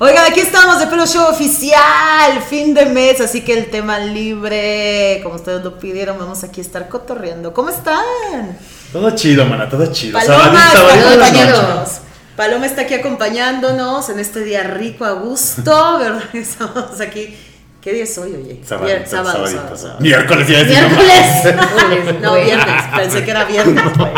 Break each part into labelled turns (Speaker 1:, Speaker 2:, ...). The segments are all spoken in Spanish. Speaker 1: Oigan, aquí estamos de Pelo Show oficial, fin de mes, así que el tema libre, como ustedes lo pidieron, vamos aquí a estar cotorreando. ¿Cómo están?
Speaker 2: Todo chido, mana, todo chido.
Speaker 1: Paloma
Speaker 2: Sabadita,
Speaker 1: está
Speaker 2: buenas
Speaker 1: acompañándonos.
Speaker 2: noches.
Speaker 1: Paloma está aquí acompañándonos en este día rico a gusto, ¿verdad? Estamos aquí. ¿Qué día es hoy, oye?
Speaker 2: Sabadita,
Speaker 1: Vier- sábado,
Speaker 2: sabadita,
Speaker 1: sábado,
Speaker 2: sábado.
Speaker 1: sábado.
Speaker 2: Miércoles, ya es
Speaker 3: Miércoles.
Speaker 1: Lunes, No, viernes. Pensé que era viernes, güey.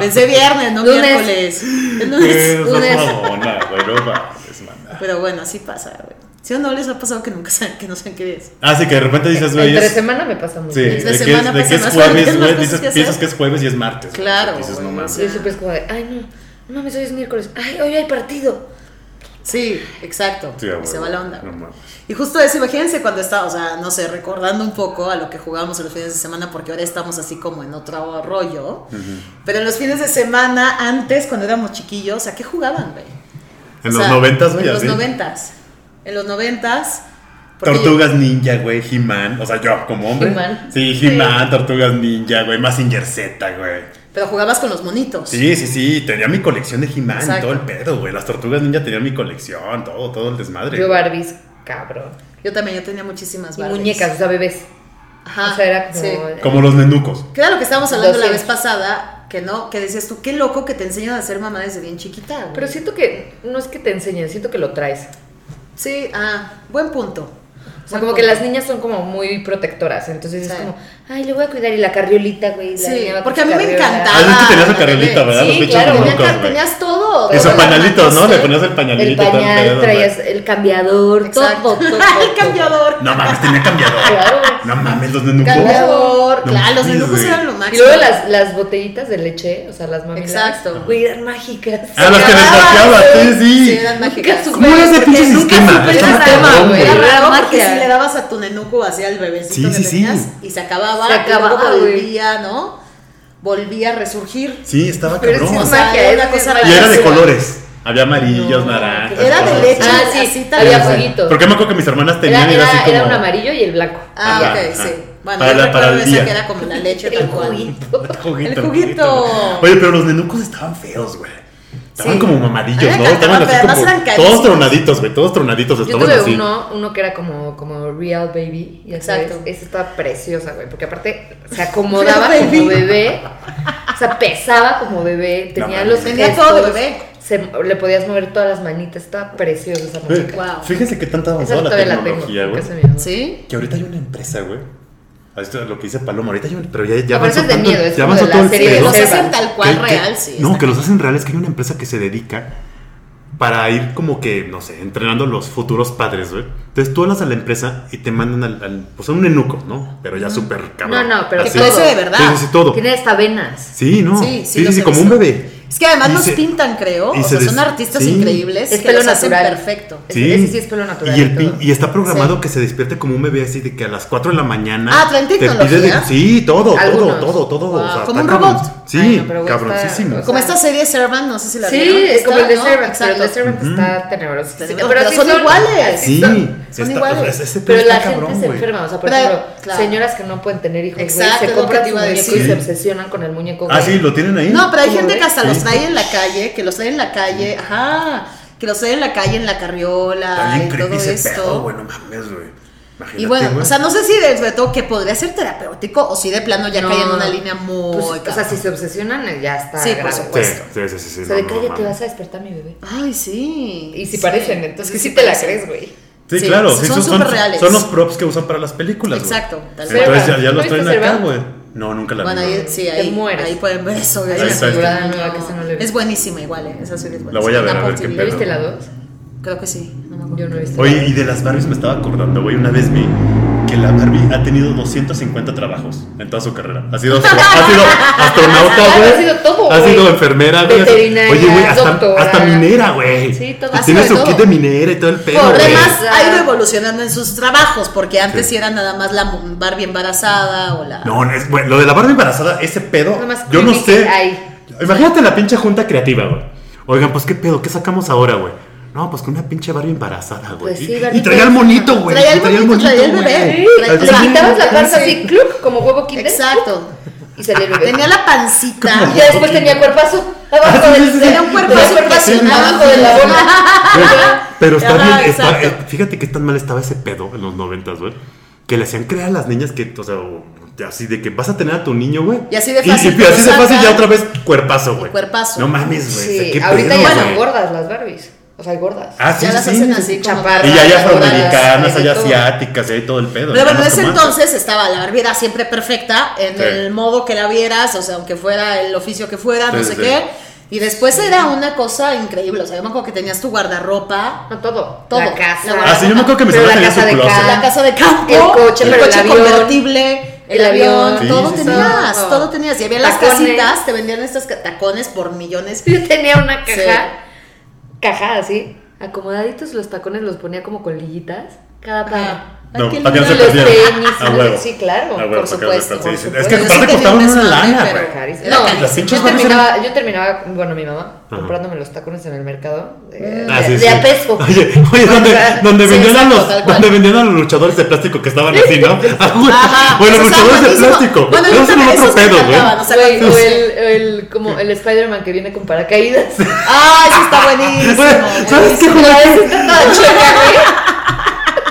Speaker 1: Pensé viernes, no
Speaker 3: Lunes.
Speaker 1: miércoles. El
Speaker 2: Lunes.
Speaker 1: Lunes.
Speaker 3: lunes.
Speaker 2: mamona, güey, no mames, mana.
Speaker 1: Pero bueno, así pasa, güey. Si no les ha pasado que nunca saben, que no saben qué día es.
Speaker 2: Ah, sí, que de repente dices, güey,
Speaker 3: Entre
Speaker 2: es...
Speaker 3: semana me pasa mucho.
Speaker 2: Sí, de que, es-
Speaker 1: semana
Speaker 2: de que es
Speaker 1: pasan más
Speaker 2: jueves,
Speaker 1: cosas, más
Speaker 2: güey,
Speaker 1: cosas
Speaker 2: dices,
Speaker 1: que hacer.
Speaker 2: piensas que es jueves y es martes. güey.
Speaker 1: Claro,
Speaker 2: Dices, no
Speaker 1: güey,
Speaker 2: mames.
Speaker 1: sí.
Speaker 3: Yo siempre es como de, ay no, no mames, hoy es miércoles. Ay, hoy hay partido.
Speaker 1: Sí, exacto.
Speaker 2: Sí, güey,
Speaker 1: se va la onda.
Speaker 2: no
Speaker 1: güey.
Speaker 2: mames.
Speaker 1: y justo eso, imagínense cuando está, o sea, no sé, recordando un poco a lo que jugábamos en los fines de semana, porque ahora estamos así como en otro rollo. Pero en los fines de semana, antes, cuando éramos chiquillos, ¿a qué jugaban, güey?
Speaker 2: En
Speaker 1: O
Speaker 2: los
Speaker 1: sea,
Speaker 2: noventas, güey,
Speaker 1: En los
Speaker 2: así.
Speaker 1: noventas. En los noventas. porque yo-
Speaker 2: Tortugas ninja, güey, He-Man. O sea, yo como hombre.
Speaker 3: He-Man.
Speaker 2: Sí, He-Man, Tortugas ninja, güey, Massinger Z, güey.
Speaker 1: Pero jugabas con los monitos.
Speaker 2: Sí, sí, sí, tenía mi colección de He-Man y
Speaker 1: Exacto.
Speaker 2: todo el pedo, güey. Las tortugas ninja tenían mi colección, todo, todo el desmadre.
Speaker 3: Yo
Speaker 2: güey.
Speaker 3: Barbies, cabrón.
Speaker 1: Yo también, yo tenía muchísimas
Speaker 3: Y
Speaker 1: Barbies.
Speaker 3: muñecas, o sea, bebés.
Speaker 1: Ajá.
Speaker 3: o sea, era como.
Speaker 1: sí.
Speaker 2: Como los nenucos.
Speaker 1: Claro que estábamos hablando
Speaker 3: Los
Speaker 1: la
Speaker 3: Sims.
Speaker 1: vez pasada, que no, que decías tú, qué loco que te enseñan a ser mamá desde bien chiquita. güey.
Speaker 3: Pero siento que no es que te enseñen, siento que lo traes.
Speaker 1: Sí, ah, buen punto.
Speaker 3: O sea, como que las niñas son como muy protectoras. Entonces
Speaker 1: Sí.
Speaker 3: es como, ay, le voy a cuidar y la carriolita, güey. la
Speaker 1: Sí,
Speaker 3: niña va con
Speaker 1: porque a
Speaker 3: su
Speaker 1: mí me
Speaker 3: carriola.
Speaker 1: encantaba.
Speaker 2: Además que tenías
Speaker 1: la
Speaker 2: su carrelita,
Speaker 1: bebé.
Speaker 2: ¿verdad?
Speaker 3: Sí,
Speaker 2: Los pinches
Speaker 3: claro.
Speaker 2: nenucos,
Speaker 1: Tenías,
Speaker 2: güey.
Speaker 1: tenías todo.
Speaker 2: Y sus
Speaker 1: todo, la
Speaker 2: pañalitos, ¿no?
Speaker 1: manta,
Speaker 2: Le
Speaker 1: sí.
Speaker 2: ponías el pañalito.
Speaker 3: El
Speaker 2: todo el pedo,
Speaker 3: pañal,
Speaker 2: güey.
Speaker 3: traías el cambiador,
Speaker 1: Exacto.
Speaker 3: todo, todo,
Speaker 1: Ay,
Speaker 3: todo.
Speaker 1: cambiador.
Speaker 2: No mames, tenía cambiador.
Speaker 3: Claro.
Speaker 2: No mames, los nenucos.
Speaker 1: Cambiador.
Speaker 2: No
Speaker 1: claro, los
Speaker 2: mames,
Speaker 1: nenucos
Speaker 2: güey.
Speaker 1: eran lo máximo.
Speaker 3: Y luego las, las botellitas de leche, o sea, las mamilas.
Speaker 1: Exacto.
Speaker 3: Güey, eran mágicas.
Speaker 2: Ah, las que les
Speaker 1: Ah,
Speaker 2: golpeabas, sí, sí.
Speaker 1: Sí, eran mágicas.
Speaker 3: supe,
Speaker 2: ¿Cómo era ese
Speaker 3: porque
Speaker 2: pinche
Speaker 3: nunca
Speaker 2: sistema?
Speaker 3: supe
Speaker 2: Estaba
Speaker 3: ese
Speaker 2: cabrón,
Speaker 3: tema, güey.
Speaker 2: güey.
Speaker 1: Era raro porque
Speaker 3: magia.
Speaker 1: si le dabas a tu nenuco así al bebecito
Speaker 2: Sí,
Speaker 1: que
Speaker 2: sí, sí.
Speaker 1: tenías y se acababa,
Speaker 3: Se
Speaker 1: y luego
Speaker 3: acababa, güey.
Speaker 1: volvía, ¿no? Volvía a resurgir.
Speaker 2: Sí, estaba
Speaker 3: Pero sí
Speaker 2: cabrón.
Speaker 1: O
Speaker 3: es
Speaker 1: sea,
Speaker 3: magia,
Speaker 1: era
Speaker 3: es
Speaker 1: una
Speaker 3: magia.
Speaker 1: cosa
Speaker 2: Y era de
Speaker 1: rarísima.
Speaker 2: colores. Había amarillos, naranjas.
Speaker 1: Era de
Speaker 2: cosas
Speaker 1: leche.
Speaker 2: así.
Speaker 3: Ah,
Speaker 1: así
Speaker 3: sí,
Speaker 1: tal
Speaker 3: había
Speaker 1: cual.
Speaker 3: fueguitos.
Speaker 2: Porque me acuerdo que mis hermanas tenían
Speaker 3: Era,
Speaker 2: y era así
Speaker 3: era,
Speaker 2: como.
Speaker 3: era un amarillo y el blanco.
Speaker 1: Ah,
Speaker 2: Ajá,
Speaker 1: ok,
Speaker 2: ajá.
Speaker 1: sí. Bueno,
Speaker 2: Para
Speaker 1: yo
Speaker 2: la-
Speaker 1: recuerdo
Speaker 2: para el
Speaker 1: esa
Speaker 2: día.
Speaker 1: que era como la leche
Speaker 3: El
Speaker 1: tal cual.
Speaker 3: juguito.
Speaker 2: Juguito,
Speaker 1: El juguito.
Speaker 2: Oye, pero los nenucos estaban feos, güey. Estaban
Speaker 1: Sí.
Speaker 2: como mamadillos,
Speaker 1: A mí me
Speaker 2: ¿no?
Speaker 1: encantaban,
Speaker 2: Estaban
Speaker 1: pero
Speaker 2: así
Speaker 1: además
Speaker 2: como.
Speaker 1: eran carísimos.
Speaker 2: Todos tronaditos, güey. Todos tronaditos
Speaker 3: Yo
Speaker 2: estaban
Speaker 3: tuve
Speaker 2: así.
Speaker 3: uno, uno que era como, como Real Baby. Ya
Speaker 1: Exacto.
Speaker 3: Exacto. Esa estaba preciosa, güey. Porque aparte se acomodaba
Speaker 1: Real
Speaker 3: como
Speaker 1: Baby.
Speaker 3: bebé. O sea, pesaba como bebé. Tenía
Speaker 2: mames.
Speaker 3: los
Speaker 1: Tenía todo de
Speaker 3: gestos,
Speaker 1: bebé.
Speaker 3: se- le podías mover todas las manitas. Estaba preciosa esa
Speaker 2: Güey,
Speaker 3: muñeca.
Speaker 1: Wow.
Speaker 2: Fíjense que tanta
Speaker 3: Esa
Speaker 2: avanzada la
Speaker 3: todavía la tengo.
Speaker 2: tecnología,
Speaker 3: en
Speaker 2: güey.
Speaker 3: casa de mi mamá.
Speaker 1: ¿Sí?
Speaker 2: Que ahorita hay una empresa, güey. Ah, Esto es lo que dice Paloma. Ahorita hay una. Pero ya, ya
Speaker 3: Pero eso
Speaker 2: avanzó
Speaker 3: es de
Speaker 2: tanto-
Speaker 3: miedo, es
Speaker 2: ya
Speaker 3: como
Speaker 2: avanzó
Speaker 3: de
Speaker 2: todo
Speaker 3: la
Speaker 2: el
Speaker 3: serie de
Speaker 2: pedo.
Speaker 1: Los
Speaker 3: Seba.
Speaker 1: hacen tal
Speaker 2: que-
Speaker 1: cual
Speaker 2: que-
Speaker 1: real, sí.
Speaker 2: No,
Speaker 1: está
Speaker 2: que los hacen reales, que hay una empresa que se dedica para ir como que, no sé, entrenando a los futuros padres, güey. Entonces tú hablas a la empresa y te mandan al, al- pues a un enuco, ¿no? Pero ya súper cabrón.
Speaker 3: No, no, pero
Speaker 2: Así.
Speaker 3: que todo.
Speaker 1: Parece de verdad.
Speaker 2: Sí, sí, sí, todo.
Speaker 3: Tiene hasta venas.
Speaker 2: Sí, ¿no?
Speaker 1: Sí, sí
Speaker 2: Sí, sí,
Speaker 1: los
Speaker 2: sí,
Speaker 1: he
Speaker 2: como un
Speaker 1: visto.
Speaker 2: bebé.
Speaker 1: Es que además
Speaker 2: Y
Speaker 1: los
Speaker 2: se-
Speaker 1: pintan, creo.
Speaker 2: y
Speaker 1: O
Speaker 2: se
Speaker 1: sea,
Speaker 2: des-
Speaker 1: son artistas
Speaker 2: sí.
Speaker 1: increíbles.
Speaker 3: Es
Speaker 1: que los
Speaker 3: pelo
Speaker 1: hacen
Speaker 3: natural.
Speaker 1: perfecto.
Speaker 3: Ese- ese sí es pelo natural
Speaker 2: Y,
Speaker 3: y
Speaker 2: el pin-
Speaker 3: todo.
Speaker 2: y está programado que se despierte como un bebé así de que a las 4 de la mañana.
Speaker 1: Ah, ¿traen
Speaker 2: te pide
Speaker 1: tecnología?
Speaker 2: sí, todo,
Speaker 3: Algunos.
Speaker 2: todo, todo, todo. o sea,
Speaker 1: Wow. Como
Speaker 2: está
Speaker 1: un
Speaker 2: cabrón.
Speaker 1: robot.
Speaker 2: Sí,
Speaker 3: Ay, no, pero güey, está-
Speaker 2: cabroncísimo.
Speaker 3: o sea,
Speaker 1: Como esta serie Servant, no sé si la
Speaker 3: Sí,
Speaker 1: vieron.
Speaker 3: es como el de
Speaker 1: Está, ¿no?
Speaker 3: Servant, pero el
Speaker 1: Exacto.
Speaker 3: de Servant está tenebroso. Sí,
Speaker 1: Tenebroso, pero
Speaker 3: sí
Speaker 1: son iguales.
Speaker 3: así
Speaker 2: Sí,
Speaker 3: son.
Speaker 1: son
Speaker 2: está-
Speaker 1: iguales.
Speaker 2: o sea, ese- ese
Speaker 3: Pero
Speaker 2: pedo
Speaker 3: la
Speaker 2: está
Speaker 3: gente
Speaker 2: cabrón,
Speaker 3: se
Speaker 2: güey.
Speaker 3: enferma, o sea, por
Speaker 1: Pero,
Speaker 3: ejemplo,
Speaker 1: claro.
Speaker 3: señoras que no pueden tener hijos, güey,
Speaker 1: Exacto, es
Speaker 3: se
Speaker 1: lo que
Speaker 3: compran
Speaker 1: te
Speaker 3: su
Speaker 1: iba a
Speaker 3: muñeco
Speaker 1: decir.
Speaker 3: y se obsesionan con el muñeco.
Speaker 2: Ah,
Speaker 3: güey.
Speaker 2: sí, lo tienen ahí.
Speaker 1: No, pero hay
Speaker 3: ¿Cómo
Speaker 1: gente
Speaker 3: ves?
Speaker 1: que hasta
Speaker 2: Sí.
Speaker 1: los trae en la calle, que los trae en la calle, ajá, que los trae en la calle, en la carriola,
Speaker 2: También
Speaker 1: y todo
Speaker 2: creepy ese pedo,
Speaker 1: esto.
Speaker 2: güey, no mames, güey. Imagínate,
Speaker 1: Y bueno,
Speaker 2: güey.
Speaker 1: o sea, no sé si de, sobre todo que podría ser terapéutico o si de plano ya cae en una línea muy...
Speaker 3: Pues, o sea,
Speaker 1: cabrón.
Speaker 3: si se obsesionan, eh, ya está.
Speaker 1: Sí, por
Speaker 3: grave.
Speaker 1: supuesto.
Speaker 2: Sí,
Speaker 1: puesto.
Speaker 2: sí, sí, sí, sí,
Speaker 3: O sea,
Speaker 2: no,
Speaker 3: de
Speaker 2: no,
Speaker 3: calle te
Speaker 2: mames.
Speaker 3: vas a despertar, mi bebé.
Speaker 1: Ay, sí.
Speaker 3: Y si
Speaker 1: Sí.
Speaker 3: parecen,
Speaker 1: Es
Speaker 3: entonces
Speaker 1: que
Speaker 3: sí te la
Speaker 1: parecen.
Speaker 3: crees, güey.
Speaker 2: Sí,
Speaker 1: Sí,
Speaker 2: claro,
Speaker 1: son
Speaker 2: sí, son, son,
Speaker 1: súper reales.
Speaker 2: son los props que usan para las películas. güey.
Speaker 1: Exacto, tal cual.
Speaker 2: Entonces ya,
Speaker 3: Servant.
Speaker 2: ya
Speaker 3: ¿No
Speaker 2: los
Speaker 3: viste
Speaker 2: traen acá,
Speaker 3: Servant?
Speaker 2: güey. No, nunca la
Speaker 1: Bueno,
Speaker 2: vi.
Speaker 1: ahí, sí,
Speaker 3: Te
Speaker 1: ahí,
Speaker 3: mueres.
Speaker 1: ahí pueden ver eso.
Speaker 3: Hay
Speaker 2: una
Speaker 3: temporada nueva que se no le ve.
Speaker 1: Es buenísima igual, ¿eh? esa serie es
Speaker 2: La voy a
Speaker 1: buenísima.
Speaker 2: ver, a
Speaker 1: Apple
Speaker 2: ver qué
Speaker 1: TV.
Speaker 3: ¿Ya
Speaker 2: pedo.
Speaker 3: viste la 2?
Speaker 1: Creo que sí. No me acuerdo.
Speaker 3: Yo no he visto.
Speaker 2: Oye, y de las Barbies me estaba acordando, güey. Una vez vi que la Barbie ha tenido 250 trabajos en toda su carrera. Ha sido, astro- ha sido astronauta,
Speaker 3: Ah,
Speaker 2: güey.
Speaker 3: ha sido todo,
Speaker 2: Ha
Speaker 3: güey.
Speaker 2: sido enfermera, güey.
Speaker 3: Veterinaria,
Speaker 2: Oye, güey, hasta,
Speaker 3: doctora.
Speaker 2: hasta minera, güey.
Speaker 3: Sí, todo.
Speaker 2: Y
Speaker 1: Ha
Speaker 2: tiene
Speaker 1: sido de
Speaker 2: su kit
Speaker 1: todo.
Speaker 2: de minera y todo el pedo,
Speaker 1: Pero
Speaker 2: güey.
Speaker 1: además
Speaker 3: güey.
Speaker 1: ha ido evolucionando en sus trabajos, porque antes
Speaker 2: Sí.
Speaker 1: sí era nada más la mu- Barbie embarazada o la...
Speaker 2: No, no, es, bueno, lo de la Barbie embarazada, ese pedo,
Speaker 3: Lo más
Speaker 2: yo no
Speaker 3: creepy
Speaker 2: sé.
Speaker 3: que hay.
Speaker 2: Imagínate la pinche junta creativa, güey. Oigan, pues qué pedo, ¿qué sacamos ahora, güey? No, pues con una pinche Barbie embarazada, güey.
Speaker 3: Pues sí,
Speaker 2: Y-
Speaker 3: Barbie
Speaker 2: y traía el
Speaker 3: embarazada.
Speaker 2: monito, güey.
Speaker 1: Traía el monito, traía el
Speaker 2: güey.
Speaker 1: bebé.
Speaker 3: Sí,
Speaker 1: Traía-
Speaker 3: o
Speaker 2: Así-
Speaker 3: sea, quitabas la panza
Speaker 1: Sí.
Speaker 3: así, cluck, como huevo kinder.
Speaker 1: Exacto.
Speaker 3: Y salía el bebé.
Speaker 1: Tenía la pancita.
Speaker 2: ¿Cómo?
Speaker 3: Y ya después tenía cuerpazo. Abajo
Speaker 2: Ah, sí,
Speaker 1: Pues,
Speaker 2: sí,
Speaker 3: del.
Speaker 2: sí.
Speaker 1: Era un cuerpazo
Speaker 3: Tenía cuerpazo
Speaker 1: impresionante.
Speaker 3: abajo de la bola.
Speaker 2: Güey, Pero está
Speaker 1: Ajá,
Speaker 2: bien, está-
Speaker 1: exacto.
Speaker 2: eh, fíjate que tan mal estaba ese pedo en los noventas, güey. Que le hacían creer a las niñas que, o sea, o- así de que vas a tener a tu niño, güey.
Speaker 1: Y así de fácil
Speaker 2: Y,
Speaker 1: te lo
Speaker 2: así de
Speaker 1: sacan.
Speaker 2: fácil ya otra vez cuerpazo, güey.
Speaker 1: cuerpazo.
Speaker 2: No mames, güey. o sea,
Speaker 3: Sí,
Speaker 2: qué
Speaker 3: ahorita
Speaker 2: pedo,
Speaker 3: ya
Speaker 2: güey.
Speaker 3: son gordas las Barbies. O sea, hay gordas.
Speaker 2: Ah, sí,
Speaker 1: ya las
Speaker 2: sí.
Speaker 1: hacen así como
Speaker 3: Chaparra.
Speaker 2: Y ya hay
Speaker 3: gordas,
Speaker 2: afroamericanas,
Speaker 3: hay
Speaker 2: hay
Speaker 3: de todo.
Speaker 2: asiáticas, y hay todo el pedo.
Speaker 1: Pero
Speaker 2: ya
Speaker 1: bueno, en
Speaker 2: no
Speaker 1: ese
Speaker 2: tomas.
Speaker 1: entonces estaba la barbiera siempre perfecta, en
Speaker 2: Sí.
Speaker 1: el modo que la vieras, o sea, aunque fuera el oficio que fuera, no
Speaker 2: Sí,
Speaker 1: sé
Speaker 2: sí.
Speaker 1: qué. Y después era una cosa increíble, o sea, yo me acuerdo que tenías tu guardarropa,
Speaker 3: No todo.
Speaker 1: Todo.
Speaker 3: La casa.
Speaker 1: La
Speaker 2: Ah, sí, yo me acuerdo que mi
Speaker 3: Pero
Speaker 2: hermana
Speaker 3: la
Speaker 2: tenía su
Speaker 3: casa de
Speaker 2: closet.
Speaker 3: cada-
Speaker 1: la casa de campo,
Speaker 3: El coche,
Speaker 1: el
Speaker 3: pero el
Speaker 1: coche
Speaker 3: avión.
Speaker 1: convertible, el,
Speaker 3: El
Speaker 1: avión,
Speaker 3: avión.
Speaker 1: todo
Speaker 2: Sí, sí, sí.
Speaker 1: tenías,
Speaker 3: Todo.
Speaker 1: todo tenías. Y había las
Speaker 3: Tacones.
Speaker 1: casitas, te vendían estos ca- tacones por millones.
Speaker 3: Yo tenía una
Speaker 1: Sí.
Speaker 3: caja, caja así, acomodaditos los tacones, los ponía como con liguitas, cada par.
Speaker 1: Ajá. Ay,
Speaker 2: No,
Speaker 1: qué
Speaker 2: para que no se
Speaker 1: lindo.
Speaker 3: los
Speaker 2: perdieran.
Speaker 3: tenis,
Speaker 2: Ah,
Speaker 3: los-
Speaker 2: huevo.
Speaker 3: sí, claro,
Speaker 2: Ah, huevo,
Speaker 3: por
Speaker 2: para que no se
Speaker 3: supuesto,
Speaker 2: perdieran. Sí, sí. Es
Speaker 3: por
Speaker 2: que
Speaker 3: supuesto.
Speaker 1: Yo sí
Speaker 2: aparte
Speaker 1: tenía un
Speaker 2: costaban una
Speaker 1: desmadre,
Speaker 2: lana,
Speaker 1: pero-
Speaker 2: güey.
Speaker 3: Carísimo.
Speaker 1: Era
Speaker 3: No,
Speaker 1: carísimo.
Speaker 2: las pinches
Speaker 3: Yo
Speaker 2: barbies eran-
Speaker 3: terminaba, yo terminaba, bueno, mi mamá, comprándome los tacones en el mercado de,
Speaker 2: Ah,
Speaker 3: de-
Speaker 2: sí,
Speaker 3: de
Speaker 2: sí.
Speaker 3: a peso.
Speaker 2: Oye, oye,
Speaker 3: O
Speaker 2: donde,
Speaker 3: sea,
Speaker 2: donde
Speaker 1: sí,
Speaker 2: vendían a
Speaker 1: exacto,
Speaker 2: los,
Speaker 1: tal cual.
Speaker 2: donde vendían a los luchadores de plástico que estaban así, ¿no? Ah, güey.
Speaker 1: Ajá,
Speaker 2: bueno,
Speaker 1: esos estaban
Speaker 2: luchadores de
Speaker 1: buenísimos.
Speaker 2: plástico.
Speaker 1: Bueno,
Speaker 2: Esos
Speaker 1: ahorita
Speaker 2: son otro
Speaker 1: esos me
Speaker 2: pedo,
Speaker 1: encantaban, o
Speaker 2: güey.
Speaker 1: sea,
Speaker 3: Güey,
Speaker 1: cuando-
Speaker 3: o el, el- como el Spider-Man que viene con paracaídas.
Speaker 1: Ah, eso está buenísimo.
Speaker 2: Güey, ¿Sabes qué
Speaker 1: buenísimo.
Speaker 2: jugué?
Speaker 3: Toda chueca, güey.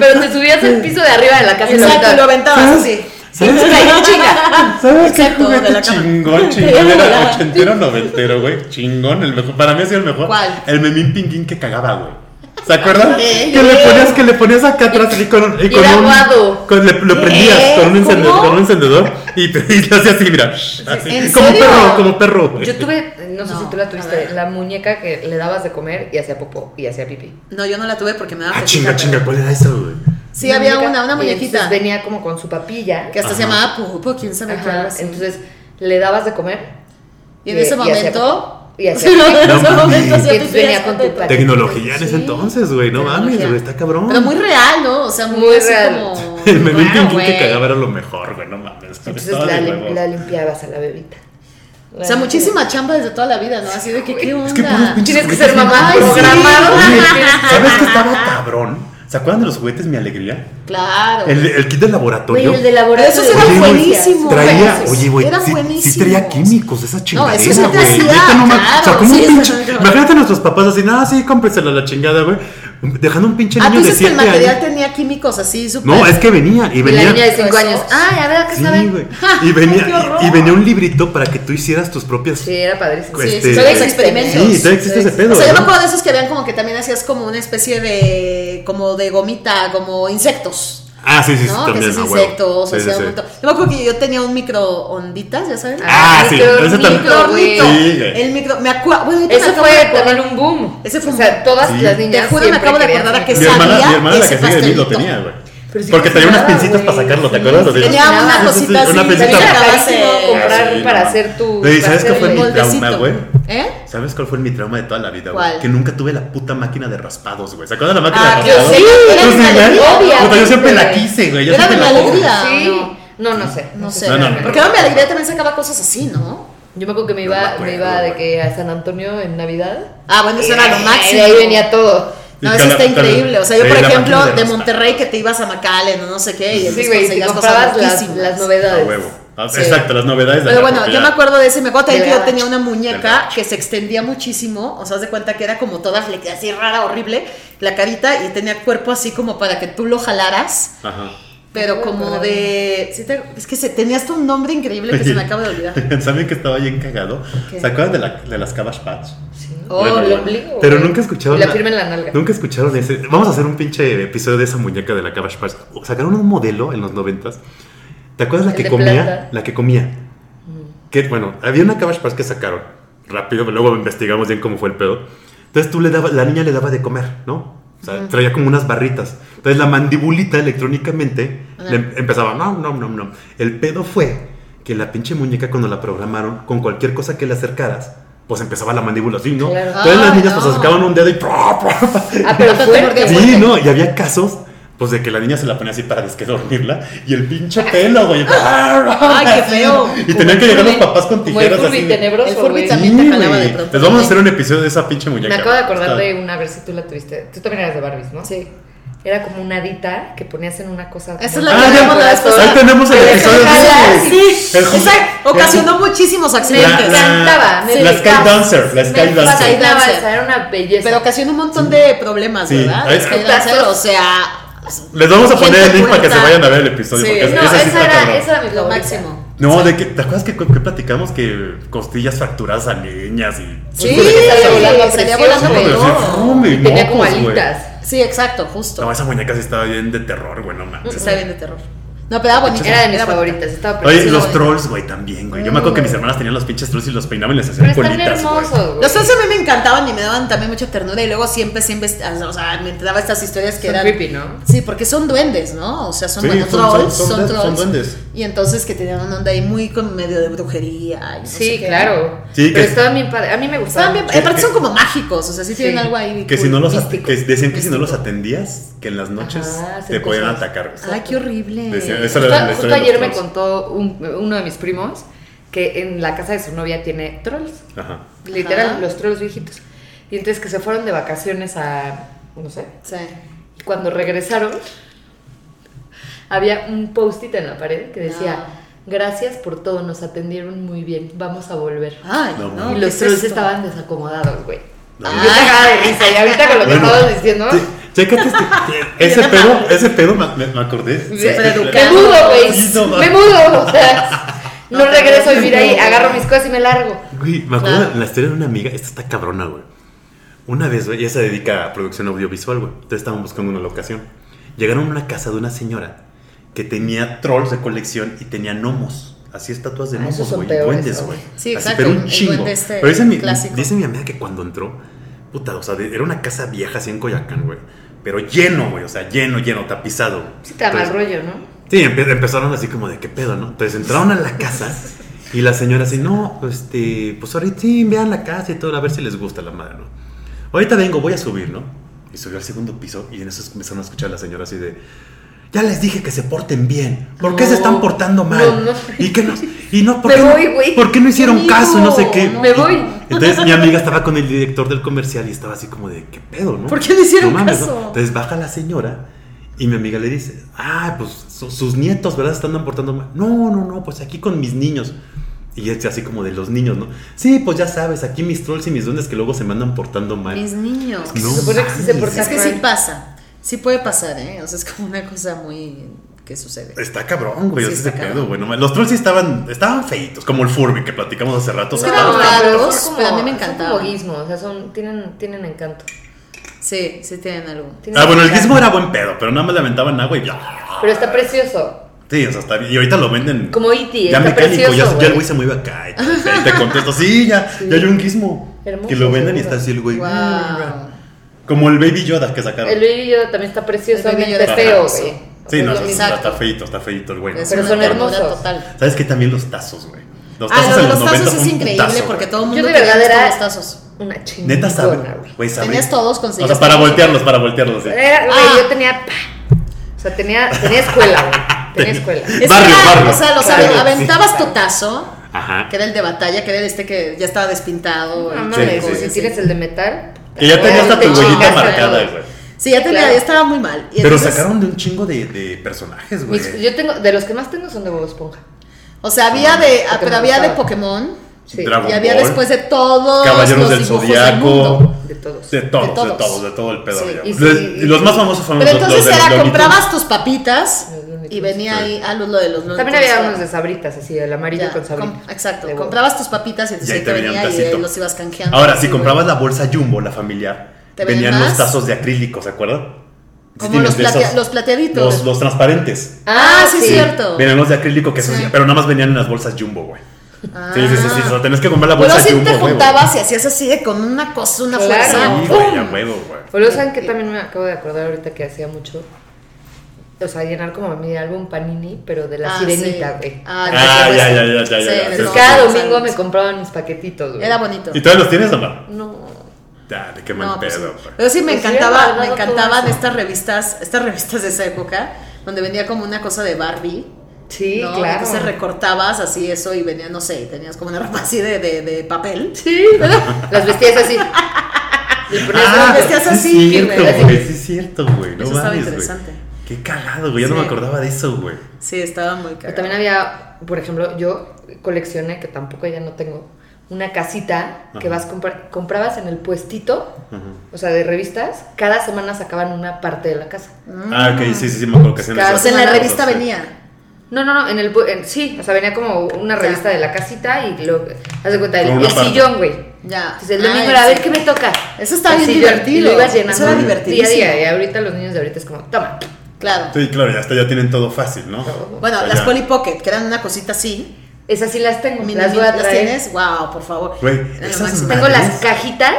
Speaker 3: Pero te subías al piso de arriba de la casa y lo
Speaker 1: Exacto, lo
Speaker 3: aventabas.
Speaker 1: aventabas así. pues
Speaker 2: ¿Sabes
Speaker 1: Ahí,
Speaker 2: qué?
Speaker 1: chinga.
Speaker 2: ¿Sabes qué
Speaker 1: Exacto, de la
Speaker 2: juguete
Speaker 1: cama.
Speaker 2: chingón, chingón? Era ochentero, noventero, güey. Chingón, el mejor. Para mí ha sido el mejor.
Speaker 1: ¿Cuál?
Speaker 2: El memín pinguín que cagaba, güey. ¿Se acuerdan?
Speaker 1: ¿Qué?
Speaker 2: Que le ponías, que le ponías acá atrás y con, y
Speaker 3: Y
Speaker 2: con
Speaker 3: era
Speaker 2: un.
Speaker 3: aguado.
Speaker 2: Con, le- lo prendías
Speaker 1: ¿Qué?
Speaker 2: con un encendedor,
Speaker 1: ¿Eh? ¿Cómo?
Speaker 2: con un encendedor y, te- y lo hacías así, mira. así,
Speaker 1: ¿En
Speaker 2: como
Speaker 1: serio?
Speaker 2: perro, como perro, güey.
Speaker 3: Yo tuve, no sé
Speaker 1: No,
Speaker 3: si tú la
Speaker 1: a
Speaker 3: tuviste,
Speaker 1: ver.
Speaker 3: la muñeca que le dabas de comer y hacía popó y hacía pipí.
Speaker 1: No, yo no la tuve porque me daba
Speaker 2: Ah,
Speaker 1: cosita,
Speaker 2: chinga,
Speaker 1: pero-
Speaker 2: chinga, ¿cuál era eso, güey?
Speaker 1: Sí, había una, una
Speaker 3: y
Speaker 1: muñequita
Speaker 3: entonces venía como con su papilla.
Speaker 1: que hasta se
Speaker 2: Ajá.
Speaker 1: llamaba Pupo, quién sabe qué.
Speaker 3: Ajá,
Speaker 1: algo así.
Speaker 3: entonces le dabas de comer. eh,
Speaker 1: y en ese
Speaker 3: hacía
Speaker 1: momento.
Speaker 3: popó, Y hacía
Speaker 1: Sí,
Speaker 3: pipí.
Speaker 1: en
Speaker 2: No
Speaker 1: ese
Speaker 2: mames.
Speaker 1: momento hacía
Speaker 3: Y
Speaker 1: tus
Speaker 3: venía
Speaker 1: días
Speaker 3: con tu
Speaker 1: contentos.
Speaker 3: pato.
Speaker 2: Tecnología en ese
Speaker 1: Sí.
Speaker 2: entonces, güey. No mames,
Speaker 1: Tecnología.
Speaker 2: güey, está cabrón.
Speaker 1: Pero muy real, ¿no? O sea, muy,
Speaker 3: Muy
Speaker 1: así
Speaker 3: real.
Speaker 1: como.
Speaker 2: El memín
Speaker 1: raro,
Speaker 2: pinguín que
Speaker 1: güey. pues,
Speaker 2: cagaba era lo mejor, güey. No mames.
Speaker 3: Entonces
Speaker 2: Estaba
Speaker 3: la,
Speaker 2: de
Speaker 3: lim-
Speaker 2: huevos.
Speaker 3: la limpiabas a la bebita.
Speaker 1: O sea, muchísima chamba desde toda la vida, ¿no? Así de que, ¿qué onda?
Speaker 2: Es que puros pinches
Speaker 3: Tienes que
Speaker 2: juguetes
Speaker 3: ser mamá
Speaker 2: bien cabrones.
Speaker 1: programado.
Speaker 2: Oye,
Speaker 3: Ajá.
Speaker 2: ¿Sabes qué estaba cabrón? ¿Se acuerdan de los juguetes Mi Alegría?
Speaker 1: Claro.
Speaker 2: El, el kit de
Speaker 3: Güey,
Speaker 2: laboratorio.
Speaker 3: el de
Speaker 1: Pero
Speaker 3: laboratorio.
Speaker 1: esos
Speaker 2: Oye,
Speaker 1: eran
Speaker 2: güey,
Speaker 1: buenísimos.
Speaker 2: Traía,
Speaker 1: güey.
Speaker 2: oye, güey,
Speaker 1: Eran
Speaker 2: sí,
Speaker 1: buenísimos.
Speaker 2: sí traía químicos de esa chingadera,
Speaker 1: eso sí te
Speaker 2: güey.
Speaker 1: hacía,
Speaker 2: Neta, no mames. o sea,
Speaker 1: claro,
Speaker 2: como
Speaker 1: sí,
Speaker 2: un pinche.
Speaker 1: eso-
Speaker 2: Imagínate a nuestros papás así, nada, sí, cómpresela a la chingada, güey. Dejando un pinche
Speaker 1: Ah, tú
Speaker 2: niño de
Speaker 1: dices que el
Speaker 2: 7
Speaker 1: material
Speaker 2: años.
Speaker 1: tenía químicos así, súper.
Speaker 2: No, es que venía y
Speaker 3: Y la
Speaker 2: venía.
Speaker 3: niña de 5
Speaker 1: Esos.
Speaker 3: años. Ay, a ver, ¿qué
Speaker 2: Sí,
Speaker 3: saben?
Speaker 2: güey. Y
Speaker 1: Ay, qué
Speaker 2: venía,
Speaker 1: horror.
Speaker 2: y, y venía un librito para que tú hicieras tus propias.
Speaker 3: Sí, era padrísimo.
Speaker 1: Sí,
Speaker 2: este-
Speaker 1: sí, todos los experimentos.
Speaker 2: Sí, todavía existe ese pedo,
Speaker 1: O sea, yo me
Speaker 2: ¿no?
Speaker 1: acuerdo de esos que habían como que también hacías como una especie de. como de gomita, como insectos.
Speaker 2: Ah, sí, sí, sí,
Speaker 1: ¿No? que
Speaker 2: también,
Speaker 1: hacías
Speaker 2: a huevo.
Speaker 1: insectos,
Speaker 2: Sí, sí,
Speaker 1: hacías
Speaker 2: sí.
Speaker 1: un montón. Yo me acuerdo que yo tenía un microonditas, ya saben.
Speaker 2: Ah, sí,
Speaker 3: micro-
Speaker 2: ese también.
Speaker 3: micro, güey.
Speaker 1: microornito.
Speaker 2: Sí, güey.
Speaker 1: el micro. Me acuerdo. Bueno, ahorita me
Speaker 3: Eso
Speaker 1: acabo de
Speaker 3: fue
Speaker 1: acordar.
Speaker 3: también un boom.
Speaker 1: Ese fue
Speaker 3: O
Speaker 1: un
Speaker 3: sea,
Speaker 1: boom.
Speaker 3: todas
Speaker 2: Sí.
Speaker 3: las niñas.
Speaker 1: Te juro, me
Speaker 3: siempre
Speaker 1: acabo de
Speaker 3: querían
Speaker 1: acordar a
Speaker 3: ser
Speaker 1: que
Speaker 2: Mi
Speaker 1: sabía
Speaker 2: hermana, mi hermana la
Speaker 1: ese
Speaker 2: que sigue de mí lo
Speaker 1: pastelito.
Speaker 2: tenía, güey.
Speaker 3: Pero sí
Speaker 2: Porque tenía unas
Speaker 3: funcionaba,
Speaker 2: pincitas para
Speaker 3: güey.
Speaker 2: sacarlo, ¿te
Speaker 3: Sí,
Speaker 2: acuerdas?
Speaker 3: sí,
Speaker 2: Así,
Speaker 1: Tenía
Speaker 2: sí,
Speaker 1: una
Speaker 2: sí, sí,
Speaker 1: cosita así.
Speaker 2: Una
Speaker 3: También
Speaker 2: pincita.
Speaker 1: Tenía
Speaker 3: era
Speaker 1: la base.
Speaker 3: carísimo
Speaker 2: Ah, sí,
Speaker 3: comprar
Speaker 2: no
Speaker 3: para
Speaker 2: mames.
Speaker 3: hacer tu.
Speaker 2: Oye,
Speaker 3: para
Speaker 2: ¿sabes qué
Speaker 3: hacer
Speaker 2: fue
Speaker 3: el-
Speaker 2: mi trauma,
Speaker 1: Moldecito.
Speaker 2: güey?
Speaker 1: ¿Eh?
Speaker 2: ¿Sabes cuál fue mi trauma de toda la vida, güey?
Speaker 1: ¿Cuál?
Speaker 2: Que nunca tuve la puta máquina de raspados, güey. ¿Se acuerdan de la máquina
Speaker 1: Ah,
Speaker 2: de
Speaker 1: yo
Speaker 2: raspados?
Speaker 1: sí, era
Speaker 2: Pues,
Speaker 1: mi
Speaker 2: ¿sí,
Speaker 1: alegría,
Speaker 2: güey?
Speaker 1: obviamente,
Speaker 2: Puta, yo siempre la
Speaker 3: güey.
Speaker 2: quise, güey. Yo
Speaker 1: Era
Speaker 2: siempre
Speaker 1: mi
Speaker 2: la tuve.
Speaker 1: alegría.
Speaker 3: Sí.
Speaker 1: No.
Speaker 3: No, no sé.
Speaker 1: No sé.
Speaker 2: No, no, no.
Speaker 1: Porque ahora mi alegría también sacaba cosas así, ¿no?
Speaker 3: Yo me acuerdo que me
Speaker 2: No
Speaker 3: iba,
Speaker 2: me
Speaker 3: me
Speaker 2: acuerdo,
Speaker 3: iba de
Speaker 2: güey.
Speaker 3: que a San Antonio en Navidad.
Speaker 1: Ah, bueno, eso era lo
Speaker 3: Y
Speaker 1: máximo.
Speaker 3: Eh, De ahí venía todo.
Speaker 1: No,
Speaker 2: Y
Speaker 1: eso
Speaker 2: con
Speaker 1: está
Speaker 2: la- con la-
Speaker 1: increíble. O sea, yo,
Speaker 2: sí,
Speaker 1: por
Speaker 2: la
Speaker 1: ejemplo,
Speaker 2: máquina
Speaker 1: de
Speaker 2: los
Speaker 1: Monterrey que te ibas a Macalen o no sé qué, y
Speaker 3: Sí,
Speaker 1: entonces
Speaker 3: güey, y
Speaker 1: pues, conseguías cosas
Speaker 3: comprabas las,
Speaker 1: loquísimas.
Speaker 3: las
Speaker 2: A
Speaker 3: novedades.
Speaker 2: huevo. Ah,
Speaker 1: Sí.
Speaker 2: Exacto, las novedades de
Speaker 1: Pero
Speaker 2: la
Speaker 1: bueno, yo
Speaker 2: propiedad.
Speaker 1: me acuerdo de ese, me acuerdo también que yo
Speaker 3: Delgada.
Speaker 1: tenía una muñeca
Speaker 2: Delgada.
Speaker 1: que se extendía muchísimo, o sea, haz de cuenta que era como toda fle- así rara, horrible, la carita, y tenía cuerpo así como para que tú lo jalaras,
Speaker 2: Ajá.
Speaker 1: pero
Speaker 3: No me
Speaker 1: como
Speaker 3: acordaba.
Speaker 1: de... sí te- es que se, tenías tú un nombre increíble que se me acaba de olvidar.
Speaker 2: ¿Saben que estaba bien cagado?
Speaker 1: ¿Qué?
Speaker 2: ¿Se acuerdan de, la- de las Cabbage Patch?
Speaker 3: Sí.
Speaker 1: Oh,
Speaker 2: Bueno,
Speaker 1: el
Speaker 2: bueno.
Speaker 3: ombligo,
Speaker 2: Pero
Speaker 3: güey.
Speaker 2: nunca escucharon.
Speaker 3: Y la firma en la nalga.
Speaker 2: Nunca escucharon ese. Vamos a hacer un pinche episodio de esa muñeca de la Cabbage Patch. Sacaron un modelo en los noventas. ¿Te acuerdas la
Speaker 3: El
Speaker 2: que
Speaker 3: de
Speaker 2: comía?
Speaker 3: planta.
Speaker 2: La que comía. Que bueno, había una Cabbage Patch que sacaron rápido, pero luego investigamos bien cómo fue el pedo. Entonces tú le daba, la niña le daba de comer, ¿no? O sea, traía como unas barritas. Entonces la mandibulita electrónicamente
Speaker 1: Ajá.
Speaker 2: le em- empezaba, no, no, no, no. El pedo fue que la pinche muñeca cuando la programaron, con cualquier cosa que le acercaras, pues empezaba la mandíbula así, ¿no?
Speaker 3: Claro.
Speaker 2: Entonces las
Speaker 1: Ay,
Speaker 2: niñas
Speaker 1: no.
Speaker 2: pues sacaban un dedo y... ¡prua, prua!
Speaker 3: Ah, pero
Speaker 1: Tanto
Speaker 3: fuerte.
Speaker 1: porque-
Speaker 3: güey.
Speaker 2: Sí, no, y había casos, pues de que la niña se la ponía así para que dormirla y el pinche pelo, güey. ¡Ay,
Speaker 1: qué feo!
Speaker 2: Y tenían que llegar los papás con
Speaker 3: Como el
Speaker 2: tijeras
Speaker 3: Furby
Speaker 2: así.
Speaker 1: El
Speaker 3: tenebroso,
Speaker 1: Furby
Speaker 3: güey.
Speaker 1: también. te jalaba de
Speaker 2: güey.
Speaker 1: pronto.
Speaker 2: Les vamos a hacer un episodio de esa pinche muñeca.
Speaker 3: Me acabo de acordar
Speaker 2: güey.
Speaker 3: de una, a ver si tú la tuviste. Tú también eras de Barbies, ¿no?
Speaker 1: Sí.
Speaker 3: Era como una hadita que ponías en una cosa.
Speaker 1: Esa
Speaker 3: como-
Speaker 1: es la
Speaker 2: Ah,
Speaker 1: que
Speaker 2: ya,
Speaker 1: vemos la vez
Speaker 2: pues,
Speaker 1: pasada.
Speaker 2: ahí tenemos el
Speaker 3: Pero es que
Speaker 2: episodio.
Speaker 3: ojalá,
Speaker 2: de
Speaker 3: sí.
Speaker 1: Sí,
Speaker 2: El ju-
Speaker 1: esa ocasionó muchísimos
Speaker 3: Me
Speaker 2: La-
Speaker 1: accidentes.
Speaker 2: la-
Speaker 3: encantaba. me
Speaker 2: la Sky
Speaker 3: encantaba.
Speaker 2: Dancer, la Sky
Speaker 3: Me
Speaker 2: Dancer.
Speaker 3: fascinaba
Speaker 1: Sky Dancer.
Speaker 3: esa, era una belleza.
Speaker 1: Pero ocasionó un montón de problemas,
Speaker 2: Sí.
Speaker 1: ¿verdad?
Speaker 2: Ahí-
Speaker 1: Es que era cero, o sea,
Speaker 2: Les vamos a poner el
Speaker 1: Gente
Speaker 2: link para que se
Speaker 1: puerta.
Speaker 2: vayan a ver el episodio.
Speaker 1: Sí.
Speaker 2: porque
Speaker 1: No,
Speaker 3: no,
Speaker 2: ese sí
Speaker 3: esa,
Speaker 2: está cabrón.
Speaker 3: era, esa era mi
Speaker 1: lo
Speaker 3: favorita.
Speaker 1: máximo.
Speaker 2: No, de que, ¿te acuerdas que, que platicamos que costillas fracturadas a niñas y.
Speaker 1: Sí,
Speaker 3: porque salía volando
Speaker 1: salía volando
Speaker 3: precioso, ¿no?
Speaker 1: pelón.
Speaker 2: No, mi
Speaker 3: Y tenía como
Speaker 2: mocos, güey.
Speaker 3: alitas.
Speaker 1: Sí, exacto, justo.
Speaker 2: No, esa muñeca sí estaba bien de terror, güey, no
Speaker 1: Sí,
Speaker 2: manches.
Speaker 1: Está bien de terror. No, pero era bonita.
Speaker 3: Era de mis
Speaker 1: bonita.
Speaker 3: favoritas. Estaba
Speaker 2: Oye,
Speaker 3: preciosa.
Speaker 2: los trolls, güey, también, güey. Yo me acuerdo que mis hermanas tenían los pinches trolls y los peinaban y les
Speaker 3: Mm.
Speaker 2: hacían
Speaker 3: Pero están
Speaker 2: colitas. güey.
Speaker 3: hermosos,
Speaker 1: Los
Speaker 3: güey.
Speaker 1: trolls a mí me encantaban y me daban también mucha ternura y luego siempre, siempre, ah, o sea, me entraba estas historias que
Speaker 3: Son
Speaker 1: eran...
Speaker 3: creepy, ¿no?
Speaker 1: Sí, porque son duendes, ¿no? O sea, son
Speaker 2: Sí,
Speaker 1: bueno,
Speaker 2: son-
Speaker 1: trolls,
Speaker 2: son-
Speaker 1: son,
Speaker 2: son de-
Speaker 1: trolls.
Speaker 2: son duendes.
Speaker 1: Y entonces que tenían una onda ahí muy con medio de brujería. Y no sé
Speaker 3: Sí,
Speaker 1: qué.
Speaker 3: claro.
Speaker 2: Sí,
Speaker 3: pero
Speaker 2: que-
Speaker 3: estaban bien padres. A mí me
Speaker 1: Estaban
Speaker 3: gustaban.
Speaker 1: bien,
Speaker 3: mucho.
Speaker 1: aparte son como mágicos, o sea, sí, tienen
Speaker 3: Sí.
Speaker 1: algo ahí.
Speaker 2: Que si
Speaker 1: cool,
Speaker 2: no los at-
Speaker 1: místico.
Speaker 2: que decían que si no los atendías, que en las noches
Speaker 3: Ajá, hacen
Speaker 2: te podían
Speaker 3: cosas.
Speaker 2: atacar. güey.
Speaker 1: Ay, qué horrible.
Speaker 2: Decían, esa
Speaker 3: Justo,
Speaker 2: era la
Speaker 3: justo
Speaker 2: historia de
Speaker 3: ayer
Speaker 2: los
Speaker 3: me
Speaker 2: trolls.
Speaker 3: contó un- uno de mis primos que en la casa de su novia tiene trolls.
Speaker 2: Ajá.
Speaker 3: Literal,
Speaker 1: Ajá.
Speaker 3: los trolls viejitos. Y entonces que se fueron de vacaciones a, no sé,
Speaker 1: Sí.
Speaker 3: y cuando regresaron había un post-it en la pared que decía,
Speaker 1: Ah.
Speaker 3: gracias por todo, nos atendieron muy bien, vamos a volver.
Speaker 1: Ay,
Speaker 2: No,
Speaker 1: no,
Speaker 2: y
Speaker 1: Ah, ¿qué
Speaker 3: y los
Speaker 1: es
Speaker 3: trolls
Speaker 1: esto? Ah.
Speaker 3: estaban desacomodados, güey.
Speaker 2: No.
Speaker 3: Y yo cagada de risa, y ahorita con lo que
Speaker 2: Bueno,
Speaker 3: estabas diciendo...
Speaker 2: sí, chécate este- ese pedo, ese pedo me, me- me acordé.
Speaker 1: Súper
Speaker 2: Sí,
Speaker 1: educado.
Speaker 3: Me mudo, güey.
Speaker 2: Sí, no,
Speaker 3: me mudo. O sea, no,
Speaker 1: No,
Speaker 3: regreso a
Speaker 1: no,
Speaker 3: vivir
Speaker 1: no,
Speaker 3: ahí.
Speaker 1: no.
Speaker 3: Agarro mis cosas y me largo.
Speaker 2: Güey, me acuerdo
Speaker 1: Claro.
Speaker 2: la historia de una amiga, esta está cabrona, güey. Una vez, güey, ella se dedica a producción audiovisual, güey. Entonces estaban buscando una locación. Llegaron a una casa de una señora que tenía trolls de colección y tenía gnomos. Así estatuas de
Speaker 3: Ah, esos
Speaker 2: gnomos,
Speaker 3: son
Speaker 2: güey. y
Speaker 3: peores,
Speaker 2: Duendes,
Speaker 3: ¿no?
Speaker 2: güey.
Speaker 1: Sí,
Speaker 2: Así,
Speaker 1: exacto,
Speaker 2: Pero un
Speaker 1: el
Speaker 2: chingo.
Speaker 1: duende este
Speaker 2: pero dice mi,
Speaker 1: clásico.
Speaker 2: dice mi amiga que cuando entró, puta, o sea, de- era una casa vieja así en Coyacán, güey. Pero lleno, güey. O sea, lleno, lleno, tapizado. güey.
Speaker 3: Sí, te da mal
Speaker 2: Entonces,
Speaker 3: rollo, ¿no?
Speaker 2: Sí, empe- empezaron así como de qué pedo, ¿no? Entonces entraron a la casa y la señora así, no, este, pues ahorita sí, vean la casa y todo, a ver si les gusta la madre, ¿no? Ahorita vengo, voy a subir, ¿no? Y subió al segundo piso y en eso empezaron a escuchar a la señora así de, ya les dije que se porten bien, ¿por qué se
Speaker 3: No.
Speaker 2: están portando mal?
Speaker 3: No, no.
Speaker 2: Y que no, y no, ¿por
Speaker 3: Me
Speaker 2: qué, no-
Speaker 3: voy, güey.
Speaker 2: ¿por qué no hicieron
Speaker 1: Amigo,
Speaker 2: caso? No sé qué.
Speaker 1: no.
Speaker 3: Me voy.
Speaker 2: Entonces mi amiga estaba con el director del comercial y estaba así como de, ¿qué pedo, no?
Speaker 1: ¿Por qué no hicieron
Speaker 2: ¿no?
Speaker 1: caso?
Speaker 2: Entonces baja la señora y mi amiga le dice, ah, pues su- sus nietos, ¿verdad? Se Están portando mal. No, no, no, pues aquí con mis niños. Y es así como de los niños, ¿no? Sí, pues ya sabes, aquí mis trolls y mis duendes que luego se me andan portando mal.
Speaker 1: Mis niños.
Speaker 2: No
Speaker 3: se supone que sí se
Speaker 2: mames.
Speaker 3: porta-
Speaker 1: Es que
Speaker 3: Ajá.
Speaker 1: sí pasa, sí puede pasar, ¿eh? O sea, es como una cosa muy que sucede.
Speaker 2: Está cabrón, güey,
Speaker 1: Sí,
Speaker 2: ese
Speaker 1: está
Speaker 2: pedo,
Speaker 1: cabrón.
Speaker 2: güey. no mames. los trolls sí estaban, estaban feitos, como el Furby que platicamos hace rato. Ah, o sea,
Speaker 1: que eran
Speaker 2: estaban-
Speaker 1: raros,
Speaker 3: pero
Speaker 1: pero
Speaker 3: son
Speaker 1: a mí me encantaba.
Speaker 3: Son como guismo, o sea, son, tienen, tienen encanto.
Speaker 1: Sí, sí tienen algo.
Speaker 3: Tienen
Speaker 2: Ah, bueno, el
Speaker 3: encanto.
Speaker 2: gizmo era buen pedo, pero nada más le aventaban agua y ya.
Speaker 3: Pero está precioso.
Speaker 2: Sí, o sea, está bien. Y ahorita lo venden.
Speaker 3: Como E.T.,
Speaker 2: Ya
Speaker 3: está
Speaker 2: mecánico,
Speaker 3: precioso,
Speaker 2: ya, ya el
Speaker 3: güey.
Speaker 2: güey se mueve acá. Y te, te contesto, sí, ya, ya hay un gizmo.
Speaker 3: Hermoso,
Speaker 2: que lo venden y
Speaker 3: seguro.
Speaker 2: está así el güey. Mm.
Speaker 1: Wow.
Speaker 2: Como el Baby Yoda que sacaron.
Speaker 3: El Baby Yoda también está
Speaker 1: El
Speaker 3: preciosamente
Speaker 1: Baby Yoda
Speaker 3: feo,
Speaker 1: está
Speaker 3: güey. O sea,
Speaker 2: Sí, no,
Speaker 3: es
Speaker 2: está,
Speaker 3: lo mismo.
Speaker 1: exacto.
Speaker 2: está feito, está feito el güey. ¿no?
Speaker 1: Es
Speaker 3: Pero
Speaker 1: una
Speaker 3: son
Speaker 1: ternura
Speaker 3: hermosos.
Speaker 1: Total.
Speaker 2: ¿Sabes qué? También los tazos, güey. Los
Speaker 1: Ah, lo de
Speaker 2: en
Speaker 1: los tazos
Speaker 2: noventa
Speaker 1: es
Speaker 2: fue un
Speaker 1: increíble
Speaker 2: putazo,
Speaker 1: porque
Speaker 2: güey.
Speaker 1: todo el
Speaker 3: Yo
Speaker 1: mundo
Speaker 3: de verdad
Speaker 1: queríamos
Speaker 3: era
Speaker 1: todos los tazos.
Speaker 3: una chingona,
Speaker 2: Neta sabe,
Speaker 3: güey.
Speaker 2: güey, sabe.
Speaker 1: Tenías todos,
Speaker 2: O
Speaker 1: conseguías
Speaker 2: sea, para
Speaker 1: todos.
Speaker 2: voltearlos, para voltearlos. sí.
Speaker 3: Era, güey,
Speaker 1: Ah.
Speaker 3: yo tenía... pa. O sea, tenía, tenía escuela, güey. Tenía escuela.
Speaker 1: Es que
Speaker 2: Barrio,
Speaker 1: era,
Speaker 2: barrio.
Speaker 1: O sea, los
Speaker 3: Claro,
Speaker 1: ave-
Speaker 3: sí.
Speaker 1: aventabas tu tazo,
Speaker 2: Ajá.
Speaker 1: que era el de batalla, que era el este que ya estaba despintado.
Speaker 3: No
Speaker 1: y
Speaker 2: Sí,
Speaker 3: mames,
Speaker 1: cosas
Speaker 2: sí,
Speaker 3: si
Speaker 1: así.
Speaker 3: tienes el de metal.
Speaker 2: Que ya tenía hasta
Speaker 3: te
Speaker 2: tu huellita
Speaker 3: chingaste,
Speaker 2: marcada,
Speaker 3: güey.
Speaker 2: güey.
Speaker 1: Sí, ya tenía,
Speaker 3: Claro.
Speaker 1: ya estaba muy mal. Y
Speaker 2: Pero
Speaker 1: entonces-
Speaker 2: sacaron de un chingo de, de personajes, güey.
Speaker 3: Mis- yo tengo, de los que más tengo son de Bob Esponja.
Speaker 1: O sea, había de, ah,
Speaker 3: Porque
Speaker 1: pero
Speaker 3: me
Speaker 1: había de
Speaker 3: gustaba.
Speaker 1: Pokémon.
Speaker 3: Sí,
Speaker 2: Dragon
Speaker 1: Y había
Speaker 2: Ball,
Speaker 1: después de todos
Speaker 2: Caballeros
Speaker 1: los
Speaker 2: del
Speaker 1: dibujos
Speaker 2: Zodiaco.
Speaker 1: mundo.
Speaker 3: de todos.
Speaker 2: De todos, de
Speaker 1: De
Speaker 2: todos, de,
Speaker 1: todos.
Speaker 2: todo el pedo.
Speaker 1: Sí,
Speaker 2: ya,
Speaker 3: y
Speaker 2: güey. Los-
Speaker 3: sí,
Speaker 2: y los más famosos fueron
Speaker 1: Pero
Speaker 2: los, los
Speaker 1: entonces
Speaker 2: de los
Speaker 1: era,
Speaker 2: Looney
Speaker 1: comprabas tus papitas
Speaker 3: Los Looney
Speaker 1: y
Speaker 3: Tunes.
Speaker 1: venía
Speaker 2: Sí.
Speaker 1: ahí, ah, los- lo de los Looney
Speaker 3: También
Speaker 1: Tunes,
Speaker 3: había
Speaker 1: claro.
Speaker 3: unos de sabritas, así, el amarillo
Speaker 1: Ya,
Speaker 3: con
Speaker 1: com-
Speaker 3: sabritas.
Speaker 1: exacto,
Speaker 3: De huevo.
Speaker 1: comprabas tus papitas y entonces
Speaker 2: ahí
Speaker 1: ahí te
Speaker 2: te venía un
Speaker 1: venía y
Speaker 2: tacito.
Speaker 1: ahí los ibas canjeando.
Speaker 2: Ahora, si
Speaker 1: Sí,
Speaker 2: comprabas la bolsa Jumbo, la familiar,
Speaker 1: ¿Te venían
Speaker 2: venían los
Speaker 1: más?
Speaker 2: tazos de acrílico, ¿se acuerdan? Sí
Speaker 1: Como
Speaker 2: tienes
Speaker 1: los
Speaker 2: de
Speaker 1: platea-
Speaker 2: esos-
Speaker 1: los plateaditos.
Speaker 2: Los, los transparentes.
Speaker 1: Ah, sí, es cierto.
Speaker 2: Venían los de acrílico, que esos-
Speaker 1: Sí.
Speaker 2: pero nada más venían en las bolsas Jumbo, güey.
Speaker 1: Ah.
Speaker 2: Sí, sí, sí, sí, o sea, tenés que comprar la
Speaker 1: Pero
Speaker 2: bolsa
Speaker 1: si
Speaker 2: Jumbo,
Speaker 1: te
Speaker 2: güey,
Speaker 1: juntabas y hacías así de con una cosa, una
Speaker 3: Claro.
Speaker 1: fuerza.
Speaker 2: güey. Sí,
Speaker 1: ¡pum!
Speaker 2: güey, a huevo, güey.
Speaker 3: O luego, ¿saben que también me acabo de acordar ahorita que hacía mucho? O sea, llenar como mi álbum Panini, pero de la
Speaker 1: Ah,
Speaker 3: sirenita,
Speaker 1: sí.
Speaker 3: güey.
Speaker 1: Ah,
Speaker 2: Ah,
Speaker 1: sí,
Speaker 2: ya,
Speaker 1: sí.
Speaker 2: ya, ya, ya, ya, ya.
Speaker 1: Sí,
Speaker 3: Entonces,
Speaker 1: no,
Speaker 3: cada
Speaker 1: no,
Speaker 3: domingo
Speaker 1: no.
Speaker 3: me compraban mis paquetitos, güey.
Speaker 1: Era bonito.
Speaker 2: ¿Y todavía los tienes o no?
Speaker 3: No.
Speaker 2: Dale, qué buen
Speaker 1: No, pues,
Speaker 2: pedo, güey.
Speaker 1: pero sí me
Speaker 3: Pues sí,
Speaker 1: encantaba,
Speaker 3: guardado
Speaker 1: me
Speaker 3: todo
Speaker 1: encantaban
Speaker 3: eso.
Speaker 1: estas revistas, estas revistas de esa época, donde venía como una cosa de Barbie.
Speaker 3: Sí,
Speaker 1: ¿no?
Speaker 3: claro.
Speaker 1: Entonces recortabas así eso y venía, no sé, y tenías como una ropa así de, de, de papel.
Speaker 3: Sí, las vestías así.
Speaker 1: Y por eso las vestías así,
Speaker 2: Ah, Sí,
Speaker 1: güey.
Speaker 2: es cierto, güey. Sí, es cierto, güey. No
Speaker 1: Eso estaba
Speaker 2: mames, güey.
Speaker 1: interesante.
Speaker 2: Qué cagado, güey. Yo no
Speaker 1: Sí.
Speaker 2: me acordaba de eso, güey.
Speaker 1: Sí, estaba muy caro.
Speaker 3: Pero también había, por ejemplo, yo coleccioné, que tampoco ya no tengo, una casita que
Speaker 2: Ajá.
Speaker 3: vas compra- comprabas en el puestito,
Speaker 2: Ajá.
Speaker 3: o sea, de revistas, cada semana sacaban una parte de la casa.
Speaker 1: Mm.
Speaker 2: Ah, ok, sí, sí, sí, me acuerdo que hacían
Speaker 3: Claro,
Speaker 2: esas
Speaker 1: en la
Speaker 2: cosas,
Speaker 1: revista
Speaker 2: sí.
Speaker 1: venía.
Speaker 3: No, no, no, en el pu- en- sí, o sea, venía como una
Speaker 1: Ya.
Speaker 3: revista de la casita y lo haz de cuenta, el,
Speaker 2: Con una
Speaker 3: el
Speaker 2: parte.
Speaker 3: sillón, güey.
Speaker 1: Ya.
Speaker 3: Entonces Pues el
Speaker 1: Ah,
Speaker 3: domingo era a
Speaker 1: sí.
Speaker 3: ver qué me toca.
Speaker 1: Eso estaba
Speaker 3: El
Speaker 1: bien
Speaker 3: sillón,
Speaker 1: divertido.
Speaker 3: Y lo ibas llenando.
Speaker 1: Eso era
Speaker 3: Día a día.
Speaker 1: divertidísimo.
Speaker 3: Y ahorita los niños de ahorita es como, toma.
Speaker 1: Claro.
Speaker 2: Sí, claro, ya hasta ya tienen todo fácil, ¿no?
Speaker 1: Bueno,
Speaker 2: O sea,
Speaker 1: las
Speaker 2: ya.
Speaker 1: Polly Pocket, que eran una cosita así.
Speaker 3: Esas sí las tengo.
Speaker 1: Mini-
Speaker 3: las voy a
Speaker 1: ¿Las
Speaker 3: traer.
Speaker 1: tienes? Wow, por favor.
Speaker 2: Güey,
Speaker 1: Era lo
Speaker 2: esas
Speaker 1: máximo.
Speaker 3: Tengo
Speaker 2: Madres.
Speaker 3: las cajitas.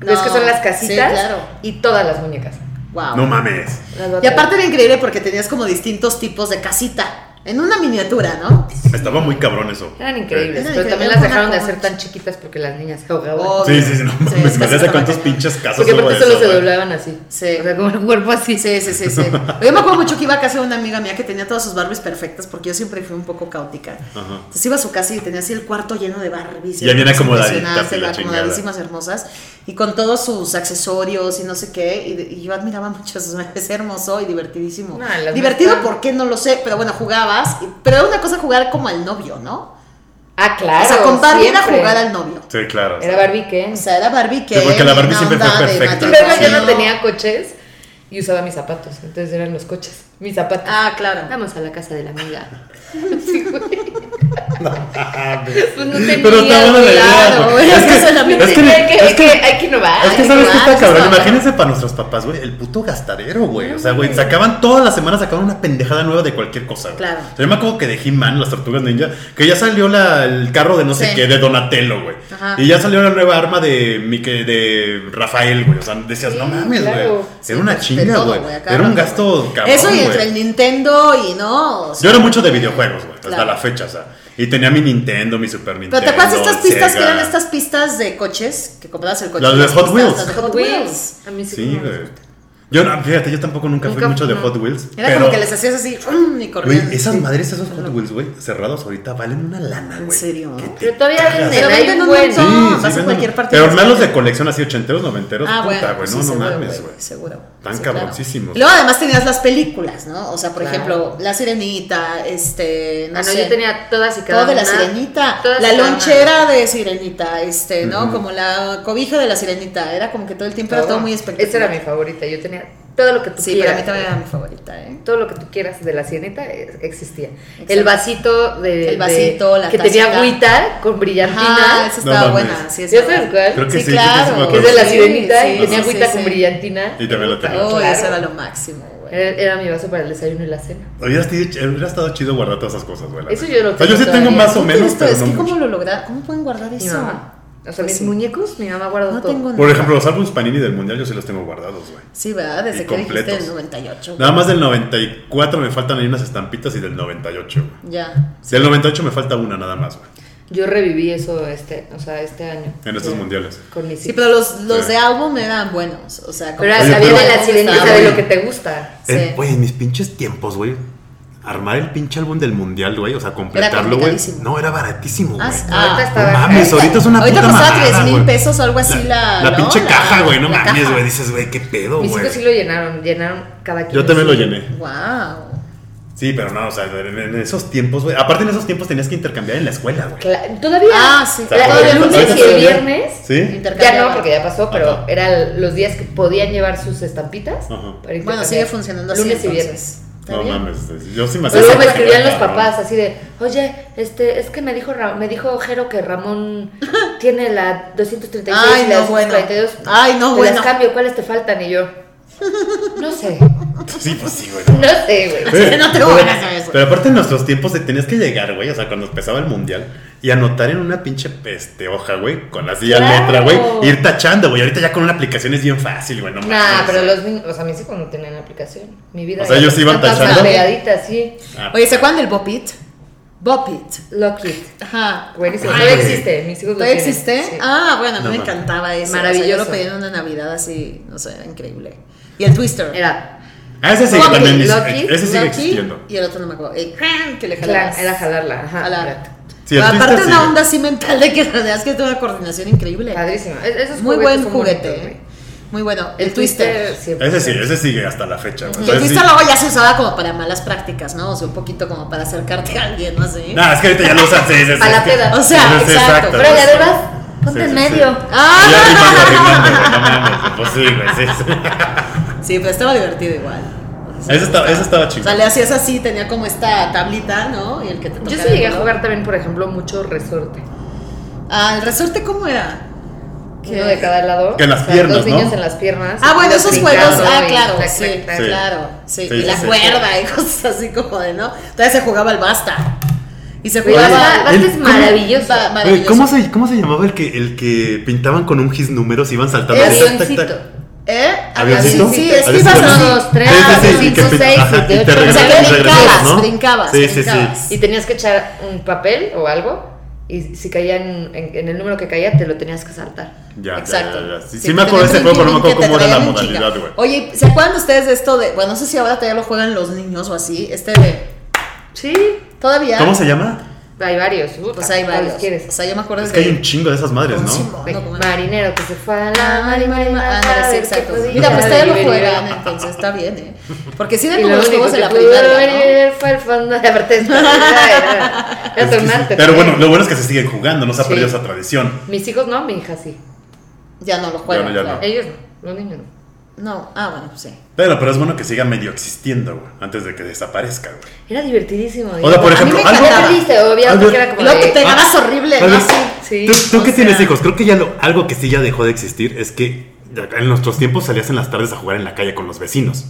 Speaker 3: ¿Ves
Speaker 1: No,
Speaker 3: que son las
Speaker 1: sí,
Speaker 3: casitas?
Speaker 1: claro.
Speaker 3: Y todas las muñecas. Ah,
Speaker 1: Wow.
Speaker 2: No mames.
Speaker 3: Las voy a
Speaker 1: Y aparte era
Speaker 3: traer.
Speaker 1: increíble porque tenías como distintos tipos de casita. En una miniatura, ¿no?
Speaker 2: Estaba muy cabrón eso.
Speaker 3: Eran increíbles,
Speaker 1: Eran
Speaker 3: pero
Speaker 1: increíbles,
Speaker 3: también
Speaker 1: era
Speaker 3: las
Speaker 1: una
Speaker 3: dejaron de hacer
Speaker 1: concha.
Speaker 3: tan chiquitas porque las niñas se ahogaban.
Speaker 1: Oh,
Speaker 2: Sí, sí, sí, no
Speaker 1: Sí, es que
Speaker 2: mames. me
Speaker 1: sí
Speaker 2: hace
Speaker 1: estaba
Speaker 2: cuántos
Speaker 1: cañón.
Speaker 2: pinches casos
Speaker 3: porque
Speaker 2: hubo
Speaker 3: aparte
Speaker 2: de
Speaker 3: solo
Speaker 2: eso,
Speaker 3: se
Speaker 2: güey.
Speaker 3: doblaban así.
Speaker 1: Sí.
Speaker 3: O sea, como un cuerpo así.
Speaker 1: Sí, sí, sí, sí. Yo me acuerdo mucho que iba a casa de una amiga mía que tenía todas sus Barbies perfectas porque yo siempre fui un poco caótica.
Speaker 2: Ajá.
Speaker 1: Entonces iba a su casa y tenía así el cuarto lleno de Barbies.
Speaker 2: Ya bien
Speaker 1: unas
Speaker 2: acomodaditas y la
Speaker 1: impresionantes,
Speaker 2: chingada.
Speaker 1: acomodadísimas, hermosas. Y con todos sus accesorios y no sé qué. Y, y yo admiraba mucho eso. Es hermoso y divertidísimo.
Speaker 3: No, las
Speaker 1: Divertido,
Speaker 3: mías-
Speaker 1: ¿por qué? No lo sé. Pero bueno, jugabas. y- pero era una cosa jugar como al novio, ¿no?
Speaker 3: Ah, claro.
Speaker 1: o sea, con Barbie era
Speaker 3: siempre.
Speaker 1: jugar al novio.
Speaker 2: Sí, claro.
Speaker 3: Era Barbie Ken.
Speaker 1: O sea, era Barbie que.
Speaker 2: Sí, porque la
Speaker 1: era
Speaker 2: Barbie
Speaker 1: una
Speaker 2: siempre fue
Speaker 1: onda de
Speaker 2: perfecta.
Speaker 1: matrimonio.
Speaker 3: Luego yo no tenía coches y usaba mis zapatos. Entonces eran los coches. Mis zapatos.
Speaker 1: Ah, claro.
Speaker 3: Vamos a la casa de la amiga. Sí, güey.
Speaker 2: Pero
Speaker 3: Pues no tenía.
Speaker 2: está buena la idea,
Speaker 1: claro,
Speaker 2: güey.
Speaker 1: güey,
Speaker 2: Es
Speaker 1: eso es la
Speaker 2: que-
Speaker 1: mía.
Speaker 2: es que-
Speaker 3: hay, que,
Speaker 2: es que-
Speaker 3: hay que innovar.
Speaker 2: Es que
Speaker 1: Ay,
Speaker 2: sabes que
Speaker 1: claro,
Speaker 2: está
Speaker 1: eso
Speaker 2: cabrón.
Speaker 1: está
Speaker 2: Imagínense para nuestros papás, güey, el puto gastadero, güey. O sea, güey, sacaban todas las semanas, sacaban una pendejada nueva de cualquier cosa, güey.
Speaker 1: Claro.
Speaker 2: O sea, yo me acuerdo que de He-Man, las tortugas ninja, que ya salió la- el carro de no sé
Speaker 1: Sí.
Speaker 2: qué, de Donatello, güey.
Speaker 1: Ajá.
Speaker 2: Y ya salió la nueva arma de, Mike- de Rafael, güey. O sea, decías,
Speaker 3: Sí,
Speaker 2: no mames, güey.
Speaker 3: claro.
Speaker 1: Sí,
Speaker 2: Era una
Speaker 1: pues, de
Speaker 2: chinga,
Speaker 1: todo,
Speaker 2: güey.
Speaker 1: güey, acá
Speaker 2: Era un
Speaker 1: rato,
Speaker 2: gasto
Speaker 1: güey.
Speaker 2: cabrón.
Speaker 1: Eso y
Speaker 2: güey.
Speaker 1: entre el Nintendo y no. o sea,
Speaker 2: Yo era mucho de videojuegos, güey, hasta
Speaker 1: Claro.
Speaker 2: la fecha, o sea. Y tenía mi Nintendo, mi Super Nintendo.
Speaker 1: Pero te acuerdas de estas pistas
Speaker 2: Sega.
Speaker 1: que eran estas pistas de coches que comprabas el coche.
Speaker 2: Las de
Speaker 1: las
Speaker 2: Hot
Speaker 1: pistas,
Speaker 2: Wheels.
Speaker 1: Las de
Speaker 3: Hot Wheels. A mí sí.
Speaker 2: Sí,
Speaker 3: como me
Speaker 2: güey.
Speaker 3: gusta.
Speaker 2: Yo, no, fíjate, yo tampoco nunca, fui
Speaker 3: Nunca-
Speaker 2: mucho de
Speaker 3: no.
Speaker 2: Hot Wheels.
Speaker 1: Era
Speaker 2: pero,
Speaker 1: como que les hacías así mm, y
Speaker 2: Güey,
Speaker 1: corrían.
Speaker 2: esas
Speaker 1: Sí.
Speaker 2: madres, esos Hot Wheels, güey, cerrados ahorita valen una lana, güey.
Speaker 1: ¿En serio?
Speaker 2: ¿Qué te
Speaker 3: Pero todavía
Speaker 2: cagas?
Speaker 3: venden.
Speaker 1: Pero
Speaker 3: Hay
Speaker 1: venden un
Speaker 3: buenos.
Speaker 2: Sí,
Speaker 1: montón.
Speaker 2: sí,
Speaker 1: vas a
Speaker 2: venden.
Speaker 1: cualquier parte.
Speaker 2: Pero
Speaker 1: de las
Speaker 2: armarlos de
Speaker 1: calles.
Speaker 2: colección así ochenteros, noventeros,
Speaker 1: Ah,
Speaker 2: puta,
Speaker 1: bueno,
Speaker 2: güey,
Speaker 1: sí,
Speaker 2: no, no
Speaker 1: seguro,
Speaker 2: mames, güey.
Speaker 1: Seguro.
Speaker 2: Tan
Speaker 1: claro.
Speaker 2: cabroncísimos.
Speaker 1: Y Luego además tenías las películas, ¿no? O sea, por
Speaker 3: Claro.
Speaker 1: ejemplo, La Sirenita, este, no
Speaker 3: Ah, no,
Speaker 1: sé.
Speaker 3: yo tenía todas y cada
Speaker 1: Todo de la
Speaker 3: una.
Speaker 1: sirenita,
Speaker 3: Todas y
Speaker 1: la
Speaker 3: cada una.
Speaker 1: lonchera de sirenita, este, ¿no?
Speaker 2: Ujú.
Speaker 1: Como la cobija de la sirenita, era como que todo el tiempo era todo muy espectacular.
Speaker 3: Esa era mi favorita. Yo tenía todo lo que tú
Speaker 1: Sí,
Speaker 3: quieras.
Speaker 1: para mí también era mi favorita, ¿eh?
Speaker 3: Todo lo que tú quieras de la sirenita eh, existía.
Speaker 1: Exacto.
Speaker 3: El vasito de.
Speaker 1: El vasito,
Speaker 3: de-
Speaker 1: la
Speaker 3: Que tenía
Speaker 1: tacita.
Speaker 3: agüita con
Speaker 1: Ajá, esa
Speaker 2: No
Speaker 3: brillantina.
Speaker 1: estaba
Speaker 2: mames.
Speaker 1: buena, sí, es
Speaker 3: ¿Ya
Speaker 1: verdad.
Speaker 3: sabes cuál?
Speaker 2: Creo que
Speaker 1: sí,
Speaker 2: sí, creo que sí me
Speaker 1: claro.
Speaker 2: acuerdo.
Speaker 3: Que es de la
Speaker 1: Sí,
Speaker 3: sirenita
Speaker 1: sí,
Speaker 3: y tenía
Speaker 1: sí,
Speaker 3: agüita
Speaker 1: sí,
Speaker 3: con
Speaker 1: sí.
Speaker 3: brillantina.
Speaker 2: Y también la tenía.
Speaker 1: Uy,
Speaker 3: Claro. Eh,
Speaker 1: eso era lo máximo, güey.
Speaker 3: Era, era mi vaso para el desayuno y la cena.
Speaker 2: Hubiera, sido ch- hubiera estado chido guardar todas esas cosas, güey. la
Speaker 3: Eso
Speaker 2: neta.
Speaker 3: yo lo
Speaker 2: O sea, yo sí
Speaker 3: tengo
Speaker 2: tengo
Speaker 3: todavía.
Speaker 2: más o
Speaker 1: Puta,
Speaker 2: menos,
Speaker 1: esto,
Speaker 2: pero
Speaker 1: es
Speaker 2: no
Speaker 1: que
Speaker 2: mucho.
Speaker 1: cómo lo lograron, cómo pueden guardar
Speaker 3: Mi
Speaker 1: eso.
Speaker 3: mamá. O sea,
Speaker 1: Pues
Speaker 3: mis
Speaker 1: sí.
Speaker 3: muñecos, mi mamá guardó
Speaker 1: No
Speaker 3: todo.
Speaker 1: tengo
Speaker 2: Por
Speaker 1: nada.
Speaker 2: ejemplo, los álbumes Panini del Mundial yo sí los tengo guardados, güey.
Speaker 1: Sí, ¿verdad?
Speaker 2: Y
Speaker 1: Desde que dijiste
Speaker 2: completos.
Speaker 1: el 98.
Speaker 2: Nada más del 94 me faltan ahí unas estampitas y del 98, güey.
Speaker 1: Ya.
Speaker 2: Del 98 me falta una nada más, güey.
Speaker 3: Yo reviví eso este, o sea, este año.
Speaker 2: En estos
Speaker 3: Sí.
Speaker 2: mundiales.
Speaker 3: Con mis
Speaker 1: Sí,
Speaker 3: hijos.
Speaker 1: pero los, los
Speaker 2: Sí.
Speaker 1: de álbum eran buenos, o sea, como
Speaker 3: Pero
Speaker 1: que
Speaker 2: Oye,
Speaker 3: había
Speaker 2: pero-
Speaker 3: de la sirenita
Speaker 1: estaba
Speaker 3: de
Speaker 1: bueno.
Speaker 3: lo que te gusta.
Speaker 1: Sí.
Speaker 2: Eh, Güey, en mis pinches tiempos, güey. Armar el pinche álbum del mundial, güey. O sea, completarlo, güey.
Speaker 1: complicadísimo.
Speaker 2: No, era baratísimo, güey.
Speaker 1: Ah,
Speaker 2: No,
Speaker 1: ah.
Speaker 3: Ahorita
Speaker 2: no
Speaker 3: estaba.
Speaker 2: mames, ahorita es una
Speaker 1: Ahorita
Speaker 2: puta
Speaker 1: costaba
Speaker 2: mamada,
Speaker 1: 3 mil
Speaker 2: güey.
Speaker 1: pesos o algo así la.
Speaker 2: La, la
Speaker 1: ¿no?
Speaker 2: pinche caja, güey. No
Speaker 1: la
Speaker 2: mames,
Speaker 1: caja.
Speaker 2: güey. Dices, güey, qué pedo,
Speaker 3: Mis
Speaker 2: güey.
Speaker 3: hijos sí lo llenaron, llenaron cada quien.
Speaker 2: Yo también lo
Speaker 3: Sí.
Speaker 2: llené.
Speaker 1: Wow.
Speaker 2: Sí, pero no, o sea, en, en esos tiempos, güey. Aparte, en esos tiempos tenías que intercambiar en la escuela, güey.
Speaker 3: Cla- Todavía.
Speaker 1: Ah, sí.
Speaker 2: O sea,
Speaker 3: Era
Speaker 2: ahorita-
Speaker 3: el lunes
Speaker 2: ahorita
Speaker 3: y el
Speaker 2: todavía-
Speaker 3: viernes.
Speaker 2: Sí.
Speaker 1: Intercambiar.
Speaker 3: Ya no, porque ya pasó, pero
Speaker 2: Ajá.
Speaker 3: eran los días que podían llevar sus estampitas.
Speaker 2: Ajá.
Speaker 3: para intercambiar.
Speaker 1: Bueno, sigue funcionando así.
Speaker 3: Lunes y
Speaker 1: entonces.
Speaker 3: viernes.
Speaker 1: ¿Está
Speaker 2: No
Speaker 1: bien?
Speaker 2: mames, yo sí me
Speaker 3: Luego me
Speaker 2: que
Speaker 3: escribían los
Speaker 2: era cabrón.
Speaker 3: papás así de, oye, este, es que me dijo Ra- me dijo Jero que Ramón tiene la 236
Speaker 1: Ay,
Speaker 3: y la
Speaker 1: no, bueno.
Speaker 3: 232.
Speaker 1: Ay, no,
Speaker 3: Te
Speaker 1: bueno.
Speaker 3: las cambio, ¿cuáles te faltan? Y yo, no sé,
Speaker 2: Sí, pues sí, güey.
Speaker 3: no sé, güey.
Speaker 1: Sí, no tengo
Speaker 2: Güey,
Speaker 1: ganas de eso.
Speaker 2: Pero aparte en nuestros tiempos te tenías que llegar, güey, o sea, cuando empezaba el mundial y anotar en una pinche este, hoja, güey, con así la
Speaker 3: Claro.
Speaker 2: letra, güey, ir tachando, güey. Ahorita ya con una aplicación es bien fácil, güey, no
Speaker 3: Nah,
Speaker 2: mames.
Speaker 3: pero los niños, o sea, mis hijos no tenían aplicación. Mi vida.
Speaker 2: O sea,
Speaker 3: era-
Speaker 2: ellos iban
Speaker 3: estaba
Speaker 2: tachando.
Speaker 3: pegadita, sí.
Speaker 2: Ah,
Speaker 1: Oye, ¿se acuerdan del Bopit? Bopit.
Speaker 3: Lock it.
Speaker 1: Ajá.
Speaker 3: Buenísimo.
Speaker 2: Ay,
Speaker 3: Ah, Todavía
Speaker 2: güey.
Speaker 3: existe, mis hijos lo
Speaker 1: ¿Todavía
Speaker 3: tienen,
Speaker 1: existe?
Speaker 3: sí.
Speaker 1: Ah, bueno, a mí
Speaker 2: Ah, No
Speaker 1: me
Speaker 2: mames.
Speaker 1: encantaba eso.
Speaker 3: Maravilloso.
Speaker 1: O sea, yo lo pedí en una Navidad así, no sé, era increíble. Y el Twister.
Speaker 3: Era,
Speaker 2: Ah, ese sigue
Speaker 1: Lucky,
Speaker 2: también,
Speaker 3: Lucky,
Speaker 2: ese sigue
Speaker 1: Lucky
Speaker 2: existiendo.
Speaker 1: Y el otro no me acuerdo. El clan, que le
Speaker 3: jala-
Speaker 1: jalabas.
Speaker 3: era jalarla, ajá.
Speaker 1: Jalar.
Speaker 2: Sí, el
Speaker 1: Pero
Speaker 2: Twister
Speaker 1: aparte
Speaker 2: sigue.
Speaker 1: una onda así mental de que tenías que tener una coordinación increíble.
Speaker 3: Padrísimo. Es- esos
Speaker 1: Muy
Speaker 3: juguetes
Speaker 1: buen
Speaker 3: son
Speaker 1: juguete. ¿eh?
Speaker 3: bonitos, güey.
Speaker 1: Muy bueno. El, twister.
Speaker 3: siempre.
Speaker 4: Ese sí, ese sigue hasta la fecha. güey.
Speaker 1: Y el
Speaker 4: Entonces,
Speaker 1: twister
Speaker 4: sí.
Speaker 1: luego ya se usaba como para malas prácticas, ¿no? O sea, un poquito como para acercarte a alguien, ¿no? Así.
Speaker 4: Nah, es que ahorita ya lo usan. Sí, sí, sí,
Speaker 3: Para la
Speaker 4: es que-
Speaker 3: peda.
Speaker 1: O sea,
Speaker 4: Sí, sí,
Speaker 1: exacto.
Speaker 3: Pero ya
Speaker 4: sí.
Speaker 3: además, ponte
Speaker 4: Sí,
Speaker 3: en
Speaker 4: sí,
Speaker 3: medio.
Speaker 4: sí.
Speaker 1: ¡Ah!
Speaker 4: Y arriba, y arrimando, güey, no mames, Pues sí, güey, sí, sí.
Speaker 1: Sí, pero estaba divertido igual.
Speaker 4: Ese estaba, ese estaba
Speaker 1: O
Speaker 4: chido.
Speaker 1: sea, le hacías así, tenía como esta tablita, ¿no? Y el que te
Speaker 3: Yo
Speaker 1: tocaba
Speaker 3: sí llegué
Speaker 1: el
Speaker 3: a
Speaker 1: color.
Speaker 3: jugar también, por ejemplo, mucho resorte.
Speaker 1: Ah, ¿el resorte cómo era?
Speaker 3: Uno de cada lado.
Speaker 4: Que en las
Speaker 3: o sea,
Speaker 4: piernas,
Speaker 3: Dos
Speaker 4: ¿no?
Speaker 3: niños en las piernas.
Speaker 1: Ah, bueno, esos
Speaker 3: Brincando
Speaker 1: juegos. Ah,
Speaker 3: y
Speaker 1: claro,
Speaker 3: clac,
Speaker 1: sí,
Speaker 3: clac, claro.
Speaker 1: claro. Sí,
Speaker 4: Sí,
Speaker 1: y
Speaker 4: sí,
Speaker 1: la
Speaker 4: sí.
Speaker 1: cuerda y cosas así como de, ¿no? Todavía se jugaba el basta. Y se
Speaker 3: Oye,
Speaker 1: jugaba.
Speaker 3: basta- basta
Speaker 2: el-
Speaker 3: es
Speaker 2: ¿cómo?
Speaker 3: maravilloso.
Speaker 1: Ba-
Speaker 2: Oye,
Speaker 1: maravilloso.
Speaker 2: ¿cómo, se, ¿Cómo se llamaba el que, el que pintaban con un gis números y iban saltando?
Speaker 1: Eso.
Speaker 2: Tac, tac, tac.
Speaker 3: Avioncito.
Speaker 1: ¿Eh?
Speaker 2: ¿Avioncito?
Speaker 1: Sí, sí, es que
Speaker 2: ¿Avioncito?
Speaker 1: ibas a
Speaker 3: Uno, dos, tres, cinco,
Speaker 2: que pin-
Speaker 3: seis,
Speaker 2: ajá,
Speaker 3: siete,
Speaker 2: y te
Speaker 3: ocho,
Speaker 1: O
Speaker 2: regresas,
Speaker 1: sea, que
Speaker 2: y regresas,
Speaker 1: brincabas,
Speaker 2: ¿no?
Speaker 1: brincabas,
Speaker 2: Sí, sí, sí.
Speaker 1: brincabas.
Speaker 3: Y tenías que echar un papel o algo. Y si caía en, en- en el número que caía, te lo tenías que saltar.
Speaker 4: Ya, ya,
Speaker 1: Exacto.
Speaker 4: ya, ya. Sí, sí me acuerdo de ese juego, pero no me acuerdo cómo era la modalidad, güey.
Speaker 1: Oye, ¿se acuerdan ustedes de esto de, bueno, no sé si ahora todavía lo juegan los niños o así, este de,
Speaker 3: Sí.
Speaker 1: todavía,
Speaker 2: ¿Cómo se llama?
Speaker 3: Hay varios. puta,
Speaker 1: o sea, hay
Speaker 3: ¿cuáles
Speaker 1: varios, o
Speaker 3: quieres?
Speaker 1: sea, yo me acuerdo
Speaker 2: Es que
Speaker 1: de
Speaker 2: hay un chingo de esas madres, ¿no?
Speaker 1: Buenísimo,
Speaker 3: Ve,
Speaker 1: no, como-
Speaker 3: marinero que se fue a la
Speaker 1: Ah,
Speaker 3: mar y marina.
Speaker 1: ándale, sí,
Speaker 3: saber
Speaker 1: exacto.
Speaker 3: que podía
Speaker 1: Mira, pues todavía lo
Speaker 3: vivir.
Speaker 1: juegan, entonces está bien, ¿eh? Porque sí eran
Speaker 3: Y
Speaker 1: como
Speaker 3: lo
Speaker 1: los
Speaker 3: único
Speaker 1: juegos de
Speaker 3: que
Speaker 1: la
Speaker 3: pudo
Speaker 1: primaria, ¿no?
Speaker 3: ver fue el fondo de parte de esta vida, era- era
Speaker 4: Es que sí.
Speaker 3: tornarte,
Speaker 4: Pero
Speaker 3: creo.
Speaker 4: bueno, lo bueno es que se siguen jugando, no se ha
Speaker 3: Sí.
Speaker 4: perdido esa tradición.
Speaker 3: pues. Mis hijos no, mi hija sí.
Speaker 1: Ya no lo juegan.
Speaker 4: Ya no, ya no.
Speaker 1: claro.
Speaker 3: Ellos no, los niños no.
Speaker 1: No, ah, bueno, pues sí.
Speaker 4: Pero, pero es bueno que siga medio existiendo, güey, antes de que desaparezca, güey.
Speaker 3: Era divertidísimo.
Speaker 4: O sea, por ejemplo,
Speaker 1: me
Speaker 4: algo.
Speaker 1: encantaba.
Speaker 3: Ya perdiste, obvio,
Speaker 2: Algo-
Speaker 3: porque era como
Speaker 1: Y luego que
Speaker 3: de-
Speaker 1: te ganas horrible,
Speaker 2: Tal
Speaker 1: ¿no?
Speaker 2: vez-
Speaker 1: Sí.
Speaker 3: Sí,
Speaker 2: Ah, ¿Tú, tú
Speaker 1: o
Speaker 2: que
Speaker 1: sea-
Speaker 2: tienes hijos? Creo que ya lo- algo que sí ya dejó de existir es que ya en nuestros tiempos salías en las tardes a jugar en la calle con los vecinos.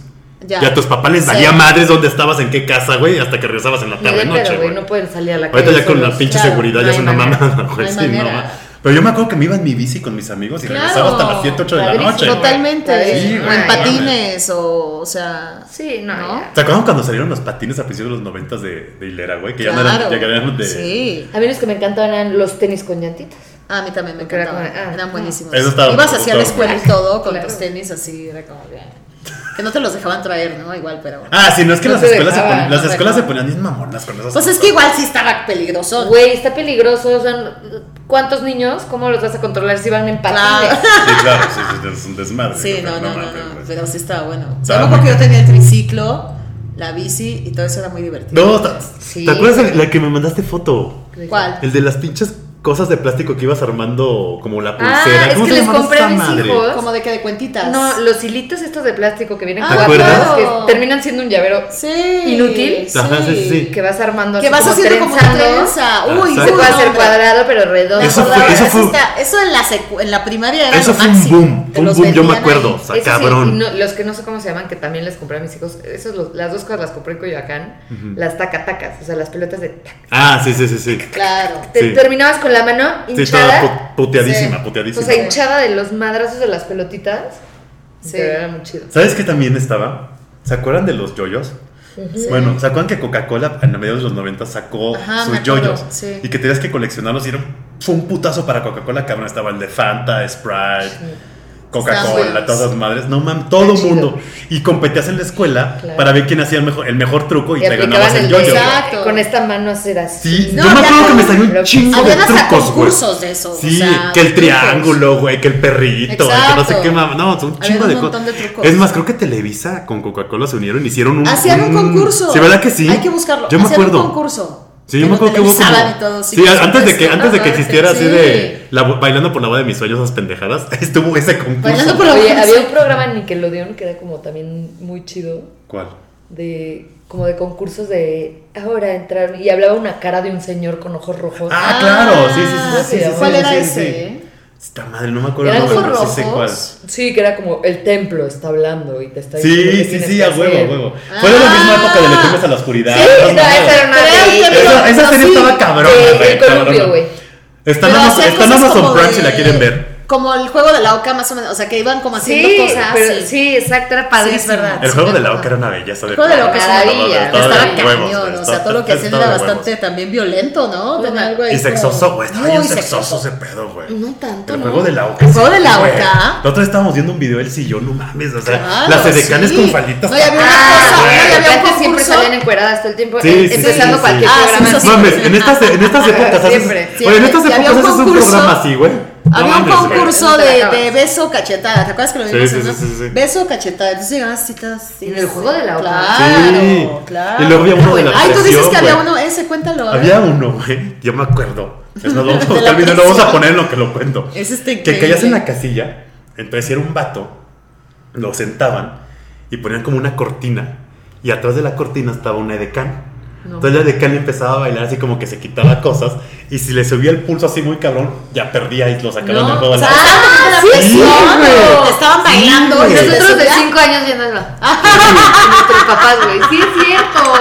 Speaker 2: Ya, a tus papás les
Speaker 1: Sí.
Speaker 2: valía madres dónde estabas, en qué casa, güey, hasta que regresabas en la
Speaker 3: Ni de
Speaker 2: tarde noche,
Speaker 3: pedo, güey,
Speaker 2: güey.
Speaker 3: no pueden salir a la calle.
Speaker 2: Ahorita ya con
Speaker 3: solos.
Speaker 2: la pinche
Speaker 1: claro,
Speaker 2: seguridad
Speaker 3: no
Speaker 2: ya
Speaker 3: hay
Speaker 2: es una
Speaker 3: manera.
Speaker 2: mamada, güey.
Speaker 1: No hay
Speaker 2: Sí, no,
Speaker 1: manera.
Speaker 2: ma.
Speaker 4: Pero yo me acuerdo que me iba en mi bici con mis amigos y
Speaker 1: Claro.
Speaker 4: regresaba hasta las 7, 8 de la
Speaker 3: Padrísimo.
Speaker 4: noche. güey.
Speaker 1: Totalmente.
Speaker 4: Sí,
Speaker 1: o en
Speaker 4: güey.
Speaker 1: patines, o, o sea.
Speaker 3: Sí, no,
Speaker 1: ¿No?
Speaker 3: ya.
Speaker 4: ¿Se acuerdan cuando salieron los patines a principios de los 90 de, de hilera, güey? Que ya no
Speaker 1: claro.
Speaker 4: eran, ya eran de...
Speaker 1: Sí.
Speaker 3: A mí los que me encantaban eran los tenis con llantitas.
Speaker 1: Ah, A mí también me
Speaker 3: Porque era
Speaker 1: encantaban.
Speaker 3: como de, ah,
Speaker 1: Eran
Speaker 3: ah.
Speaker 1: buenísimos.
Speaker 4: Eso estaba
Speaker 1: Ibas
Speaker 4: muy
Speaker 1: hacia la
Speaker 4: gustado,
Speaker 1: escuela y
Speaker 3: güey.
Speaker 1: todo con
Speaker 3: Claro.
Speaker 1: tus tenis así, era como bien. Que no te los dejaban traer, ¿no? Igual, pero.
Speaker 4: Ah, sí, no es que
Speaker 3: No
Speaker 4: las
Speaker 3: se
Speaker 4: escuelas, se,
Speaker 3: dejaban,
Speaker 4: ponían, las
Speaker 1: no se
Speaker 4: escuelas se
Speaker 1: dejaban.
Speaker 4: ponían bien mamonas con
Speaker 2: Ah,
Speaker 4: esas
Speaker 1: Pues es
Speaker 4: cosas.
Speaker 1: que igual sí estaba peligroso.
Speaker 3: Güey, está peligroso. O sea, ¿cuántos niños? ¿Cómo los vas a controlar si van en patines?
Speaker 1: Claro.
Speaker 4: Sí, claro, sí, sí, es un desmadre.
Speaker 1: Sí,
Speaker 4: güey,
Speaker 1: no, no, no,
Speaker 4: mames,
Speaker 1: no,
Speaker 4: güey.
Speaker 1: pero sí estaba bueno. O sea,
Speaker 4: Estaba
Speaker 1: yo me acuerdo
Speaker 4: muy
Speaker 1: que yo tenía el triciclo, la bici y todo eso era muy divertido.
Speaker 2: No, ta-
Speaker 3: Sí.
Speaker 2: ¿te acuerdas de la que me mandaste foto?
Speaker 1: ¿Cuál?
Speaker 2: El de las pinches cosas de plástico que ibas armando como la
Speaker 3: Ah,
Speaker 2: pulsera.
Speaker 3: es
Speaker 2: ¿Cómo
Speaker 3: que
Speaker 2: se
Speaker 3: les
Speaker 2: llamaba
Speaker 3: compré
Speaker 2: esa
Speaker 3: a mis
Speaker 2: madre?
Speaker 3: hijos.
Speaker 1: Como de que de cuentitas.
Speaker 3: No, los hilitos estos de plástico que vienen
Speaker 1: Ah,
Speaker 3: cuatro,
Speaker 2: ¿acuerdas?
Speaker 1: claro.
Speaker 3: que terminan siendo un llavero
Speaker 1: Sí.
Speaker 3: ¿Inútil?
Speaker 2: Ajá, sí, sí, sí.
Speaker 3: que vas armando
Speaker 1: Que
Speaker 3: así
Speaker 1: vas
Speaker 3: como
Speaker 1: haciendo como una
Speaker 3: trenzando.
Speaker 1: trenza. Uy,
Speaker 2: Exacto.
Speaker 1: uy,
Speaker 3: Se puede
Speaker 1: no,
Speaker 3: hacer
Speaker 1: hombre.
Speaker 3: cuadrado, pero redondo.
Speaker 1: Me
Speaker 2: Eso fue-
Speaker 1: acordaba,
Speaker 2: eso fue-
Speaker 1: está- eso en la, secu- en la primaria era
Speaker 2: Eso
Speaker 1: lo
Speaker 2: fue un
Speaker 1: máximo.
Speaker 2: boom,
Speaker 1: Te
Speaker 2: fue un
Speaker 1: los
Speaker 2: boom, yo me
Speaker 1: vendían
Speaker 2: acuerdo.
Speaker 1: ahí.
Speaker 2: O sea,
Speaker 3: Eso sí,
Speaker 2: cabrón.
Speaker 3: y no- los que no sé cómo se llaman, que también les compré a mis hijos, esos los- las dos cosas las compré en Coyoacán, las tacatacas, o sea, las pelotas de tac.
Speaker 2: Ah, sí, sí, sí, sí.
Speaker 1: Claro.
Speaker 3: Te
Speaker 2: Sí.
Speaker 3: terminabas con la mano
Speaker 2: Sí, estaba
Speaker 3: hinchada,
Speaker 2: pu- puteadísima,
Speaker 1: Sí. Pues
Speaker 2: puteadísima.
Speaker 3: o sea, hinchada de los madrazos de las pelotitas.
Speaker 1: Sí.
Speaker 3: Pero era muy chido.
Speaker 4: ¿Sabes qué también estaba? ¿Se acuerdan de los yoyos? Bueno, ¿se acuerdan que Coca-Cola a mediados de los 90 sacó
Speaker 1: Ajá, me
Speaker 4: sus
Speaker 1: acuerdo,
Speaker 4: yoyos?
Speaker 1: sí.
Speaker 4: Y que tenías que coleccionarlos y era un- fue un putazo para Coca-Cola, cabrón. Estaba el de Fanta, Sprite,
Speaker 1: Estaban
Speaker 4: Coca-Cola,
Speaker 1: buenos.
Speaker 4: todas esas madres. No mames, todo
Speaker 3: chido.
Speaker 4: mundo. Y competías en la escuela
Speaker 3: Claro.
Speaker 4: para ver quién hacía el mejor, el mejor truco y,
Speaker 3: Y
Speaker 4: te ganabas
Speaker 3: aplicaban
Speaker 4: el
Speaker 3: el
Speaker 4: yoyo.
Speaker 3: de-
Speaker 4: güey.
Speaker 1: Exacto.
Speaker 3: con esta mano hacer así.
Speaker 2: Sí,
Speaker 1: No,
Speaker 2: yo me
Speaker 1: ya
Speaker 2: acuerdo que
Speaker 1: con-
Speaker 2: me salió
Speaker 3: pero-
Speaker 2: un chingo de
Speaker 1: Habían hasta
Speaker 2: trucos, güey.
Speaker 1: concursos de eso, o
Speaker 2: Sí,
Speaker 1: sea,
Speaker 2: que el
Speaker 1: trucos.
Speaker 2: triángulo, güey, que el perrito, güey, que no sé
Speaker 1: Exacto.
Speaker 2: qué mamá. No, son un
Speaker 1: Había
Speaker 2: chingo
Speaker 1: un
Speaker 2: de
Speaker 1: montón
Speaker 2: cosas.
Speaker 1: de trucos.
Speaker 2: Es más, creo que Televisa con Coca-Cola se unieron y hicieron un.
Speaker 1: Hacían un concurso.
Speaker 2: Sí, ¿verdad que sí?
Speaker 1: Hay Mm. que buscarlo.
Speaker 2: Yo me
Speaker 1: Hacían
Speaker 2: acuerdo.
Speaker 1: un concurso.
Speaker 2: Sí, yo me
Speaker 1: lo
Speaker 2: acuerdo que hubo
Speaker 1: televisaban
Speaker 2: como-
Speaker 1: y todo, sí,
Speaker 2: sí,
Speaker 1: por
Speaker 2: antes de que
Speaker 1: supuesto.
Speaker 2: antes de que
Speaker 1: Ajá,
Speaker 2: existiera así
Speaker 1: sí.
Speaker 2: de la, bailando por la boda de mis sueños esas pendejadas, estuvo ese concurso.
Speaker 3: pues,
Speaker 1: Bailando por la
Speaker 3: Oye,
Speaker 1: boda.
Speaker 3: había un programa en Nickelodeon que era como también muy chido.
Speaker 4: ¿Cuál?
Speaker 3: de como de concursos de ahora entrar y hablaba una cara de un señor con ojos rojos.
Speaker 4: Ah,
Speaker 1: Ah,
Speaker 4: claro, sí, sí, sí, sí, sí, sí,
Speaker 1: ¿Cuál
Speaker 4: sí,
Speaker 1: era
Speaker 4: sí,
Speaker 1: ese?
Speaker 2: Esta madre, no me acuerdo el
Speaker 3: Eran
Speaker 2: nombre, pero sí sé cuál.
Speaker 1: rojos.
Speaker 3: Sí, que era como el templo está hablando y te está diciendo
Speaker 4: Sí,
Speaker 3: qué
Speaker 4: sí,
Speaker 3: tienes
Speaker 4: sí,
Speaker 3: que
Speaker 4: a
Speaker 3: hacer.
Speaker 4: huevo, a huevo. Fue de la misma época de Le temes a la oscuridad.
Speaker 3: Sí,
Speaker 4: esas
Speaker 3: no,
Speaker 4: mamadas.
Speaker 3: esa era una
Speaker 1: Pero
Speaker 3: de-
Speaker 1: era un tema-
Speaker 4: Esa, esa serie
Speaker 1: Sí.
Speaker 4: estaba cabrona,
Speaker 3: De-
Speaker 4: güey,
Speaker 3: de Columbio,
Speaker 4: cabrona.
Speaker 3: güey.
Speaker 4: Está en
Speaker 1: Pero
Speaker 4: Amazon,
Speaker 1: hacían
Speaker 4: está en
Speaker 1: cosas
Speaker 4: Amazon
Speaker 1: como
Speaker 4: Prime si
Speaker 1: de-
Speaker 4: la quieren ver.
Speaker 1: Como el juego de la oca, más o menos. O sea, que iban como haciendo
Speaker 3: Sí,
Speaker 1: cosas.
Speaker 3: pero-
Speaker 1: y-
Speaker 3: sí, exacto, era padrísimo.
Speaker 1: Sí, es verdad.
Speaker 4: El
Speaker 1: Sí,
Speaker 4: juego
Speaker 1: me
Speaker 4: de la
Speaker 1: acuerdo.
Speaker 4: oca era una belleza.
Speaker 1: El juego de la oca es una
Speaker 4: estaba-
Speaker 3: maravilla,
Speaker 4: estaba de
Speaker 1: estaba
Speaker 4: huevos, güey,
Speaker 1: cañón, o sea,
Speaker 4: estaba-
Speaker 1: todo lo que hacían
Speaker 4: estaba
Speaker 1: era
Speaker 4: de huevos.
Speaker 1: bastante también violento, ¿no? Tenía algo ahí
Speaker 4: Y
Speaker 1: como-
Speaker 4: sexoso, güey, estaba
Speaker 1: Muy
Speaker 4: bien sexoso ese pedo, güey.
Speaker 3: No tanto,
Speaker 4: El
Speaker 3: ¿no?
Speaker 4: juego de la oca.
Speaker 1: El juego
Speaker 4: sí,
Speaker 1: de la
Speaker 4: güey.
Speaker 1: oca.
Speaker 4: La otra vez estábamos viendo un video del sillón, no mames, o sea,
Speaker 1: Claro,
Speaker 4: las edecanes
Speaker 1: sí.
Speaker 4: con falditas.
Speaker 1: No, ya había una
Speaker 3: Ah,
Speaker 1: cosa,
Speaker 3: güey,
Speaker 1: ya había un
Speaker 3: aparte siempre
Speaker 1: concurso.
Speaker 3: salían encueradas todo el tiempo,
Speaker 2: Sí,
Speaker 3: eh,
Speaker 2: sí,
Speaker 3: empezando
Speaker 2: sí,
Speaker 3: cualquier
Speaker 1: sí. Ah,
Speaker 3: programa.
Speaker 1: sí,
Speaker 2: Mames, en estas, en estas épocas haces,
Speaker 3: Siempre,
Speaker 2: Oye, en
Speaker 1: siempre.
Speaker 2: estas
Speaker 1: Si había
Speaker 2: épocas
Speaker 1: un
Speaker 2: haces un
Speaker 1: concurso-
Speaker 2: programa así, güey.
Speaker 1: Había un
Speaker 5: mames, güey.
Speaker 1: concurso
Speaker 3: Te la
Speaker 1: de,
Speaker 3: acabas.
Speaker 1: de beso cachetada. ¿Te acuerdas que lo
Speaker 5: Sí,
Speaker 1: vimos?
Speaker 5: sí,
Speaker 1: en
Speaker 5: sí,
Speaker 1: una-
Speaker 5: sí, sí.
Speaker 1: Beso cachetada. Entonces llegabas citas.
Speaker 3: En el juego de la oca.
Speaker 1: Claro,
Speaker 5: Sí.
Speaker 1: claro.
Speaker 5: Y luego había uno de la
Speaker 1: Ay, tú dices
Speaker 5: presión,
Speaker 1: que había
Speaker 5: güey.
Speaker 1: uno. Ese, cuéntalo. a
Speaker 5: Había
Speaker 1: ver.
Speaker 5: uno, güey. Yo me acuerdo. Es más, vamos a
Speaker 1: De la
Speaker 5: buscar el video, lo vamos a
Speaker 1: prisión.
Speaker 5: poner en lo que lo cuento.
Speaker 1: Es este
Speaker 5: Que
Speaker 1: increíble.
Speaker 5: caías en la casilla. Entonces si era un vato. Lo sentaban y ponían como una cortina. Y atrás de la cortina estaba una edecán.
Speaker 3: No.
Speaker 5: Entonces la edecán empezaba a bailar así como que se quitaba cosas. Y si le subía el pulso así muy cabrón, ya perdía y lo sacaban del juego.
Speaker 1: O
Speaker 5: de
Speaker 1: sea,
Speaker 5: la-
Speaker 1: ah, sí,
Speaker 5: sí, güey.
Speaker 1: Te estaban bailando. ah,
Speaker 5: Sí,
Speaker 1: y
Speaker 5: güey.
Speaker 1: te
Speaker 3: Nosotros de
Speaker 1: subían.
Speaker 3: 5 años viéndolo. Y nuestros papás, güey. Sí, es cierto.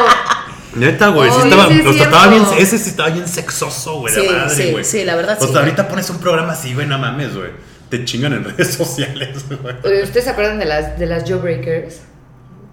Speaker 5: Neta, güey. sí
Speaker 3: Oye,
Speaker 5: estaba,
Speaker 3: sí es
Speaker 5: los trataba bien.
Speaker 3: cierto.
Speaker 5: Ese sí estaba bien sexoso, güey. la
Speaker 1: Sí,
Speaker 5: madre,
Speaker 1: sí,
Speaker 5: güey.
Speaker 1: sí, la verdad
Speaker 5: O
Speaker 1: sí.
Speaker 5: sea, ahorita pones un programa así, güey, no mames, güey. Te chingan en redes sociales, güey.
Speaker 3: Oye, ¿ustedes se acuerdan de las, de las jawbreakers?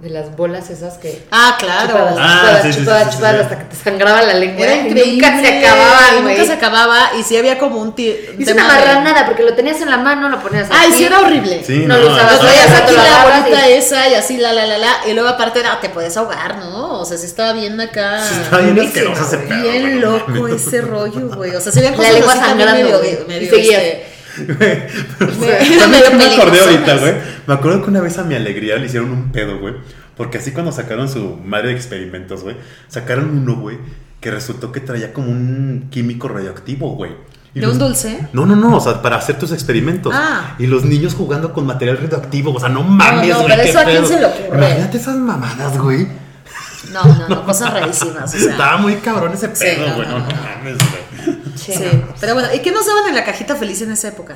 Speaker 3: De las bolas esas que.
Speaker 1: Ah, claro.
Speaker 3: Chupadas,
Speaker 5: Ah,
Speaker 3: chupadas,
Speaker 5: sí, sí,
Speaker 3: chupadas,
Speaker 5: sí, sí,
Speaker 3: chupadas
Speaker 5: sí.
Speaker 3: hasta que te sangraba la lengua.
Speaker 1: Era
Speaker 3: y
Speaker 1: increíble.
Speaker 3: Nunca se acababan,
Speaker 1: y
Speaker 3: güey.
Speaker 1: Nunca se acababa. Y sí había como un tío.
Speaker 3: Hice una marranada porque lo tenías en la mano, lo ponías así.
Speaker 1: Ay, Ah, sí, era horrible.
Speaker 5: Sí,
Speaker 3: No,
Speaker 5: no,
Speaker 3: lo usabas.
Speaker 1: Los
Speaker 5: Ah,
Speaker 1: traías
Speaker 5: sí.
Speaker 1: aquí
Speaker 3: lo
Speaker 1: la
Speaker 3: agarras
Speaker 1: bolita
Speaker 3: y-
Speaker 1: esa y así, la, la, la, la. Y luego aparte era, te podías ahogar, ¿no? O sea, sí estaba bien acá.
Speaker 5: Sí, estaba bien
Speaker 3: buenísimo,
Speaker 5: asqueroso ese pedo.
Speaker 1: Ah. Bien
Speaker 5: güey, no
Speaker 1: loco
Speaker 5: mames.
Speaker 1: ese rollo, güey. O sea, se veían
Speaker 3: La
Speaker 1: cosas
Speaker 3: lengua
Speaker 1: así también
Speaker 3: sangrando,
Speaker 1: medio,
Speaker 3: güey.
Speaker 1: medio,
Speaker 3: Y seguías.
Speaker 1: este,
Speaker 5: También
Speaker 1: medio
Speaker 5: yo me acordé
Speaker 1: peligrosonas.
Speaker 5: ahorita, güey.
Speaker 2: Me acuerdo que una vez a mi alegría le hicieron un pedo, güey. Porque así cuando sacaron su madre de experimentos, güey, sacaron uno, güey, que resultó que traía como un químico radioactivo, güey. Y
Speaker 1: ¿De
Speaker 2: los-
Speaker 1: un dulce?
Speaker 5: No, no, no, o sea, para hacer tus experimentos.
Speaker 1: Ah.
Speaker 5: Y los niños jugando con material radioactivo, o sea, no mames,
Speaker 1: No, no,
Speaker 5: güey.
Speaker 1: pero
Speaker 5: qué
Speaker 1: eso a quién
Speaker 5: pedo.
Speaker 1: se le ocurre.
Speaker 5: Imagínate esas mamadas, güey.
Speaker 1: No, no, no, cosas rarísimas. O sea.
Speaker 5: Estaba muy cabrón ese
Speaker 1: Sí,
Speaker 5: pedo,
Speaker 1: no,
Speaker 5: güey.
Speaker 1: no,
Speaker 5: No,
Speaker 1: no.
Speaker 5: mames, güey.
Speaker 3: Sí.
Speaker 1: Sí, pero bueno, ¿y qué nos daban en la cajita feliz en esa época?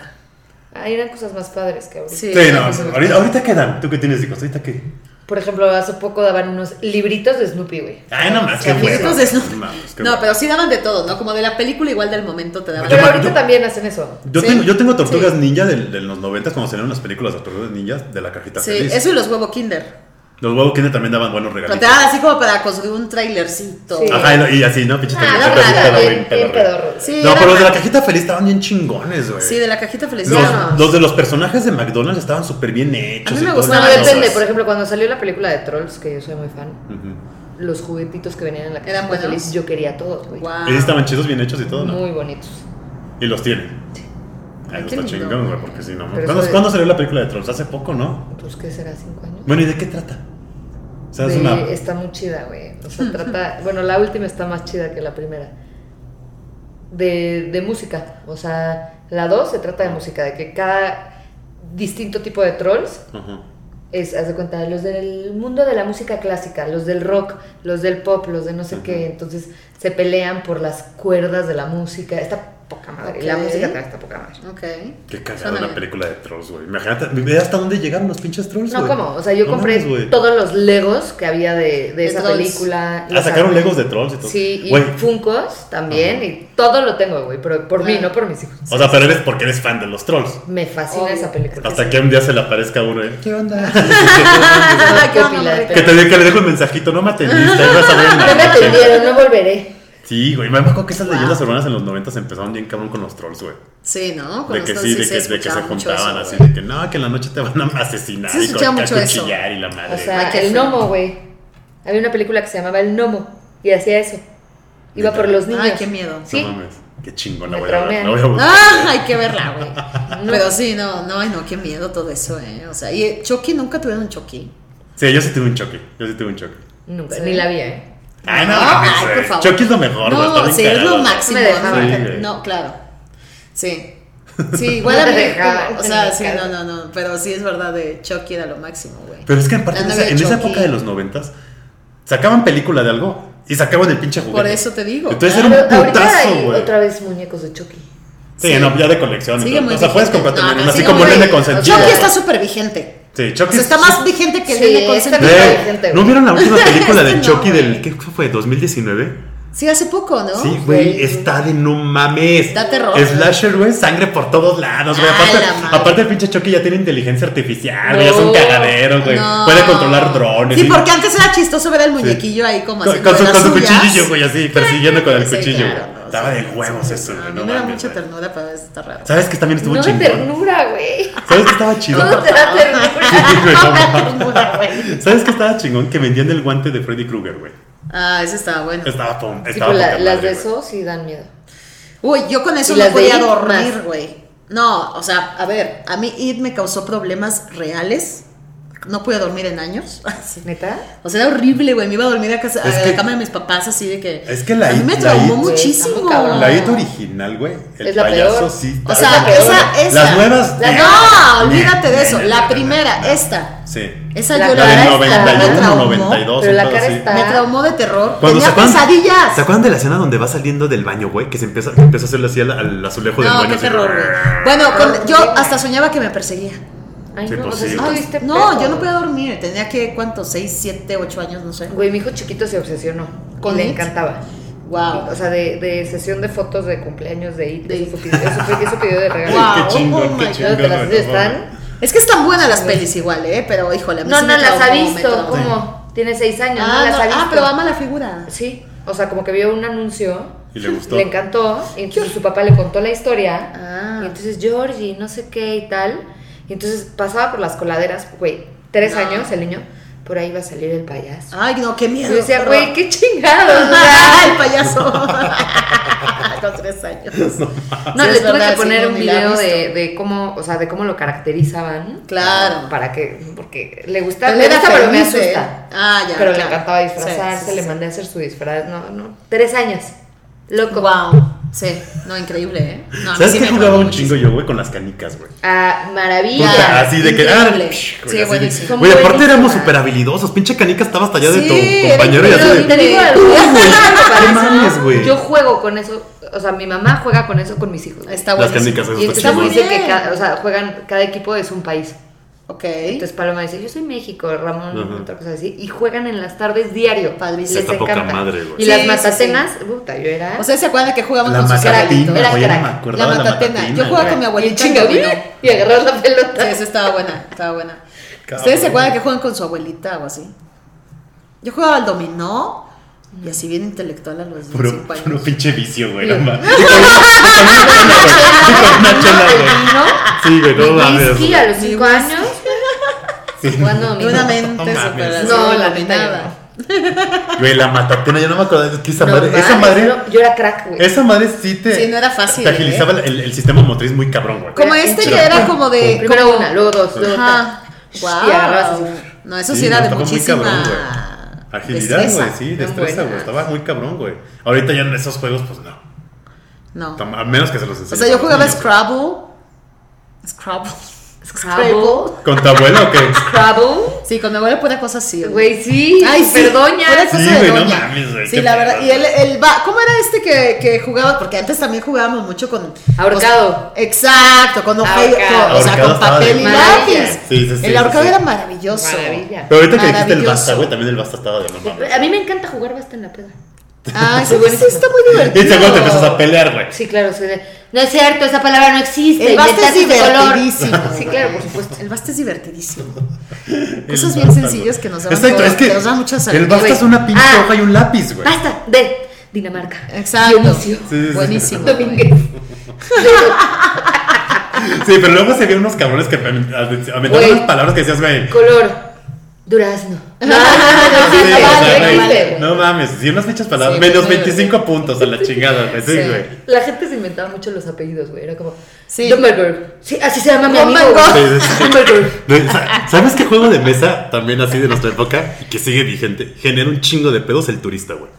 Speaker 3: Ahí Ah, eran cosas más padres que ahorita.
Speaker 1: Sí.
Speaker 2: Sí, no, ahorita, ahorita quedan. ¿Tú qué tienes hijos? ¿Ahorita qué?
Speaker 3: Por ejemplo, hace poco daban unos libritos de Snoopy, güey.
Speaker 5: Ay, no mames, qué
Speaker 1: Amiguitos
Speaker 5: hueva.
Speaker 1: de Snoop.
Speaker 2: Mames, qué
Speaker 1: No,
Speaker 2: hueva.
Speaker 1: pero sí daban de todo, ¿no? Como de la película, igual del momento te daban.
Speaker 3: Pero
Speaker 5: me-
Speaker 3: ahorita
Speaker 5: yo-
Speaker 3: también hacen eso.
Speaker 2: Yo,
Speaker 1: Sí.
Speaker 2: tengo, yo tengo Tortugas
Speaker 1: Sí.
Speaker 2: Ninja de, de los 90 cuando salieron las películas de Tortugas Ninjas de la cajita
Speaker 1: Sí,
Speaker 2: feliz.
Speaker 1: eso ah, y los huevos Kinder.
Speaker 2: Los huevos Kinder también daban buenos
Speaker 1: Pero
Speaker 2: regalitos.
Speaker 1: te daban así como para construir un trailercito.
Speaker 3: Sí.
Speaker 2: Ajá, y lo- y así, ¿no? Pinche
Speaker 1: Ah,
Speaker 2: también,
Speaker 1: la
Speaker 2: te la-
Speaker 1: verdad,
Speaker 2: te la- te
Speaker 3: bien-
Speaker 2: la-
Speaker 3: bien pedorro.
Speaker 1: Sí,
Speaker 5: No,
Speaker 1: era
Speaker 5: pero los de la
Speaker 1: ma-
Speaker 5: cajita feliz estaban bien chingones, güey.
Speaker 1: Sí, de la cajita feliz.
Speaker 2: Los,
Speaker 1: ya no.
Speaker 2: los de los personajes de McDonald's estaban súper bien hechos.
Speaker 1: A mí me
Speaker 2: y todo.
Speaker 1: gustaban
Speaker 3: Bueno,
Speaker 1: Ah,
Speaker 3: depende.
Speaker 1: esos.
Speaker 3: Por ejemplo, cuando salió la película de Trolls, que yo soy muy fan,
Speaker 2: Ujú.
Speaker 3: los juguetitos que venían en la
Speaker 1: ¿Eran
Speaker 3: cajita
Speaker 1: buenos?
Speaker 3: feliz, yo quería todos, güey.
Speaker 1: Guau.
Speaker 2: Esos estaban chidos, bien hechos y todo, ¿no?
Speaker 3: Muy bonitos.
Speaker 2: Y los tienen.
Speaker 1: Ay,
Speaker 2: Ay,
Speaker 1: qué
Speaker 2: eso está
Speaker 1: lindo.
Speaker 2: chingón, güey, porque si no.
Speaker 3: Pero
Speaker 2: ¿Cuándo,
Speaker 3: eso de-
Speaker 2: cuándo salió la película de Trolls? Hace poco, ¿no?
Speaker 3: Pues, ¿qué será? ¿Cinco años?
Speaker 2: Bueno, ¿y de qué trata? O sea, es
Speaker 3: De-
Speaker 2: una.
Speaker 3: Está muy chida, güey. O sea, trata. Bueno, la última está más chida que la primera. De, de música. O sea, la dos se trata de música, de que cada distinto tipo de trolls
Speaker 2: Ajá.
Speaker 3: es, haz de cuenta, los del mundo de la música clásica, los del rock, los del pop, los de no sé qué. Entonces se pelean por las cuerdas de la música. Está poca madre. La
Speaker 1: Ok.
Speaker 3: música también está poca madre.
Speaker 1: Ok.
Speaker 2: Qué
Speaker 1: Suena
Speaker 2: cagada una
Speaker 1: bien.
Speaker 2: película de Trolls, güey. Imagínate, ve hasta dónde llegaron los pinches Trolls,
Speaker 3: No,
Speaker 2: güey.
Speaker 3: ¿cómo? O sea, yo
Speaker 2: No
Speaker 3: compré
Speaker 2: mames, güey.
Speaker 3: todos los Legos que había de, de esa
Speaker 1: Trolls.
Speaker 3: película.
Speaker 2: Ah,
Speaker 3: los
Speaker 2: sacaron
Speaker 3: armé.
Speaker 2: Legos de Trolls y todo.
Speaker 3: Sí, y
Speaker 2: Güey,
Speaker 3: Funkos también, y todo lo tengo, güey, pero por mí,
Speaker 1: Ah.
Speaker 3: no por mis hijos.
Speaker 2: O sea, pero eres porque eres fan de los Trolls.
Speaker 3: Me fascina
Speaker 1: Obvio.
Speaker 3: esa película.
Speaker 2: Hasta que un día se le aparezca uno, ¿eh? ¿Qué onda?
Speaker 1: Ah, qué
Speaker 3: Qué
Speaker 1: onda,
Speaker 3: pila de
Speaker 1: Marika.
Speaker 2: que, te, de- que le dejo el mensajito, no me atendiste, ahí vas a ver en
Speaker 3: No
Speaker 2: la
Speaker 3: me
Speaker 2: noche.
Speaker 3: atendieron, no volveré.
Speaker 2: Sí, güey, me acuerdo que esas
Speaker 1: Wow.
Speaker 2: leyendas urbanas en los 90 empezaron bien cabrón con los trolls, güey.
Speaker 1: Sí, ¿no? Con
Speaker 2: De que
Speaker 1: los
Speaker 2: sí, de
Speaker 1: dulces
Speaker 2: que, de que se
Speaker 1: escuchaba mucho
Speaker 2: juntaban
Speaker 1: eso,
Speaker 2: así,
Speaker 1: güey.
Speaker 2: de que no, que en la noche te van a asesinar
Speaker 1: Sí,
Speaker 2: y
Speaker 1: escuchaba
Speaker 2: con
Speaker 1: mucho
Speaker 2: a
Speaker 1: eso.
Speaker 2: cuchillar y la madre.
Speaker 3: O sea,
Speaker 1: Ay, qué
Speaker 3: el
Speaker 1: feo.
Speaker 3: gnomo, güey. Había una película que se llamaba El Gnomo y hacía eso. Iba por los niños.
Speaker 1: Ay, qué miedo.
Speaker 2: no
Speaker 3: sí.
Speaker 2: mames. Qué chingón la
Speaker 3: Me
Speaker 2: voy a ver.
Speaker 3: traumean.
Speaker 2: La voy a buscar.
Speaker 1: Ah, hay que verla, güey. Pero sí, no, no, ay, no, qué miedo todo eso, ¿eh? O sea, y eh, Chucky, nunca tuvieron un Chucky.
Speaker 2: Sí, yo sí tuve un choque. Yo sí tuve un choque.
Speaker 3: Nunca,
Speaker 1: Sí.
Speaker 3: ni la vi, ¿eh?
Speaker 2: Ay, no,
Speaker 1: No,
Speaker 2: mames,
Speaker 1: ay, por
Speaker 2: güey.
Speaker 1: favor.
Speaker 2: Chucky es lo mejor, güey. está
Speaker 1: No,
Speaker 2: bien
Speaker 1: sí, es
Speaker 2: cagado,
Speaker 1: lo
Speaker 2: güey.
Speaker 1: máximo.
Speaker 3: Me dejaban.
Speaker 1: ¿no?
Speaker 2: Sí, güey.
Speaker 1: No, claro. Sí. Sí, igual a
Speaker 3: No
Speaker 1: mí.
Speaker 3: te dejaban.
Speaker 1: O sea, sí, no,
Speaker 3: Claro.
Speaker 1: no, no. Pero sí es verdad, de Chucky era lo máximo, güey.
Speaker 2: Pero es que en parte,
Speaker 1: La
Speaker 2: en esa,
Speaker 1: novia
Speaker 2: en esa
Speaker 1: Chucky.
Speaker 2: época de los 90 sacaban película de algo y sacaban el pinche juguete.
Speaker 1: Por eso te digo.
Speaker 2: Entonces
Speaker 1: claro.
Speaker 2: era un
Speaker 3: Pero ahorita
Speaker 2: putazo,
Speaker 3: hay
Speaker 2: güey.
Speaker 3: otra vez muñecos de Chucky.
Speaker 2: Sí,
Speaker 1: Sí.
Speaker 2: no, ya de colección.
Speaker 1: Sigue
Speaker 2: y todo.
Speaker 1: muy
Speaker 2: o sea, puedes
Speaker 1: vigente.
Speaker 2: comprar también
Speaker 1: No,
Speaker 2: una, así
Speaker 1: sigue
Speaker 2: como
Speaker 1: muy
Speaker 2: el nene
Speaker 1: vigente.
Speaker 2: consentido.
Speaker 1: Chucky
Speaker 2: güey.
Speaker 1: está súper vigente.
Speaker 2: Sí,
Speaker 1: O
Speaker 2: Chucky
Speaker 1: sea, está
Speaker 2: es-
Speaker 1: más vigente que el
Speaker 3: Sí,
Speaker 1: nene
Speaker 3: está
Speaker 1: consentido.
Speaker 3: bien
Speaker 2: Güey,
Speaker 3: vigente,
Speaker 2: ¿No
Speaker 3: güey.
Speaker 2: vieron la última película del
Speaker 1: Este No,
Speaker 2: Chucky del.
Speaker 1: güey.
Speaker 2: ¿Qué fue? ¿2019?
Speaker 1: Sí, hace poco, ¿no?
Speaker 2: Sí, güey, está de no mames.
Speaker 1: Da terror.
Speaker 2: Slasher, güey, sangre por todos lados, güey.
Speaker 1: Ah,
Speaker 2: Aparte,
Speaker 1: la madre.
Speaker 2: aparte, el pinche Chucky ya tiene inteligencia artificial, güey. Es un
Speaker 3: No.
Speaker 2: cagadero, güey.
Speaker 1: No.
Speaker 2: Puede controlar drones.
Speaker 1: Sí,
Speaker 2: y-
Speaker 1: porque antes era chistoso ver al muñequillo ahí como
Speaker 2: Con,
Speaker 1: así.
Speaker 2: con su, con su cuchillo, güey, así, persiguiendo con el
Speaker 1: Sí,
Speaker 2: cuchillo.
Speaker 1: claro,
Speaker 2: güey.
Speaker 1: no,
Speaker 2: Estaba
Speaker 1: sí,
Speaker 2: de
Speaker 1: sí,
Speaker 2: huevos
Speaker 1: sí.
Speaker 2: eso,
Speaker 1: A
Speaker 2: güey.
Speaker 1: mí
Speaker 2: No
Speaker 1: me da
Speaker 2: mames,
Speaker 1: mucha
Speaker 2: güey.
Speaker 1: ternura, pero está raro.
Speaker 2: ¿Sabes que también estuvo
Speaker 3: No de
Speaker 2: chingón?
Speaker 3: ternura, güey.
Speaker 2: ¿Sabes que estaba chido?
Speaker 3: No te da ternura.
Speaker 2: Sí, güey, no mames.
Speaker 1: Ternura, güey.
Speaker 2: ¿Sabes que estaba chingón? Que vendían el guante de Freddy Krueger, güey.
Speaker 1: Ah, ese estaba bueno.
Speaker 2: Estaba pom.
Speaker 3: Sí,
Speaker 2: Estaba
Speaker 3: pero la-
Speaker 2: poca
Speaker 3: las
Speaker 2: madre,
Speaker 3: de
Speaker 2: güey.
Speaker 3: eso sí dan miedo.
Speaker 1: Uy, yo con eso
Speaker 3: Y
Speaker 1: no
Speaker 3: las de
Speaker 1: podía
Speaker 3: It
Speaker 1: dormir,
Speaker 3: más.
Speaker 1: güey. No, o sea, a ver, a mí It me causó problemas reales. No pude dormir en años. Así.
Speaker 3: ¿Neta?
Speaker 1: O sea, era horrible, güey. Me iba a dormir a, casa-
Speaker 4: Es
Speaker 1: a
Speaker 4: que-
Speaker 1: la cama de mis papás, así de que.
Speaker 4: Es que la
Speaker 1: A mí
Speaker 4: It-
Speaker 1: me
Speaker 4: la
Speaker 1: traumó
Speaker 4: It-
Speaker 1: muchísimo.
Speaker 3: Está muy cabrón.
Speaker 4: La IT original, güey. El
Speaker 3: Es la
Speaker 4: payaso
Speaker 3: peor.
Speaker 4: sí.
Speaker 1: O
Speaker 4: está-
Speaker 1: sea,
Speaker 3: la
Speaker 1: esa,
Speaker 4: peor.
Speaker 1: esa.
Speaker 4: Las nuevas-
Speaker 1: La-
Speaker 4: Nah,
Speaker 1: no, olvídate de
Speaker 4: nah,
Speaker 1: eso.
Speaker 4: nah, nah,
Speaker 1: La
Speaker 4: nah,
Speaker 1: primera,
Speaker 4: nah.
Speaker 1: esta.
Speaker 4: Sí.
Speaker 1: Esa
Speaker 3: La-
Speaker 1: yo
Speaker 4: La
Speaker 1: la,
Speaker 4: del
Speaker 1: esta, me
Speaker 4: 91,
Speaker 1: traumó.
Speaker 4: 92.
Speaker 3: pero la
Speaker 4: entonces,
Speaker 3: cara
Speaker 4: sí.
Speaker 3: está-
Speaker 1: Me traumó de terror.
Speaker 2: Cuando
Speaker 1: Tenía
Speaker 2: se acuerdan-
Speaker 1: pesadillas.
Speaker 2: ¿Se acuerdan de la escena donde va saliendo del baño, güey? Que se empieza, que empieza a hacerle así al, al azulejo del
Speaker 1: No,
Speaker 2: baño.
Speaker 1: qué
Speaker 2: así.
Speaker 1: terror, güey. Bueno, con- yo hasta soñaba que me perseguía.
Speaker 3: Ay,
Speaker 2: Sí,
Speaker 3: no,
Speaker 2: pues
Speaker 3: o sea,
Speaker 2: sí.
Speaker 3: sí
Speaker 2: Ah,
Speaker 3: tuviste
Speaker 1: no,
Speaker 3: pedo.
Speaker 1: yo no podía dormir. Tenía que, ¿cuánto? ¿6, 7, 8 años? No sé.
Speaker 3: Güey, mi hijo chiquito se obsesionó.
Speaker 1: ¿Con
Speaker 3: Le
Speaker 1: It?
Speaker 3: encantaba.
Speaker 1: Wow.
Speaker 3: O sea, de, de sesión de fotos de cumpleaños de IT.
Speaker 1: De
Speaker 3: Eso fue- eso fue- eso pidió de regalo.
Speaker 1: Guau.
Speaker 4: Qué chingón,
Speaker 1: oh
Speaker 4: qué
Speaker 1: my
Speaker 4: chingón.
Speaker 3: God, las
Speaker 4: güey, no
Speaker 3: están-
Speaker 4: mames.
Speaker 1: Es que están buenas las pelis igual, ¿eh? Pero, híjole, a mí
Speaker 3: No,
Speaker 1: sí
Speaker 3: no
Speaker 1: me
Speaker 3: las ha
Speaker 1: traumó, me
Speaker 3: visto.
Speaker 1: traumó.
Speaker 3: ¿Cómo? Tiene seis años,
Speaker 1: Ah,
Speaker 3: no las
Speaker 1: no,
Speaker 3: ha visto.
Speaker 1: ah, pero ama la figura.
Speaker 3: Sí, o sea, como que vio un anuncio.
Speaker 4: Y le gustó.
Speaker 3: Le encantó. Y entonces su papá le contó la historia.
Speaker 1: Ah.
Speaker 3: Y entonces Georgie, no sé qué y tal. Y entonces pasaba por las coladeras, güey, tres
Speaker 1: No.
Speaker 3: años el niño. Por ahí va a salir el payaso.
Speaker 1: Ay, no, qué
Speaker 3: Y
Speaker 1: miedo.
Speaker 3: yo decía,
Speaker 1: horror.
Speaker 3: güey, qué chingados. o sea.
Speaker 1: Ah, el payaso. Con tres años.
Speaker 3: No,
Speaker 1: Sí,
Speaker 3: le
Speaker 1: es
Speaker 3: tuve
Speaker 1: verdad,
Speaker 3: que poner
Speaker 1: sí,
Speaker 3: un
Speaker 1: ni la he
Speaker 3: video
Speaker 1: visto.
Speaker 3: de, de cómo, o sea, de cómo lo caracterizaban. Ah,
Speaker 1: Claro.
Speaker 3: Para que, porque le gusta,
Speaker 1: Pero
Speaker 3: le
Speaker 1: era
Speaker 3: gusta, pero me
Speaker 1: feliz, ¿eh?
Speaker 3: asusta.
Speaker 1: Ah, ya, claro.
Speaker 3: Pero le encantaba
Speaker 1: Sí,
Speaker 3: disfrazarse,
Speaker 1: sí,
Speaker 3: le
Speaker 1: sí.
Speaker 3: mandé a hacer su disfraz. No, no. Tres años. Loco.
Speaker 1: Wow. Sí, no, increíble, ¿eh? No, a mí
Speaker 4: ¿Sabes
Speaker 1: sí
Speaker 4: qué
Speaker 1: me
Speaker 4: jugaba
Speaker 1: traumó
Speaker 4: un chingo yo, güey? Con las canicas, güey.
Speaker 3: Ah, maravilla.
Speaker 4: Puta, así de que. ah,
Speaker 1: increíble.
Speaker 4: psh,
Speaker 1: Sí,
Speaker 4: güey, así de-
Speaker 1: buenísimo.
Speaker 2: Güey, aparte
Speaker 3: Buenísima.
Speaker 2: éramos súper habilidosos. Pinche canica estaba hasta allá de
Speaker 1: Sí,
Speaker 2: tu compañero y
Speaker 1: era
Speaker 2: así
Speaker 1: increíble.
Speaker 2: de.
Speaker 3: Te digo algo,
Speaker 2: No mames, güey.
Speaker 3: Yo juego con eso. O sea, mi mamá juega con eso con mis hijos.
Speaker 1: Está
Speaker 2: Las
Speaker 1: bueno.
Speaker 2: canicas, eso
Speaker 3: Y entonces
Speaker 2: está
Speaker 1: muy
Speaker 2: chido.
Speaker 3: dice
Speaker 1: bien.
Speaker 3: que cada, o sea, juegan, cada equipo es un país.
Speaker 1: Ok.
Speaker 3: Entonces Paloma dice, yo soy México, Ramón,
Speaker 2: Ajá.
Speaker 3: otra cosa así, y juegan en las tardes diario.
Speaker 1: Padrísimo.
Speaker 3: Les
Speaker 2: Está poca
Speaker 3: encanta.
Speaker 2: madre, güey.
Speaker 3: y las
Speaker 1: Sí,
Speaker 3: matacenas, puta, yo era.
Speaker 1: O sea, ¿se acuerdan que jugamos
Speaker 4: La
Speaker 1: con sus
Speaker 4: macatina,
Speaker 1: abuelitos?
Speaker 4: güey.
Speaker 3: Era
Speaker 4: no me
Speaker 3: crack.
Speaker 1: La
Speaker 4: acordaba de la
Speaker 1: matatina.
Speaker 4: macatina.
Speaker 1: Yo jugaba con
Speaker 4: güey.
Speaker 1: mi
Speaker 3: y el
Speaker 1: abuelita
Speaker 3: chango,
Speaker 1: vino.
Speaker 3: y agarrar la
Speaker 1: Sí,
Speaker 3: pelota.
Speaker 1: esa estaba buena, estaba buena.
Speaker 4: Cabrón.
Speaker 1: ¿Ustedes se acuerdan que juegan con su abuelita o así? Yo jugaba al dominó y así bien intelectual a los
Speaker 4: Puro,
Speaker 1: 25
Speaker 4: puro
Speaker 1: años.
Speaker 4: pinche vicio, güey.
Speaker 3: Yo-
Speaker 4: No mames. Y con una- y con una chela, güey. Y con una chela, güey.
Speaker 2: Sí, güey, no
Speaker 3: Mi
Speaker 2: mames.
Speaker 3: whisky
Speaker 2: güey.
Speaker 3: a los 5 años. Jugando
Speaker 1: Y una
Speaker 3: dominó.
Speaker 1: mente
Speaker 4: No
Speaker 1: súper
Speaker 4: mames.
Speaker 1: así
Speaker 3: No, la
Speaker 1: iluminada.
Speaker 4: Güey, la matatena, yo no me acordaba. Es que esa
Speaker 3: No
Speaker 4: madre. Esa
Speaker 3: mames,
Speaker 4: madre.
Speaker 3: no, yo era crack, güey.
Speaker 4: Esa madre sí te.
Speaker 1: Sí, no era fácil, ¿eh?
Speaker 4: Te agilizaba el, el sistema motriz muy cabrón, güey.
Speaker 1: Como este
Speaker 4: Sí.
Speaker 1: que era como de.
Speaker 3: Primero
Speaker 1: como-
Speaker 3: una, luego dos, luego
Speaker 1: Ajá.
Speaker 3: otra. Y agarrabas
Speaker 1: Wow.
Speaker 3: así.
Speaker 1: No, eso sí,
Speaker 4: Sí,
Speaker 1: era
Speaker 4: no,
Speaker 1: de
Speaker 4: estaba muy
Speaker 1: muchísima.
Speaker 4: cabrón, güey. Agilidad,
Speaker 1: destreza.
Speaker 4: güey, sí,
Speaker 3: Eran
Speaker 4: destreza, güey.
Speaker 3: buenas.
Speaker 4: Estaba muy cabrón, güey. Ahorita ya en esos juegos, pues no.
Speaker 1: No.
Speaker 4: Tam- A menos que se los
Speaker 1: O
Speaker 4: enseñes
Speaker 1: sea,
Speaker 4: a
Speaker 1: yo
Speaker 4: los
Speaker 1: jugaba
Speaker 4: niños.
Speaker 1: Scrabble. Scrabble.
Speaker 3: Scrabble.
Speaker 4: ¿Con tu abuelo o qué?
Speaker 3: Scrabble.
Speaker 1: Sí, con mi abuela pura cosa así. oye.
Speaker 3: Güey, sí.
Speaker 1: Ay, sí.
Speaker 3: Perdoña.
Speaker 1: Fuera cosa
Speaker 4: Sí,
Speaker 1: de
Speaker 4: güey, no
Speaker 1: doña.
Speaker 4: mames, güey,
Speaker 1: Sí,
Speaker 4: qué
Speaker 1: la
Speaker 4: pedo.
Speaker 1: verdad. Y él, él va. ¿Cómo era este que, que jugaba? Porque antes también jugábamos mucho con. o sea,
Speaker 3: Ahorcado.
Speaker 1: exacto, con ojeo.
Speaker 3: Ahorcado.
Speaker 1: con- O sea,
Speaker 4: Ahorcado
Speaker 1: con
Speaker 4: estaba de
Speaker 1: papel y
Speaker 3: maravilla.
Speaker 1: lápiz.
Speaker 4: Sí, sí, sí,
Speaker 1: el ahorcado
Speaker 4: sí, sí.
Speaker 1: era maravilloso.
Speaker 3: Maravilla.
Speaker 4: Pero ahorita que dijiste el
Speaker 1: Maravilloso.
Speaker 4: basta, güey, también el basta estaba de no mames.
Speaker 3: A mí me encanta jugar basta en la peda.
Speaker 1: Ay, Ah, sí, sí, está muy divertido.
Speaker 4: Y luego te empiezas a pelear, güey.
Speaker 3: Sí, claro, soy de, no es cierto, esa palabra no existe.
Speaker 1: El basta es
Speaker 3: inventaste ese este color".
Speaker 1: divertidísimo.
Speaker 3: Sí, claro, por supuesto.
Speaker 1: El basta es divertidísimo.
Speaker 4: El
Speaker 1: Cosas
Speaker 4: basta,
Speaker 1: bien
Speaker 4: güey.
Speaker 1: sencillas que nos dan
Speaker 4: Exacto,
Speaker 1: todo-
Speaker 4: es que.
Speaker 1: que nos dan muchas
Speaker 4: El basta
Speaker 3: güey.
Speaker 4: es una pinche
Speaker 3: Ah.
Speaker 4: hoja y un lápiz, güey.
Speaker 3: Basta de Dinamarca.
Speaker 1: Exacto.
Speaker 3: Dionisio.
Speaker 4: Sí, sí, sí.
Speaker 1: Buenísimo.
Speaker 3: Domínguez.
Speaker 4: Sí, pero luego se vieron unos cabrones que am- am-
Speaker 3: Güey.
Speaker 4: aventaban unas palabras que decías, güey.
Speaker 3: Color. Durazno. No, no,
Speaker 1: no
Speaker 4: Sí,
Speaker 1: existe,
Speaker 4: o sea,
Speaker 1: no
Speaker 4: güey,
Speaker 1: existe.
Speaker 4: No mames, si unas fechas palabras,
Speaker 1: Sí,
Speaker 4: menos
Speaker 1: muy bien.
Speaker 4: 25 puntos a la chingada, güey. Sí,
Speaker 1: Sí.
Speaker 4: güey.
Speaker 3: La gente se inventaba mucho los apellidos, güey. Era como.
Speaker 1: Sí.
Speaker 3: Dumberger. Sí, así se llama mi amigo.
Speaker 1: Dumberger.
Speaker 3: güey.
Speaker 4: Sí, sí, sí.
Speaker 3: Dumberger.
Speaker 4: No, sa-
Speaker 2: ¿Sabes qué juego de mesa también así de nuestra época y que sigue vigente? Genera un chingo de pedos el turista, güey.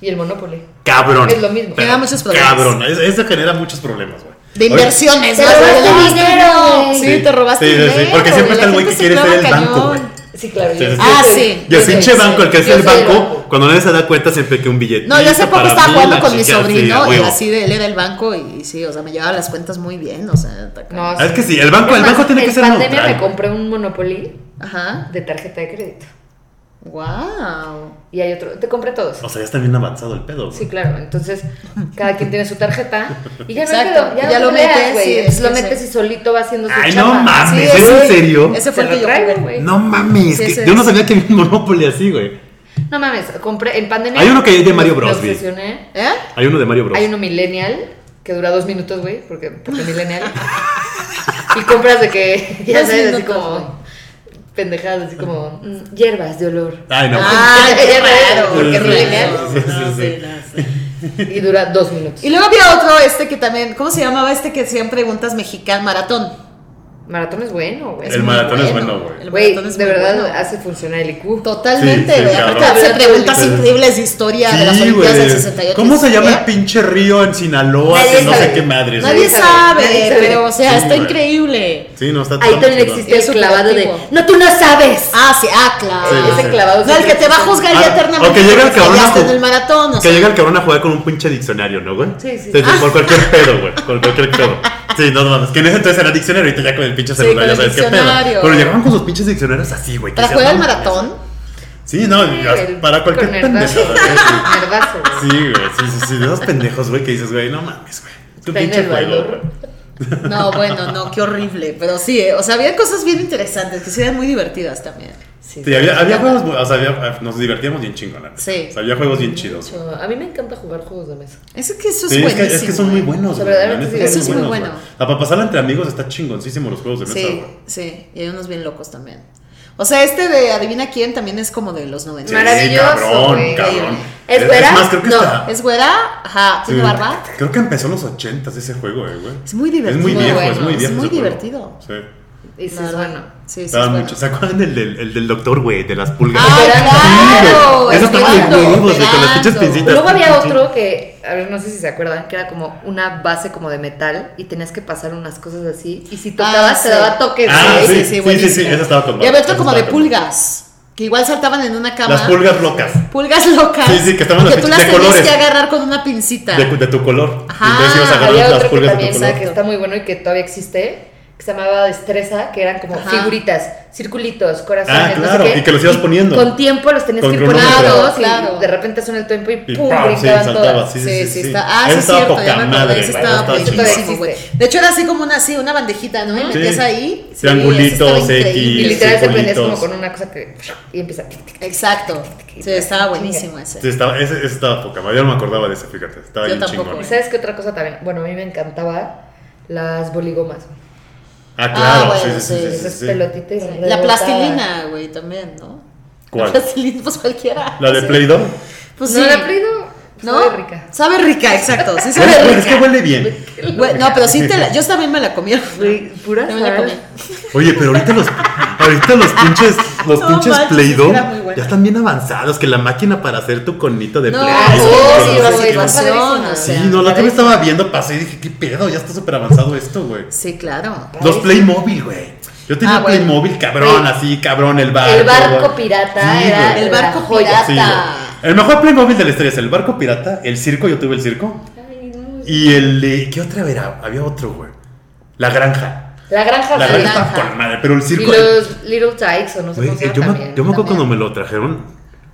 Speaker 3: Y el Monopoly.
Speaker 2: Cabrón.
Speaker 3: Es lo mismo.
Speaker 1: Genera muchos problemas.
Speaker 4: Cabrón, es- eso genera muchos problemas, güey.
Speaker 1: De inversiones,
Speaker 3: Te
Speaker 1: más
Speaker 3: robaste
Speaker 1: adelante.
Speaker 3: dinero, güey.
Speaker 1: Sí, te robaste
Speaker 4: Sí, sí, sí,
Speaker 1: dinero.
Speaker 4: porque siempre
Speaker 1: güey,
Speaker 4: está el
Speaker 1: la
Speaker 4: güey
Speaker 1: gente
Speaker 4: que
Speaker 1: se
Speaker 4: quiere
Speaker 1: clava
Speaker 4: ser el
Speaker 1: cañón.
Speaker 4: banco, güey.
Speaker 3: Sí, claro.
Speaker 4: Sí,
Speaker 3: yo-
Speaker 4: sí,
Speaker 1: Ah,
Speaker 3: yo-
Speaker 1: sí.
Speaker 2: Y el
Speaker 3: yo-
Speaker 2: pinche
Speaker 3: sí.
Speaker 2: banco, el que es
Speaker 3: Yo
Speaker 2: el
Speaker 3: soy
Speaker 2: banco, cuando nadie se da cuenta, siempre que un billete.
Speaker 1: No, yo hace poco
Speaker 2: para
Speaker 1: estaba
Speaker 2: mí,
Speaker 1: jugando
Speaker 2: la
Speaker 1: con mi
Speaker 2: chingada, sí, a
Speaker 1: sobrino y
Speaker 2: huevo.
Speaker 1: así de él era el banco y sí, o sea, me llevaba las cuentas muy bien, o sea, está cabrón.
Speaker 3: No,
Speaker 2: Ah, Es que sí, el banco, el
Speaker 3: Es más,
Speaker 2: banco tiene que
Speaker 3: en
Speaker 2: ser
Speaker 3: pandemia
Speaker 2: neutral.
Speaker 3: me compré un Monopoly
Speaker 1: Ajá.
Speaker 3: de tarjeta de crédito.
Speaker 1: Wow.
Speaker 3: Y hay otro. Te compré todos.
Speaker 4: O sea, ya está bien avanzado el pedo, güey.
Speaker 3: Sí, claro. Entonces, cada quien tiene su tarjeta y ya
Speaker 1: Exacto,
Speaker 3: no hay pedo, ya,
Speaker 1: ya
Speaker 3: no
Speaker 1: lo
Speaker 3: peleas,
Speaker 1: metes,
Speaker 3: güey.
Speaker 1: sí,
Speaker 3: Entonces lo
Speaker 1: sí,
Speaker 3: metes
Speaker 1: sí.
Speaker 3: y solito va haciendo su
Speaker 2: Ay,
Speaker 3: chamba.
Speaker 2: no mames,
Speaker 1: Sí,
Speaker 2: ¿es en
Speaker 1: güey.
Speaker 2: serio?
Speaker 1: Ese
Speaker 3: Te
Speaker 1: fue el
Speaker 3: lo
Speaker 1: que yo
Speaker 3: traigo,
Speaker 1: jugué.
Speaker 3: güey.
Speaker 2: No mames,
Speaker 1: Sí,
Speaker 2: que-
Speaker 1: ese
Speaker 2: yo no
Speaker 1: es.
Speaker 2: sabía que había un Monopoly así, güey.
Speaker 3: No mames, compré en pandemia.
Speaker 2: Hay uno que es de Mario
Speaker 3: me
Speaker 2: Bros, güey.
Speaker 3: obsesioné.
Speaker 1: ¿Eh?
Speaker 2: Hay uno de Mario Bros.
Speaker 3: Hay uno millennial que dura dos minutos, güey, porque, porque millennial. y compras de que, ya
Speaker 1: Dos
Speaker 3: sabes, así
Speaker 1: minutos,
Speaker 3: como pendejadas, así como mm, hierbas de olor.
Speaker 4: Ay, no.
Speaker 1: Ay,
Speaker 3: Ya
Speaker 1: qué
Speaker 3: me-
Speaker 1: raro,
Speaker 4: porque
Speaker 1: qué
Speaker 4: millennial.
Speaker 1: raro.
Speaker 4: Sí, sí, sí.
Speaker 1: No, sí, no, sí.
Speaker 3: Y dura dos minutos.
Speaker 1: Y luego había otro, este que también, ¿cómo se llamaba este que hacían preguntas mexicano? Maratón.
Speaker 3: Maratón es bueno, güey.
Speaker 1: Es
Speaker 2: El
Speaker 1: muy
Speaker 2: maratón es bueno, güey.
Speaker 1: El
Speaker 3: Güey,
Speaker 1: maratón es
Speaker 3: de
Speaker 1: muy
Speaker 3: verdad
Speaker 1: bueno.
Speaker 3: hace funcionar el IQ.
Speaker 1: Totalmente,
Speaker 2: Sí, sí,
Speaker 1: güey.
Speaker 2: cabrón.
Speaker 1: Aparte hace preguntas
Speaker 2: Pero-
Speaker 1: increíbles de historia de las
Speaker 2: Sí,
Speaker 1: Olimpiadas del
Speaker 2: güey.
Speaker 1: 68.
Speaker 2: ¿Cómo se llama el
Speaker 1: ¿Eh?
Speaker 2: pinche río en Sinaloa?
Speaker 3: Nadie
Speaker 2: que no
Speaker 3: sabe.
Speaker 2: sé qué madres.
Speaker 1: Nadie
Speaker 2: güey?
Speaker 3: Nadie sabe,
Speaker 1: sabe,
Speaker 3: nadie sabe.
Speaker 1: pero o sea,
Speaker 2: Sí,
Speaker 1: está
Speaker 2: güey.
Speaker 1: increíble.
Speaker 2: Sí, no está
Speaker 3: Ahí
Speaker 2: tan
Speaker 3: también
Speaker 2: chido.
Speaker 3: existe
Speaker 1: Es
Speaker 3: el clavado de.
Speaker 1: superlativo.
Speaker 3: ¡No, tú no sabes!
Speaker 1: Ah, sí, ah, claro.
Speaker 2: Sí, sí,
Speaker 1: Ese
Speaker 2: sí.
Speaker 1: clavado. No, el que te va a juzgar
Speaker 6: Ah,
Speaker 1: ya eternamente.
Speaker 6: o que llega el
Speaker 1: porque
Speaker 6: cabrón a
Speaker 1: fallaste
Speaker 6: jug-
Speaker 1: en el maratón, o
Speaker 6: Que
Speaker 1: sea. Ah.
Speaker 6: llega el cabrón a jugar con un pinche diccionario, ¿no, güey?
Speaker 3: Sí, sí.
Speaker 6: Entonces, Por cualquier pedo, güey. Por cualquier pedo.
Speaker 2: Sí, no, no mames. Que en ese entonces era diccionario, ahorita ya con el pinche
Speaker 1: Sí, con
Speaker 2: celular, ya
Speaker 1: el
Speaker 2: sabes qué
Speaker 1: diccionario.
Speaker 2: pedo. Pero llegaban con sus pinches diccionarios así, güey. que
Speaker 1: Para
Speaker 2: decías,
Speaker 1: jugar al
Speaker 2: no,
Speaker 1: maratón.
Speaker 2: Sí, no, ya,
Speaker 3: El-
Speaker 2: para cualquier
Speaker 3: con el brazo.
Speaker 2: pendejo.
Speaker 3: Nerdazo, Ah, güey.
Speaker 2: Sí, güey, sí, sí, sí. De esos pendejos, güey, que dices, güey, no mames, güey. Tu
Speaker 3: Está en
Speaker 2: pinche
Speaker 3: el
Speaker 2: juego,
Speaker 3: valor.
Speaker 2: güey.
Speaker 1: No, bueno, no, qué horrible. Pero sí, eh, o sea, había cosas bien interesantes que sí eran muy divertidas también.
Speaker 3: Sí.
Speaker 2: Sí, había, había juegos, o sea, había- nos divertíamos bien chingón. la neta.
Speaker 1: Sí.
Speaker 2: O sea, había juegos bien chidos.
Speaker 3: Mucho. A mí me encanta jugar juegos de mesa.
Speaker 1: Es que eso es
Speaker 2: Sí, es que,
Speaker 1: buenísimo. ¿eh?
Speaker 2: es que son muy buenos,
Speaker 3: O sea,
Speaker 2: güey. La
Speaker 3: verdaderamente
Speaker 2: neta,
Speaker 1: sí,
Speaker 2: están
Speaker 1: eso es muy
Speaker 2: buenos,
Speaker 1: bueno.
Speaker 2: güey. Ah, Para pasarla entre amigos está chingoncísimo los juegos de mesa,
Speaker 1: Sí,
Speaker 2: güey.
Speaker 1: sí. Y hay unos bien locos también. O sea, este de Adivina quién también es como de los 90.
Speaker 2: Sí,
Speaker 3: Maravilloso,
Speaker 2: Cabrón,
Speaker 3: güey.
Speaker 2: cabrón.
Speaker 3: ¿Es güera?
Speaker 2: más, creo que
Speaker 3: No,
Speaker 2: está-
Speaker 1: Es güera, ajá, tiene
Speaker 2: Sí.
Speaker 1: barba.
Speaker 2: Creo que empezó en los ochentas ese juego, eh, güey.
Speaker 1: Es muy divertido.
Speaker 2: Es muy viejo, es
Speaker 1: bueno,
Speaker 2: muy viejo.
Speaker 1: Es muy
Speaker 2: ese juego.
Speaker 1: divertido.
Speaker 2: Sí.
Speaker 3: Y sí, es
Speaker 1: La verdad.
Speaker 3: bueno.
Speaker 1: Sí, sí. es
Speaker 2: Estaba
Speaker 1: bueno.
Speaker 2: mucho.
Speaker 6: ¿Se acuerdan del, del, el del doctor, güey? De las pulgas.
Speaker 1: Ay,
Speaker 3: Sí, güey.
Speaker 1: claro.
Speaker 6: Eso estaba de
Speaker 1: esperando,
Speaker 6: huevos, güey, con las pinches
Speaker 1: esperando.
Speaker 6: pincitas.
Speaker 3: Luego había otro que, a ver, no sé si se acuerdan, que era como una base como de metal y tenías que pasar unas cosas así. Y si tocabas,
Speaker 1: Ah, sí.
Speaker 3: te daba toques.
Speaker 2: Ah,
Speaker 3: güey.
Speaker 2: sí, sí, sí,
Speaker 1: buenísimo.
Speaker 2: sí, esa estaba con
Speaker 1: Y
Speaker 2: madre,
Speaker 1: había otro
Speaker 2: esa
Speaker 1: como de
Speaker 2: estaba con madre.
Speaker 1: pulgas, que igual saltaban en una cama.
Speaker 2: Las pulgas locas.
Speaker 1: Pulgas locas.
Speaker 2: Sí, sí, que estaban
Speaker 1: y
Speaker 2: las
Speaker 1: que tú
Speaker 2: pinches
Speaker 1: las
Speaker 2: de
Speaker 1: tenías
Speaker 2: colores.
Speaker 1: que agarrar con una pincita.
Speaker 2: De, de tu color.
Speaker 1: Ajá,
Speaker 2: Entonces ibas a
Speaker 3: Había
Speaker 2: agarrar las
Speaker 3: otro que
Speaker 2: pulgas de
Speaker 3: también
Speaker 2: tu
Speaker 3: sabe
Speaker 2: color.
Speaker 3: que está muy bueno y que todavía existe, que se llamaba Destreza, que eran como
Speaker 1: Ajá.
Speaker 3: figuritas, circulitos, corazones,
Speaker 2: Ah, claro,
Speaker 3: no sé qué.
Speaker 2: y que los ibas poniendo.
Speaker 3: Con tiempo los tenías
Speaker 2: Con
Speaker 3: que ir poniendo
Speaker 1: cronómetro.
Speaker 3: todos
Speaker 1: Claro, claro.
Speaker 3: y de repente suena el tiempo y
Speaker 2: Y
Speaker 3: pum,
Speaker 2: ¡pam! Sí,
Speaker 3: brincaban
Speaker 2: saltaba.
Speaker 3: todas.
Speaker 2: Sí, sí, sí.
Speaker 1: está. Ah, sí,
Speaker 2: Ese
Speaker 1: es
Speaker 2: estaba
Speaker 1: cierto, ya
Speaker 2: poca
Speaker 1: me
Speaker 2: madre,
Speaker 1: acordé, ese
Speaker 2: güey,
Speaker 1: estaba
Speaker 2: estaba
Speaker 1: buenísimo,
Speaker 3: chingón.
Speaker 1: güey. De hecho, era así como una, así, una bandejita, ¿no? Y metías
Speaker 2: Sí.
Speaker 1: ahí. Sí, ese
Speaker 2: Triangulitos,
Speaker 1: estaba
Speaker 2: X.
Speaker 3: Y
Speaker 1: increíble.
Speaker 3: literal se prendías
Speaker 2: circulitos.
Speaker 3: como con una cosa que y empieza. tic, tic, tic.
Speaker 1: Exacto. Sí, estaba buenísimo ese.
Speaker 2: Sí, estaba, ese, ese estaba poca madre. Yo no me acordaba de ese, fíjate. Estaba
Speaker 1: Yo
Speaker 2: bien
Speaker 1: tampoco.
Speaker 2: chingón.
Speaker 3: ¿Y sabes qué otra cosa también? Bueno, a mí me encantaba las boligomas.
Speaker 2: Ah, claro.
Speaker 1: Ah, bueno,
Speaker 2: sí, sí,
Speaker 1: sí,
Speaker 2: sí, sí,
Speaker 3: Esas
Speaker 2: sí, sí.
Speaker 3: pelotitas. y
Speaker 1: La
Speaker 3: rebotaban.
Speaker 1: plastilina, güey, también, ¿no?
Speaker 2: ¿Cuál?
Speaker 1: La plastilina, pues cualquiera.
Speaker 2: ¿La de
Speaker 1: Sí.
Speaker 2: Play Doh?
Speaker 1: Pues
Speaker 3: No,
Speaker 1: sí.
Speaker 3: la abrido.
Speaker 1: ¿No?
Speaker 3: Sabe rica.
Speaker 1: Sabe rica, exacto. Sí, sabe
Speaker 2: Huele- Es que
Speaker 1: rica.
Speaker 2: huele bien.
Speaker 1: Güey, no, pero sí te la. Yo también me la comí.
Speaker 3: Güey, pura
Speaker 1: También la
Speaker 3: sal.
Speaker 1: comí.
Speaker 6: Oye, pero ahorita los, ahorita los pinches, los
Speaker 1: No
Speaker 6: pinches
Speaker 1: manches,
Speaker 6: Play Doh
Speaker 1: era muy buena.
Speaker 6: ya están bien avanzados. Que la máquina para hacer tu conito de
Speaker 1: No,
Speaker 6: Play
Speaker 1: es
Speaker 6: Doh,
Speaker 1: que
Speaker 6: que
Speaker 1: sí,
Speaker 6: no sé
Speaker 1: la
Speaker 6: qué
Speaker 1: situación,
Speaker 6: más.
Speaker 1: o
Speaker 2: Sí,
Speaker 1: sea.
Speaker 2: no, la que me estaba viendo pasé y dije, ¿qué pedo? Ya está súper avanzado esto, güey.
Speaker 1: Sí, claro.
Speaker 2: Los Playmobil, güey. Yo tenía
Speaker 1: Ah,
Speaker 2: un
Speaker 1: bueno.
Speaker 2: Playmobil cabrón,
Speaker 3: Güey.
Speaker 2: así, cabrón, el barco.
Speaker 3: El barco
Speaker 2: güey.
Speaker 3: pirata
Speaker 2: Ah, Sí,
Speaker 3: era
Speaker 2: güey.
Speaker 1: El
Speaker 3: la
Speaker 1: barco
Speaker 3: joya.
Speaker 1: pirata.
Speaker 2: Sí, güey. El mejor Playmobil de la historia es el barco pirata, el circo, yo tuve el circo.
Speaker 3: Ay, no.
Speaker 2: Y el. eh, ¿Qué otra era? Había otro, güey. La granja.
Speaker 3: La granja
Speaker 2: La
Speaker 3: sí.
Speaker 2: granja
Speaker 1: granja.
Speaker 2: estaba con madre, pero el
Speaker 3: Y
Speaker 2: circo.
Speaker 3: los Little Tykes o no sé
Speaker 6: Güey,
Speaker 3: cómo se
Speaker 6: eh,
Speaker 3: llama
Speaker 6: yo, me,
Speaker 3: también.
Speaker 6: yo me acuerdo cuando
Speaker 3: También.
Speaker 6: me lo trajeron,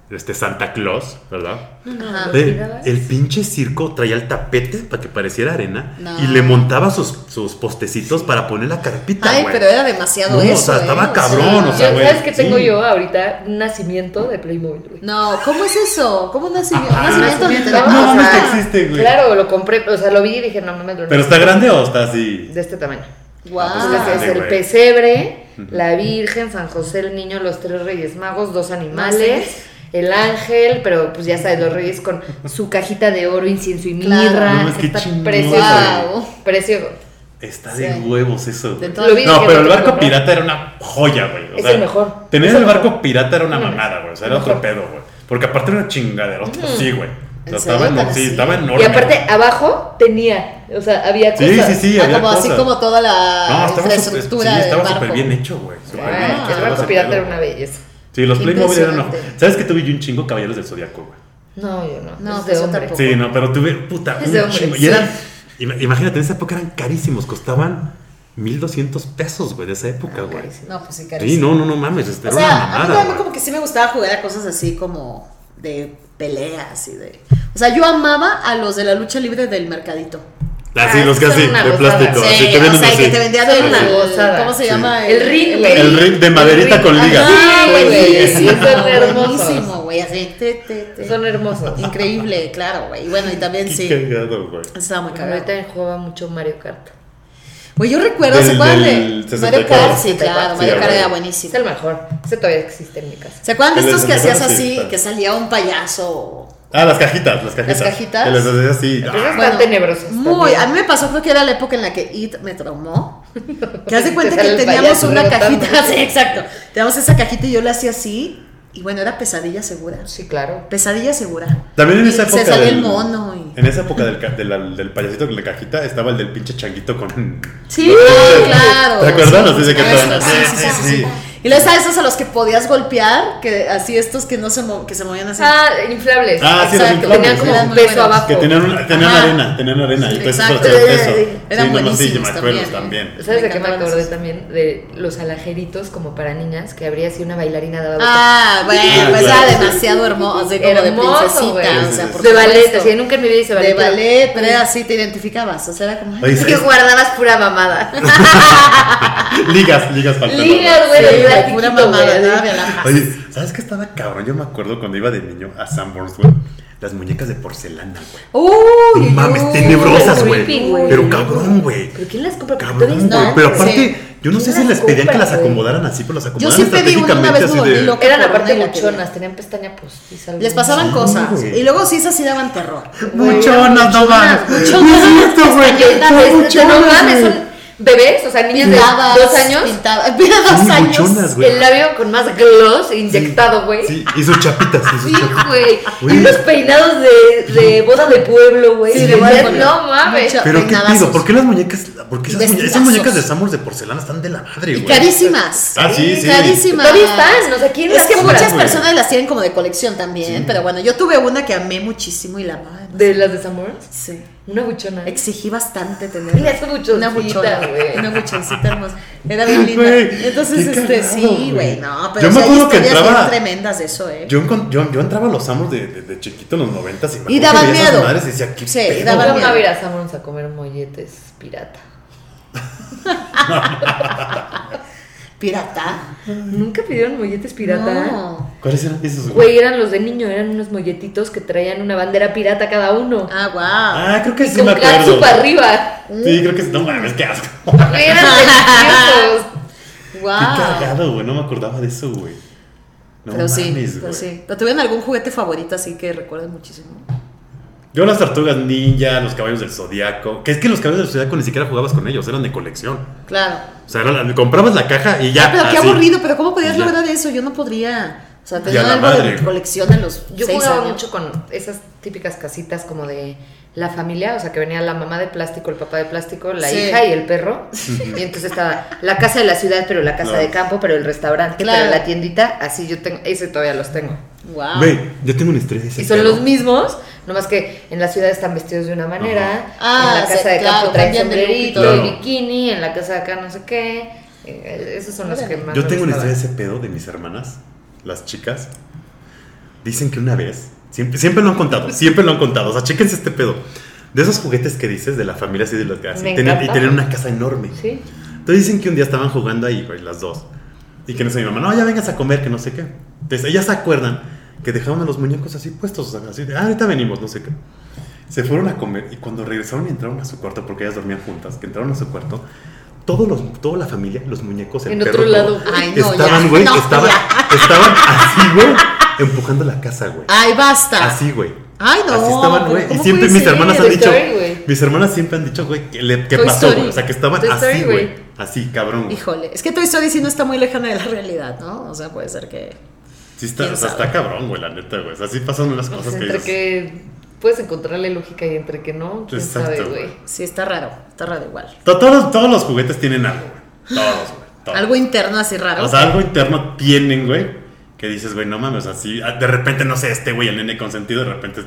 Speaker 6: este Santa Claus, ¿verdad?
Speaker 1: Ajá.
Speaker 6: Eh,
Speaker 3: tirabas?
Speaker 6: el pinche circo traía el tapete para que pareciera arena
Speaker 1: No.
Speaker 6: y le montaba sus, sus postecitos para poner la carpita,
Speaker 1: Ay,
Speaker 6: güey.
Speaker 1: pero era demasiado
Speaker 6: No, o sea,
Speaker 1: eso. ¿eh?
Speaker 6: estaba
Speaker 1: O
Speaker 6: cabrón, o sea,
Speaker 3: Yo-
Speaker 6: güey,
Speaker 3: ¿Sabes que tengo
Speaker 6: sí.
Speaker 3: yo ahorita? Un nacimiento de Playmobil, güey.
Speaker 1: No, ¿cómo es eso? ¿Cómo un nacimiento?
Speaker 2: Ah,
Speaker 1: un nacimiento
Speaker 2: sí,
Speaker 1: literal.
Speaker 2: no
Speaker 1: O sea,
Speaker 2: mames, que existe, güey.
Speaker 3: Claro, lo compré, o sea, lo vi y dije, no mames, lo
Speaker 2: Pero está grande o está así.
Speaker 3: De este tamaño.
Speaker 1: guau.
Speaker 2: Ah,
Speaker 3: Entonces
Speaker 2: grande,
Speaker 3: es el
Speaker 2: güey.
Speaker 3: pesebre, la Virgen, San José, el niño, los tres reyes magos, dos animales, el ángel, pero pues ya sabes, los reyes con su cajita de oro, incienso y
Speaker 1: Claro.
Speaker 3: mirra.
Speaker 2: No, es que
Speaker 3: está
Speaker 2: chingón,
Speaker 3: precioso.
Speaker 1: güey.
Speaker 3: Precioso.
Speaker 2: Está
Speaker 1: Sí.
Speaker 2: de huevos eso.
Speaker 1: De
Speaker 2: güey.
Speaker 1: todo.
Speaker 3: Lo vi y
Speaker 2: No,
Speaker 3: dije,
Speaker 2: pero el
Speaker 3: "Lo tengo
Speaker 2: barco
Speaker 3: que comprar".
Speaker 2: pirata era una joya, güey. O
Speaker 3: Es
Speaker 2: sea,
Speaker 3: el mejor.
Speaker 2: Tener
Speaker 3: Es
Speaker 2: el
Speaker 3: el mejor.
Speaker 2: barco pirata era una
Speaker 3: No mames.
Speaker 2: mamada, güey. O sea,
Speaker 3: El
Speaker 2: era otro
Speaker 3: mejor.
Speaker 2: pedo, güey. Porque aparte era una chingadera. Sí, güey. O sea,
Speaker 1: ¿En serio?
Speaker 2: estaba, eno- sí,
Speaker 1: Sí.
Speaker 2: estaba enorme.
Speaker 3: Y aparte,
Speaker 2: güey.
Speaker 3: abajo tenía, o sea, había cosas.
Speaker 2: Sí, sí, sí.
Speaker 1: ah,
Speaker 2: había
Speaker 1: como así
Speaker 2: cosas.
Speaker 1: como toda la
Speaker 2: No, estaba súper
Speaker 1: infraestructura
Speaker 2: sí, estaba eh.
Speaker 1: del
Speaker 2: súper
Speaker 1: barco.
Speaker 2: bien hecho, güey. Súper
Speaker 3: Ah,
Speaker 2: bien hecho,
Speaker 3: el
Speaker 2: estaba
Speaker 3: barco
Speaker 2: ese
Speaker 3: pirata
Speaker 2: pedo,
Speaker 3: era una
Speaker 2: güey.
Speaker 3: belleza.
Speaker 2: Sí, los Playmobil eran una...
Speaker 1: Impresionante.
Speaker 2: ¿Sabes que tuve yo un chingo Caballeros del Zodíaco, güey?
Speaker 3: No, yo no.
Speaker 1: No,
Speaker 3: es
Speaker 1: pues
Speaker 3: de
Speaker 1: yo
Speaker 3: hombre.
Speaker 1: tampoco.
Speaker 2: Sí, no, pero tuve... Puta,
Speaker 3: Es de
Speaker 2: un
Speaker 3: hombre,
Speaker 2: chingo.
Speaker 3: sí.
Speaker 2: Y eran...
Speaker 6: Ima- Imagínate, en esa época eran carísimos, costaban 1200 pesos, güey, de esa época, güey.
Speaker 3: Carísimo.
Speaker 1: No, pues sí,
Speaker 6: Sí,
Speaker 1: carísimo.
Speaker 6: no, no, no mames, este,
Speaker 1: O
Speaker 6: era una
Speaker 1: sea, a mí
Speaker 6: mamada.
Speaker 1: también
Speaker 6: güey.
Speaker 1: como que sí me gustaba jugar a cosas así como de peleas y de... O sea, yo amaba a los de la lucha libre del mercadito.
Speaker 6: Así,
Speaker 3: Ah,
Speaker 6: los que
Speaker 3: son
Speaker 6: así,
Speaker 3: una
Speaker 6: de
Speaker 3: gozada.
Speaker 6: plástico,
Speaker 1: Sí,
Speaker 6: así, te venden
Speaker 1: o sea,
Speaker 6: así.
Speaker 1: que te vendían
Speaker 3: Son una
Speaker 1: el-
Speaker 3: gozada.
Speaker 1: ¿Cómo se
Speaker 3: Sí.
Speaker 1: llama?
Speaker 3: El ring, güey.
Speaker 2: El ring de
Speaker 3: El
Speaker 2: maderita
Speaker 3: ring.
Speaker 2: con ligas.
Speaker 1: Ajá,
Speaker 3: Sí,
Speaker 1: güey.
Speaker 3: güey, sí, son
Speaker 1: no,
Speaker 3: hermosos.
Speaker 1: Buenísimo, güey. Así, te, te, te.
Speaker 3: Son hermosos.
Speaker 1: Increíble, claro, güey. Y bueno, y también
Speaker 2: Qué
Speaker 1: sí.
Speaker 2: cagado, güey.
Speaker 1: Estaba muy
Speaker 3: Ahorita
Speaker 1: cagado.
Speaker 3: también jugaba mucho Mario Kart.
Speaker 1: Güey, yo recuerdo, ¿se
Speaker 2: Del-
Speaker 1: acuerdan
Speaker 2: del
Speaker 1: de Mario
Speaker 2: 64?
Speaker 1: Kart? Sí, claro,
Speaker 3: Sí,
Speaker 1: Mario Kart
Speaker 2: güey.
Speaker 1: era
Speaker 3: Es
Speaker 1: buenísimo.
Speaker 3: el mejor. Ese todavía existe en mi casa.
Speaker 1: ¿Se acuerdan de
Speaker 2: El
Speaker 1: estos que hacías
Speaker 2: 64, sí,
Speaker 1: así,
Speaker 2: claro.
Speaker 1: que salía un payaso?
Speaker 2: Ah, las cajitas, las cajitas.
Speaker 1: Las cajitas.
Speaker 2: Que les hacías así.
Speaker 3: Entonces
Speaker 2: ah,
Speaker 1: Bueno,
Speaker 3: están tenebrosas.
Speaker 1: Muy,
Speaker 3: también.
Speaker 1: a mí me pasó, creo que era la época en la que IT me traumó. Que hace cuenta
Speaker 3: Te sale
Speaker 1: que
Speaker 3: el
Speaker 1: teníamos
Speaker 3: payaso
Speaker 1: una
Speaker 3: rotando.
Speaker 1: cajita, sí, exacto. Teníamos esa cajita y yo la hacía así. Y bueno, era pesadilla segura.
Speaker 3: Sí, claro.
Speaker 1: Pesadilla segura.
Speaker 2: Ah. También en
Speaker 1: Y
Speaker 2: esa época.
Speaker 1: Se salía
Speaker 2: del-
Speaker 1: el mono. Y...
Speaker 2: En esa época del, ca- de la- del payasito con la cajita estaba el del pinche changuito con.
Speaker 1: Sí, claro.
Speaker 2: ¿Te acuerdas?
Speaker 1: Sí,
Speaker 2: Así de que
Speaker 1: por supuesto,
Speaker 2: todo-
Speaker 1: sí, sí, sí, sí, sí. Y luego estaban esos a los que podías golpear, que así estos que no se, mo- que se movían así.
Speaker 3: Ah, inflables.
Speaker 2: Ah, sí, los
Speaker 1: Exacto,
Speaker 2: inflables,
Speaker 3: Tenían como
Speaker 2: sí.
Speaker 1: eran
Speaker 3: un
Speaker 1: muy
Speaker 3: peso
Speaker 1: buenos.
Speaker 3: abajo.
Speaker 2: Que tenían, una- tenían
Speaker 1: Ajá.
Speaker 2: arena, tenían arena. Y entonces
Speaker 1: Exacto.
Speaker 2: eso era el peso.
Speaker 1: Eran
Speaker 2: sí, no, no, sí, yo
Speaker 1: buenísimos
Speaker 2: me acuerdo
Speaker 1: también. ¿eh?
Speaker 2: también.
Speaker 3: ¿Sabes
Speaker 1: Me
Speaker 3: de qué me
Speaker 1: encantaban
Speaker 3: acordé
Speaker 1: esos.
Speaker 3: también? De los alajeritos como para niñas, que habría así una bailarina daba vueltas.
Speaker 1: Ah, bueno,
Speaker 2: Ah,
Speaker 1: pues era
Speaker 2: claro.
Speaker 1: demasiado hermoso, así como
Speaker 3: Hermoso,
Speaker 1: de
Speaker 3: güey.
Speaker 1: princesita, o sea, por
Speaker 3: de ballet,
Speaker 1: supuesto.
Speaker 3: así, nunca en mi vida hice
Speaker 1: De
Speaker 3: ballet. pero-
Speaker 1: ballet, pero era así, te identificabas, o sea, era como... ay,
Speaker 2: Oye,
Speaker 3: Así que
Speaker 2: ¿sabes?
Speaker 3: guardabas pura mamada.
Speaker 2: Ligas, ligas faltando.
Speaker 3: Ligas, güey, de
Speaker 1: Sí,
Speaker 3: ayuda
Speaker 1: pura
Speaker 3: chiquito,
Speaker 1: mamada,
Speaker 3: güey,
Speaker 1: nada
Speaker 3: así.
Speaker 1: de relajas.
Speaker 2: Oye, ¿sabes qué estaba cabrón? Yo me acuerdo cuando iba de niño a Sanborns, güey. Las muñecas de porcelana, güey.
Speaker 1: Uy,
Speaker 7: No
Speaker 1: uy,
Speaker 7: mames,
Speaker 1: uy.
Speaker 7: tenebrosas,
Speaker 3: creepy,
Speaker 7: güey.
Speaker 3: güey.
Speaker 7: Pero cabrón, güey.
Speaker 3: ¿Pero quién las compra? Porque todavía
Speaker 7: Cabrón,
Speaker 3: están,
Speaker 7: güey. Pero
Speaker 1: sí.
Speaker 7: aparte, yo no
Speaker 3: ¿Quién
Speaker 7: sé si
Speaker 3: las
Speaker 7: les pedían que
Speaker 3: compra,
Speaker 7: las
Speaker 3: güey?
Speaker 7: acomodaran así, pero las acomodaron
Speaker 1: siempre vi una, una
Speaker 7: estratégicamente
Speaker 1: vez me
Speaker 7: así
Speaker 1: volví
Speaker 7: de.
Speaker 1: loca.
Speaker 3: Eran
Speaker 1: Por
Speaker 3: aparte
Speaker 1: una
Speaker 3: buchonas, tenían pestaña pues, postiza.
Speaker 1: Les
Speaker 3: algunas.
Speaker 1: pasaban cosas.
Speaker 7: güey.
Speaker 1: Y luego sí, esas sí daban terror.
Speaker 2: Muchonas, no mames.
Speaker 1: Muchonas,
Speaker 2: Es cierto, güey.
Speaker 3: Galletas,
Speaker 2: Son
Speaker 3: este, no
Speaker 2: muchonas,
Speaker 3: mames,
Speaker 2: güey.
Speaker 3: son bebés, o sea, niñas de
Speaker 1: Pintadas,
Speaker 3: dos años.
Speaker 1: Pintadas, Mira, dos
Speaker 7: Muy
Speaker 1: años.
Speaker 7: buchonas, güey.
Speaker 3: El labio con más gloss inyectado, güey.
Speaker 7: Sí, y sus chapitas, y sus
Speaker 3: Sí,
Speaker 7: chapitas.
Speaker 3: güey.
Speaker 7: Güey.
Speaker 3: Y unos peinados de, de boda de pueblo, güey.
Speaker 1: Sí,
Speaker 3: de
Speaker 1: de boda de pueblo.
Speaker 3: No mames.
Speaker 1: Mucha-
Speaker 7: Pero qué
Speaker 1: peinadazos.
Speaker 7: pido, ¿por qué las muñecas? ¿Por qué
Speaker 1: Y
Speaker 7: esas, muñe- esas
Speaker 1: vestidazos.
Speaker 7: muñecas de Samuels de porcelana están de la madre,
Speaker 1: Y
Speaker 7: güey?
Speaker 1: carísimas.
Speaker 2: Ah, sí, sí.
Speaker 1: Carísimas.
Speaker 3: Todavía están, o sea, ¿quién
Speaker 1: Es
Speaker 3: las
Speaker 1: que
Speaker 3: compra?
Speaker 1: muchas
Speaker 7: güey?
Speaker 1: personas las tienen como de colección también. Pero bueno, yo tuve una que amé muchísimo y la amaba.
Speaker 3: De las de Samurans.
Speaker 1: Sí.
Speaker 3: Una buchona.
Speaker 1: Exigí bastante tener
Speaker 3: Mira, es una buchoncita,
Speaker 1: una buchona,
Speaker 3: güey.
Speaker 1: una buchoncita hermosa. Era bien linda.
Speaker 2: Güey,
Speaker 1: Entonces,
Speaker 2: qué
Speaker 1: este,
Speaker 2: cagado,
Speaker 1: sí, güey,
Speaker 2: güey.
Speaker 1: no, pero
Speaker 2: Yo me
Speaker 1: sí hay
Speaker 2: acuerdo que
Speaker 1: historias
Speaker 2: entraba-
Speaker 1: bien tremendas de eso, eh.
Speaker 2: Yo, encon- yo, yo entraba a los Samos de, de- de chiquito en los noventas y me
Speaker 1: Y
Speaker 2: acuerdo que
Speaker 1: daban
Speaker 2: veía esas
Speaker 1: miedo.
Speaker 2: madres y decía, ¿qué
Speaker 1: Sí, y
Speaker 2: pedo,
Speaker 1: daban
Speaker 3: Yo
Speaker 2: güey?
Speaker 1: miedo.
Speaker 3: no voy a ir a Samurans a comer molletes pirata.
Speaker 1: Pirata.
Speaker 3: ¿Nunca pidieron molletes pirata?
Speaker 1: No.
Speaker 2: ¿Cuáles eran esos,
Speaker 3: Güey, eran los de niño, eran unos molletitos que traían una bandera pirata cada uno.
Speaker 1: Ah, wow.
Speaker 2: Ah, creo que
Speaker 3: Y
Speaker 2: sí
Speaker 3: con
Speaker 2: me acuerdo.
Speaker 3: catsup arriba.
Speaker 2: Sí, creo que sí. No mames, qué asco.
Speaker 3: Eran deliciosos.
Speaker 1: wow.
Speaker 2: Qué cagado, güey. No me acordaba de eso, güey. No
Speaker 1: Ah. pero sí,
Speaker 2: mames,
Speaker 1: pero
Speaker 2: güey.
Speaker 1: sí. ¿Pero tuvieron algún juguete favorito así que recuerden muchísimo?
Speaker 2: Yo las tortugas ninja, los caballos del zodiaco. Que es que los caballos del zodiaco ni siquiera jugabas con ellos, eran de colección.
Speaker 1: Claro.
Speaker 2: O sea, era la- comprabas la caja y ya.
Speaker 1: Ah, pero qué
Speaker 2: así.
Speaker 1: aburrido, pero ¿cómo podías
Speaker 2: Ya.
Speaker 1: lograr eso? Yo no podría. O sea,
Speaker 2: Y a
Speaker 1: tenía
Speaker 2: la
Speaker 1: algo de
Speaker 2: madre.
Speaker 1: colección en los
Speaker 3: Yo
Speaker 1: seis
Speaker 3: jugaba
Speaker 1: años.
Speaker 3: mucho con esas típicas casitas como de la familia, o sea, que venía la mamá de plástico, el papá de plástico, la
Speaker 1: Sí.
Speaker 3: hija y el perro. Y entonces estaba la casa de la ciudad, pero la casa
Speaker 2: Claro.
Speaker 3: de campo, pero el restaurante,
Speaker 1: Claro.
Speaker 3: pero la tiendita. Así yo tengo, ese todavía los tengo.
Speaker 2: Ah.
Speaker 1: Wow.
Speaker 7: Güey, yo tengo un estrés de ese
Speaker 3: Y son
Speaker 7: pedo.
Speaker 3: los mismos, nomás que en la ciudad están vestidos de una manera,
Speaker 1: Ah,
Speaker 3: en la casa
Speaker 1: sí,
Speaker 3: de
Speaker 1: claro,
Speaker 3: campo traen
Speaker 1: cambian de
Speaker 3: sombrerito
Speaker 2: lookito.
Speaker 3: y
Speaker 2: Claro.
Speaker 3: bikini, en la casa de acá no sé qué. Eh, Esos son los que más
Speaker 2: Yo
Speaker 3: me
Speaker 2: tengo una historia
Speaker 3: gustaban.
Speaker 2: de ese pedo de mis hermanas, las chicas. Dicen que una vez, siempre, siempre lo han contado, siempre lo han contado. O sea, chéquense este pedo. De esos juguetes que dices, de la familia así de los que
Speaker 3: Me
Speaker 2: así, tenían- y
Speaker 3: encanta.
Speaker 2: tener una casa enorme.
Speaker 3: Sí.
Speaker 2: Entonces dicen que un día estaban jugando ahí, güey, las dos. Y que no sé, mi mamá, no, ya vengas a comer, que no sé qué. Entonces ellas se acuerdan que dejaron a los muñecos así puestos, o sea, así de, ah, ahorita venimos, no sé qué. Se fueron a comer y cuando regresaron y entraron a su cuarto, porque ellas dormían juntas, que entraron a su cuarto, todos los, toda la familia, los muñecos, el
Speaker 3: En
Speaker 2: perro,
Speaker 3: otro
Speaker 2: todo,
Speaker 3: lado.
Speaker 1: Ay, no,
Speaker 2: estaban,
Speaker 1: ya.
Speaker 2: güey,
Speaker 1: No,
Speaker 2: estaban, estaban así, güey, empujando la casa, güey.
Speaker 1: Ay, basta.
Speaker 2: Así, güey.
Speaker 1: Ay, no.
Speaker 2: Así estaban, güey. Y
Speaker 1: ¿cómo
Speaker 2: siempre
Speaker 1: puede
Speaker 2: mis
Speaker 1: ser?
Speaker 2: hermanas han
Speaker 3: Toy
Speaker 2: dicho.
Speaker 3: Story, güey.
Speaker 2: mis hermanas siempre han dicho, güey, que, le- que
Speaker 1: Toy
Speaker 2: pasó,
Speaker 1: Story.
Speaker 2: güey. O sea, que estaban
Speaker 3: Toy Story,
Speaker 2: así, güey.
Speaker 3: güey.
Speaker 2: Así, cabrón. güey.
Speaker 1: Híjole, es que Toy Story sí no está muy lejana de la realidad, ¿no? O sea, puede ser que.
Speaker 2: Sí, está,
Speaker 1: ¿Quién
Speaker 2: o sea,
Speaker 1: sabe?
Speaker 2: está cabrón, güey, la neta, güey. O sea, sí pasan unas
Speaker 3: O
Speaker 2: cosas
Speaker 3: sea,
Speaker 2: que
Speaker 3: Pues entre
Speaker 2: dices.
Speaker 3: que puedes encontrarle lógica y entre que no, quién
Speaker 2: Exacto,
Speaker 3: sabe,
Speaker 2: güey.
Speaker 3: güey.
Speaker 1: Sí, está raro, está raro igual.
Speaker 2: To- Todos, todos los juguetes tienen algo, güey. Todos, güey. todos.
Speaker 1: Algo interno así raro.
Speaker 2: O sea, algo interno tienen, güey. Que dices, güey, no mames. O sea, sí, ah, de repente, no sé, este güey, el nene consentido, de repente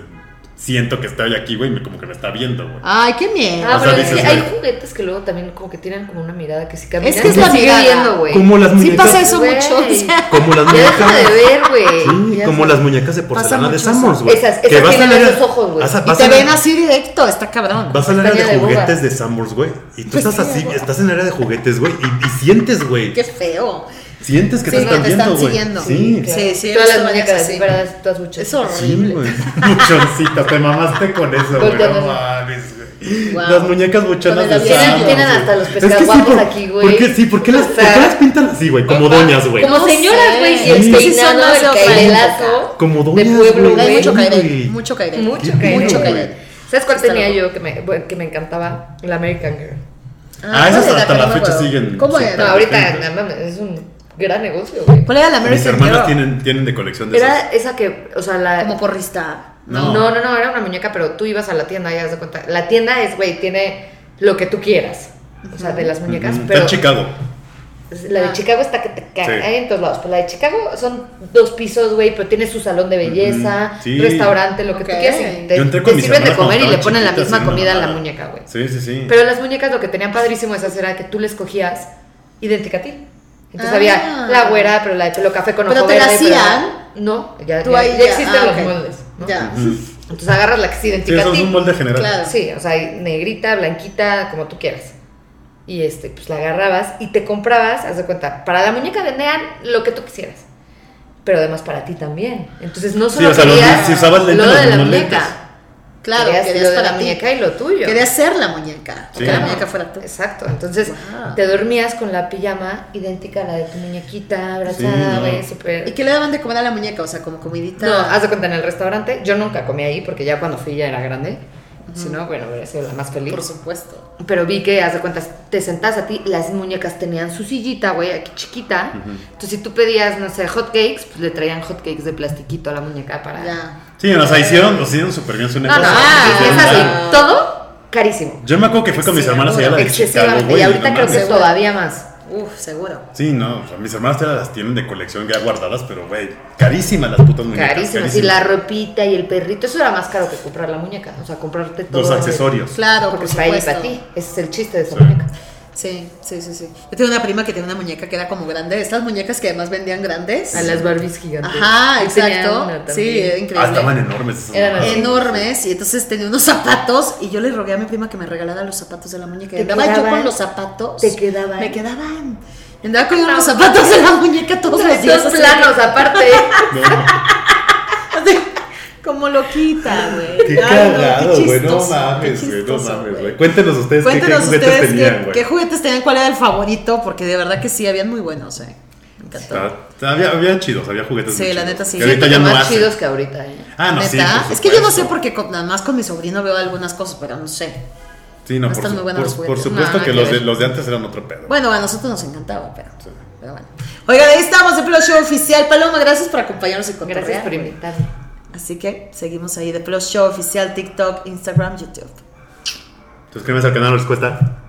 Speaker 2: siento que estoy aquí, güey, y me- como que me está viendo, güey.
Speaker 1: Ay, qué miedo.
Speaker 3: Ah,
Speaker 2: O sea,
Speaker 3: pero es
Speaker 2: dices,
Speaker 3: que hay
Speaker 2: güey.
Speaker 3: juguetes que luego también como que tienen como una mirada que si caminan
Speaker 1: Es que es la
Speaker 3: te sigue
Speaker 1: mirada.
Speaker 3: viendo, güey.
Speaker 7: Como las
Speaker 1: sí
Speaker 7: muñecas.
Speaker 1: pasa eso
Speaker 3: Güey.
Speaker 1: mucho. o sea,
Speaker 7: Como las
Speaker 3: Ya deja de
Speaker 7: muñecas.
Speaker 3: ver, güey.
Speaker 7: Sí,
Speaker 3: Ah, Ya
Speaker 7: como
Speaker 3: sé.
Speaker 7: las muñecas de porcelana
Speaker 1: mucho
Speaker 7: de
Speaker 1: eso.
Speaker 7: Samuels, güey.
Speaker 3: Esas-
Speaker 7: Que
Speaker 3: esas
Speaker 7: vas a
Speaker 3: tienen
Speaker 7: leer-
Speaker 3: esos ojos, güey.
Speaker 7: vas a-
Speaker 1: y
Speaker 7: vas
Speaker 1: te
Speaker 7: a leer-
Speaker 1: ven así directo, está cabrón.
Speaker 7: Vas al área
Speaker 3: Pestaña
Speaker 7: de
Speaker 3: de boba.
Speaker 7: juguetes de Samuels, güey. Y tú
Speaker 1: Pues
Speaker 7: estás
Speaker 1: sí,
Speaker 7: así,
Speaker 1: güey.
Speaker 7: estás en el área de juguetes, güey. Y, y sientes, güey.
Speaker 1: Qué feo.
Speaker 2: Sientes que
Speaker 1: Sí,
Speaker 2: te están
Speaker 1: que te están
Speaker 2: viendo, güey.
Speaker 1: siguiendo.
Speaker 2: Sí,
Speaker 1: Sí, sí, he visto
Speaker 3: Todas las
Speaker 1: varias
Speaker 3: muñecas
Speaker 1: así.
Speaker 3: así, paradas, todas muchas.
Speaker 1: Es horrible.
Speaker 2: Sí, güey. Muchoncita, te mamaste con eso, güey.
Speaker 3: Porque
Speaker 2: No
Speaker 3: no-
Speaker 2: mames, güey.
Speaker 1: Guau.
Speaker 2: Las muñecas
Speaker 1: Con
Speaker 2: buchonas
Speaker 1: el
Speaker 2: de
Speaker 1: avión.
Speaker 3: Tienen,
Speaker 2: Sandro,
Speaker 3: tienen
Speaker 2: güey.
Speaker 3: hasta los
Speaker 2: Es que sí,
Speaker 3: pescaguapos
Speaker 2: ¿por-
Speaker 3: aquí, güey.
Speaker 2: ¿Por qué, sí, ¿por qué, las,
Speaker 3: O
Speaker 2: por
Speaker 3: sea,
Speaker 2: qué las pintan así, güey? Como doñas, güey.
Speaker 3: Como
Speaker 1: No
Speaker 3: señoras,
Speaker 1: sé.
Speaker 3: güey, y el
Speaker 2: Sí.
Speaker 3: peinado,
Speaker 1: Sí,
Speaker 3: el
Speaker 1: son
Speaker 3: cailelazo.
Speaker 2: Como
Speaker 3: de
Speaker 2: doñas,
Speaker 3: pueblo,
Speaker 2: güey.
Speaker 1: Hay mucho
Speaker 2: Sí,
Speaker 1: caeré,
Speaker 2: güey.
Speaker 1: mucho caeré.
Speaker 3: Mucho
Speaker 2: Qué
Speaker 3: caeré.
Speaker 1: Mucho
Speaker 2: pedo,
Speaker 1: caeré.
Speaker 3: ¿Sabes cuál
Speaker 1: Está
Speaker 3: tenía
Speaker 1: loco.
Speaker 3: yo que me, bueno, que me encantaba? La American Girl.
Speaker 2: Ah,
Speaker 1: ¿cuál
Speaker 2: esas
Speaker 1: era?
Speaker 2: hasta
Speaker 1: Que
Speaker 2: la
Speaker 1: no me
Speaker 2: fecha
Speaker 1: acuerdo.
Speaker 2: siguen
Speaker 1: ¿Cómo
Speaker 2: súper-
Speaker 1: era?
Speaker 3: No,
Speaker 2: Claro,
Speaker 3: ahorita,
Speaker 2: sí.
Speaker 3: no mames, es un gran negocio, güey.
Speaker 1: ¿Cuál era la
Speaker 2: Mis
Speaker 1: American
Speaker 2: hermanas
Speaker 1: Girl?
Speaker 2: tienen, tienen de colección de esas.
Speaker 3: Era esa que, o sea, la...
Speaker 1: Como porrista.
Speaker 3: No.
Speaker 2: No.
Speaker 3: no, no, era una muñeca, pero tú ibas a la tienda y das de cuenta. La tienda es, güey, tiene lo que tú quieras. O sea, de las muñecas,
Speaker 2: Ujú, Está
Speaker 3: pero
Speaker 2: en Chicago.
Speaker 3: la de
Speaker 1: Ah.
Speaker 3: Chicago está que te cae
Speaker 2: Sí.
Speaker 3: en todos lados. Pero la de Chicago son dos pisos, güey, pero tiene su salón de belleza,
Speaker 2: Ujú, sí.
Speaker 3: restaurante, lo que
Speaker 1: Ok.
Speaker 3: tú quieras. y te,
Speaker 2: Yo entré
Speaker 3: te
Speaker 2: con mis
Speaker 3: sirven de
Speaker 2: hermanas cuando
Speaker 3: comer y le
Speaker 2: estaban
Speaker 3: ponen la
Speaker 2: chiquitas,
Speaker 3: misma
Speaker 2: sí,
Speaker 3: comida a la
Speaker 2: mamá.
Speaker 3: muñeca, güey.
Speaker 2: Sí, sí, sí.
Speaker 3: Pero las muñecas lo que tenían padrísimo esas era que tú les cogías idéntica a ti. Entonces
Speaker 1: Ah.
Speaker 3: había la güera, pero la de pelo café con
Speaker 1: Pero
Speaker 3: ojo
Speaker 1: te la
Speaker 3: verde, pero la-
Speaker 1: hacían.
Speaker 3: No, ya,
Speaker 1: Tú
Speaker 3: ya-
Speaker 1: ahí
Speaker 3: ya
Speaker 1: ya-
Speaker 3: existen
Speaker 1: ah,
Speaker 3: los
Speaker 1: ok.
Speaker 3: moldes. ¿no?
Speaker 1: Ya.
Speaker 3: Entonces agarras la que se
Speaker 2: Sí,
Speaker 3: identifica
Speaker 2: eso
Speaker 3: a
Speaker 2: es
Speaker 3: ti.
Speaker 2: un molde general.
Speaker 1: Claro.
Speaker 3: Sí, o sea, y negrita, blanquita, como tú quieras. Y este, pues la agarrabas y te comprabas, haz de cuenta, para la muñeca vendían lo que tú quisieras. Pero además para ti también. Entonces no solo
Speaker 2: o sea, los-
Speaker 3: querías
Speaker 2: si usabas lentes,
Speaker 3: lo de
Speaker 2: los
Speaker 3: la
Speaker 2: mismos
Speaker 3: muñeca.
Speaker 2: lentes.
Speaker 1: Claro,
Speaker 3: querías,
Speaker 1: querías,
Speaker 3: lo de
Speaker 1: para
Speaker 3: la
Speaker 1: ti.
Speaker 3: muñeca y lo tuyo.
Speaker 1: Querías ser la muñeca.
Speaker 2: Sí.
Speaker 1: Que la
Speaker 2: Claro.
Speaker 1: muñeca fuera tú.
Speaker 3: Exacto, entonces
Speaker 1: Wow.
Speaker 3: te dormías con la pijama idéntica a la de tu muñequita, abrazada,
Speaker 2: Sí, no.
Speaker 3: güey, súper...
Speaker 1: ¿Y qué le daban de comer a la muñeca? O sea, como comidita.
Speaker 3: No, haz de cuenta, en el restaurante, yo nunca comí ahí porque ya cuando fui ya era grande, si no, bueno, hubiera sido la más feliz.
Speaker 1: Por supuesto.
Speaker 3: Pero vi que, haz de cuenta, te sentabas a ti, las muñecas tenían su sillita, güey, aquí chiquita. Entonces, si tú pedías, no sé, hot cakes, pues le traían hot cakes de plastiquito a la muñeca para...
Speaker 1: Ya.
Speaker 2: Sí, o sea, hicieron, los hicieron súper bien su
Speaker 3: No,
Speaker 2: negocio.
Speaker 3: no,
Speaker 1: Ah,
Speaker 3: es
Speaker 2: Hicieron
Speaker 3: así,
Speaker 2: mal.
Speaker 1: ya.
Speaker 3: todo carísimo.
Speaker 2: Yo me acuerdo que fue con mis
Speaker 1: Sí,
Speaker 2: hermanas allá a la de Chicago,
Speaker 3: Excesivamente,
Speaker 2: güey.
Speaker 3: y ahorita
Speaker 2: no
Speaker 3: creo que
Speaker 2: mames.
Speaker 3: todavía más.
Speaker 1: Uf, seguro.
Speaker 2: Sí, no, o sea, mis hermanas todavía las tienen de colección ya guardadas, pero güey, carísimas las putas muñecas.
Speaker 3: Carísimo, sí, la ropita y el perrito, eso era más caro que comprar la muñeca, o sea, comprarte todo.
Speaker 2: Los accesorios.
Speaker 1: Claro,
Speaker 3: Porque
Speaker 1: por
Speaker 3: está ahí
Speaker 1: supuesto.
Speaker 3: para ti, ese es el chiste de esa
Speaker 2: Sí.
Speaker 3: muñeca.
Speaker 1: Sí, sí, sí, sí. Yo tenía una prima que tenía una muñeca que era como grande. Estas muñecas que además vendían grandes.
Speaker 3: A las Barbies gigantes.
Speaker 1: Ajá,
Speaker 3: Yo tenía una
Speaker 1: exacto. Sí,
Speaker 3: también.
Speaker 1: era
Speaker 2: Ah,
Speaker 1: increíble.
Speaker 2: estaban enormes esas
Speaker 3: Eran
Speaker 2: mamadas.
Speaker 1: enormes y entonces tenía unos zapatos y yo le rogué a mi prima que me regalara los zapatos de la muñeca. Y
Speaker 3: Te
Speaker 1: andaba yo
Speaker 3: quedaban,
Speaker 1: con los zapatos.
Speaker 3: te quedaban.
Speaker 1: Me quedaban. Y andaba con los zapatos de la muñeca todos los días.
Speaker 3: Estos
Speaker 1: así,
Speaker 3: planos aparte.
Speaker 1: así, como loquita, güey.
Speaker 2: Qué
Speaker 1: Ay, no,
Speaker 2: cagado, güey. No
Speaker 1: chistoso,
Speaker 2: mames,
Speaker 1: qué
Speaker 2: güey. No
Speaker 1: chistoso,
Speaker 2: mames, güey. Cuéntenos ustedes qué-
Speaker 1: Cuéntenos
Speaker 2: qué
Speaker 1: ustedes
Speaker 2: juguetes tenían,
Speaker 1: qué,
Speaker 2: güey.
Speaker 1: qué juguetes tenían, cuál era el favorito, porque de verdad que sí, habían muy buenos, eh. Me encantó.
Speaker 2: Ah, Había, había chidos, había juguetes.
Speaker 1: Sí,
Speaker 2: muy
Speaker 1: la
Speaker 2: chidos.
Speaker 1: neta sí.
Speaker 2: Que ahorita
Speaker 1: Siento
Speaker 2: ya
Speaker 3: Más
Speaker 2: no hacen.
Speaker 3: chidos que ahorita. ¿eh?
Speaker 2: Ah, no, sí.
Speaker 1: ¿Neta?
Speaker 2: por
Speaker 1: es que yo no sé
Speaker 2: supuesto.
Speaker 1: por qué, con- nada más con mi sobrino veo algunas cosas, pero no sé.
Speaker 2: Sí,
Speaker 1: no
Speaker 2: no, por,
Speaker 1: están
Speaker 2: su-
Speaker 1: muy buenos los
Speaker 2: por- por
Speaker 1: juguetes.
Speaker 2: supuesto
Speaker 3: No,
Speaker 2: que
Speaker 3: no
Speaker 2: los
Speaker 3: hay que
Speaker 2: de,
Speaker 3: ver.
Speaker 2: los de antes eran otro pedo.
Speaker 1: Bueno, a nosotros nos encantaba, pero, pero bueno. Oigan, ahí estamos, el Plus Show oficial. Paloma, gracias por acompañarnos y contar.
Speaker 3: Gracias por invitarme.
Speaker 1: Así que seguimos ahí, The Plus Show oficial, TikTok, Instagram, YouTube.
Speaker 2: Suscríbanse al canal, les cuesta.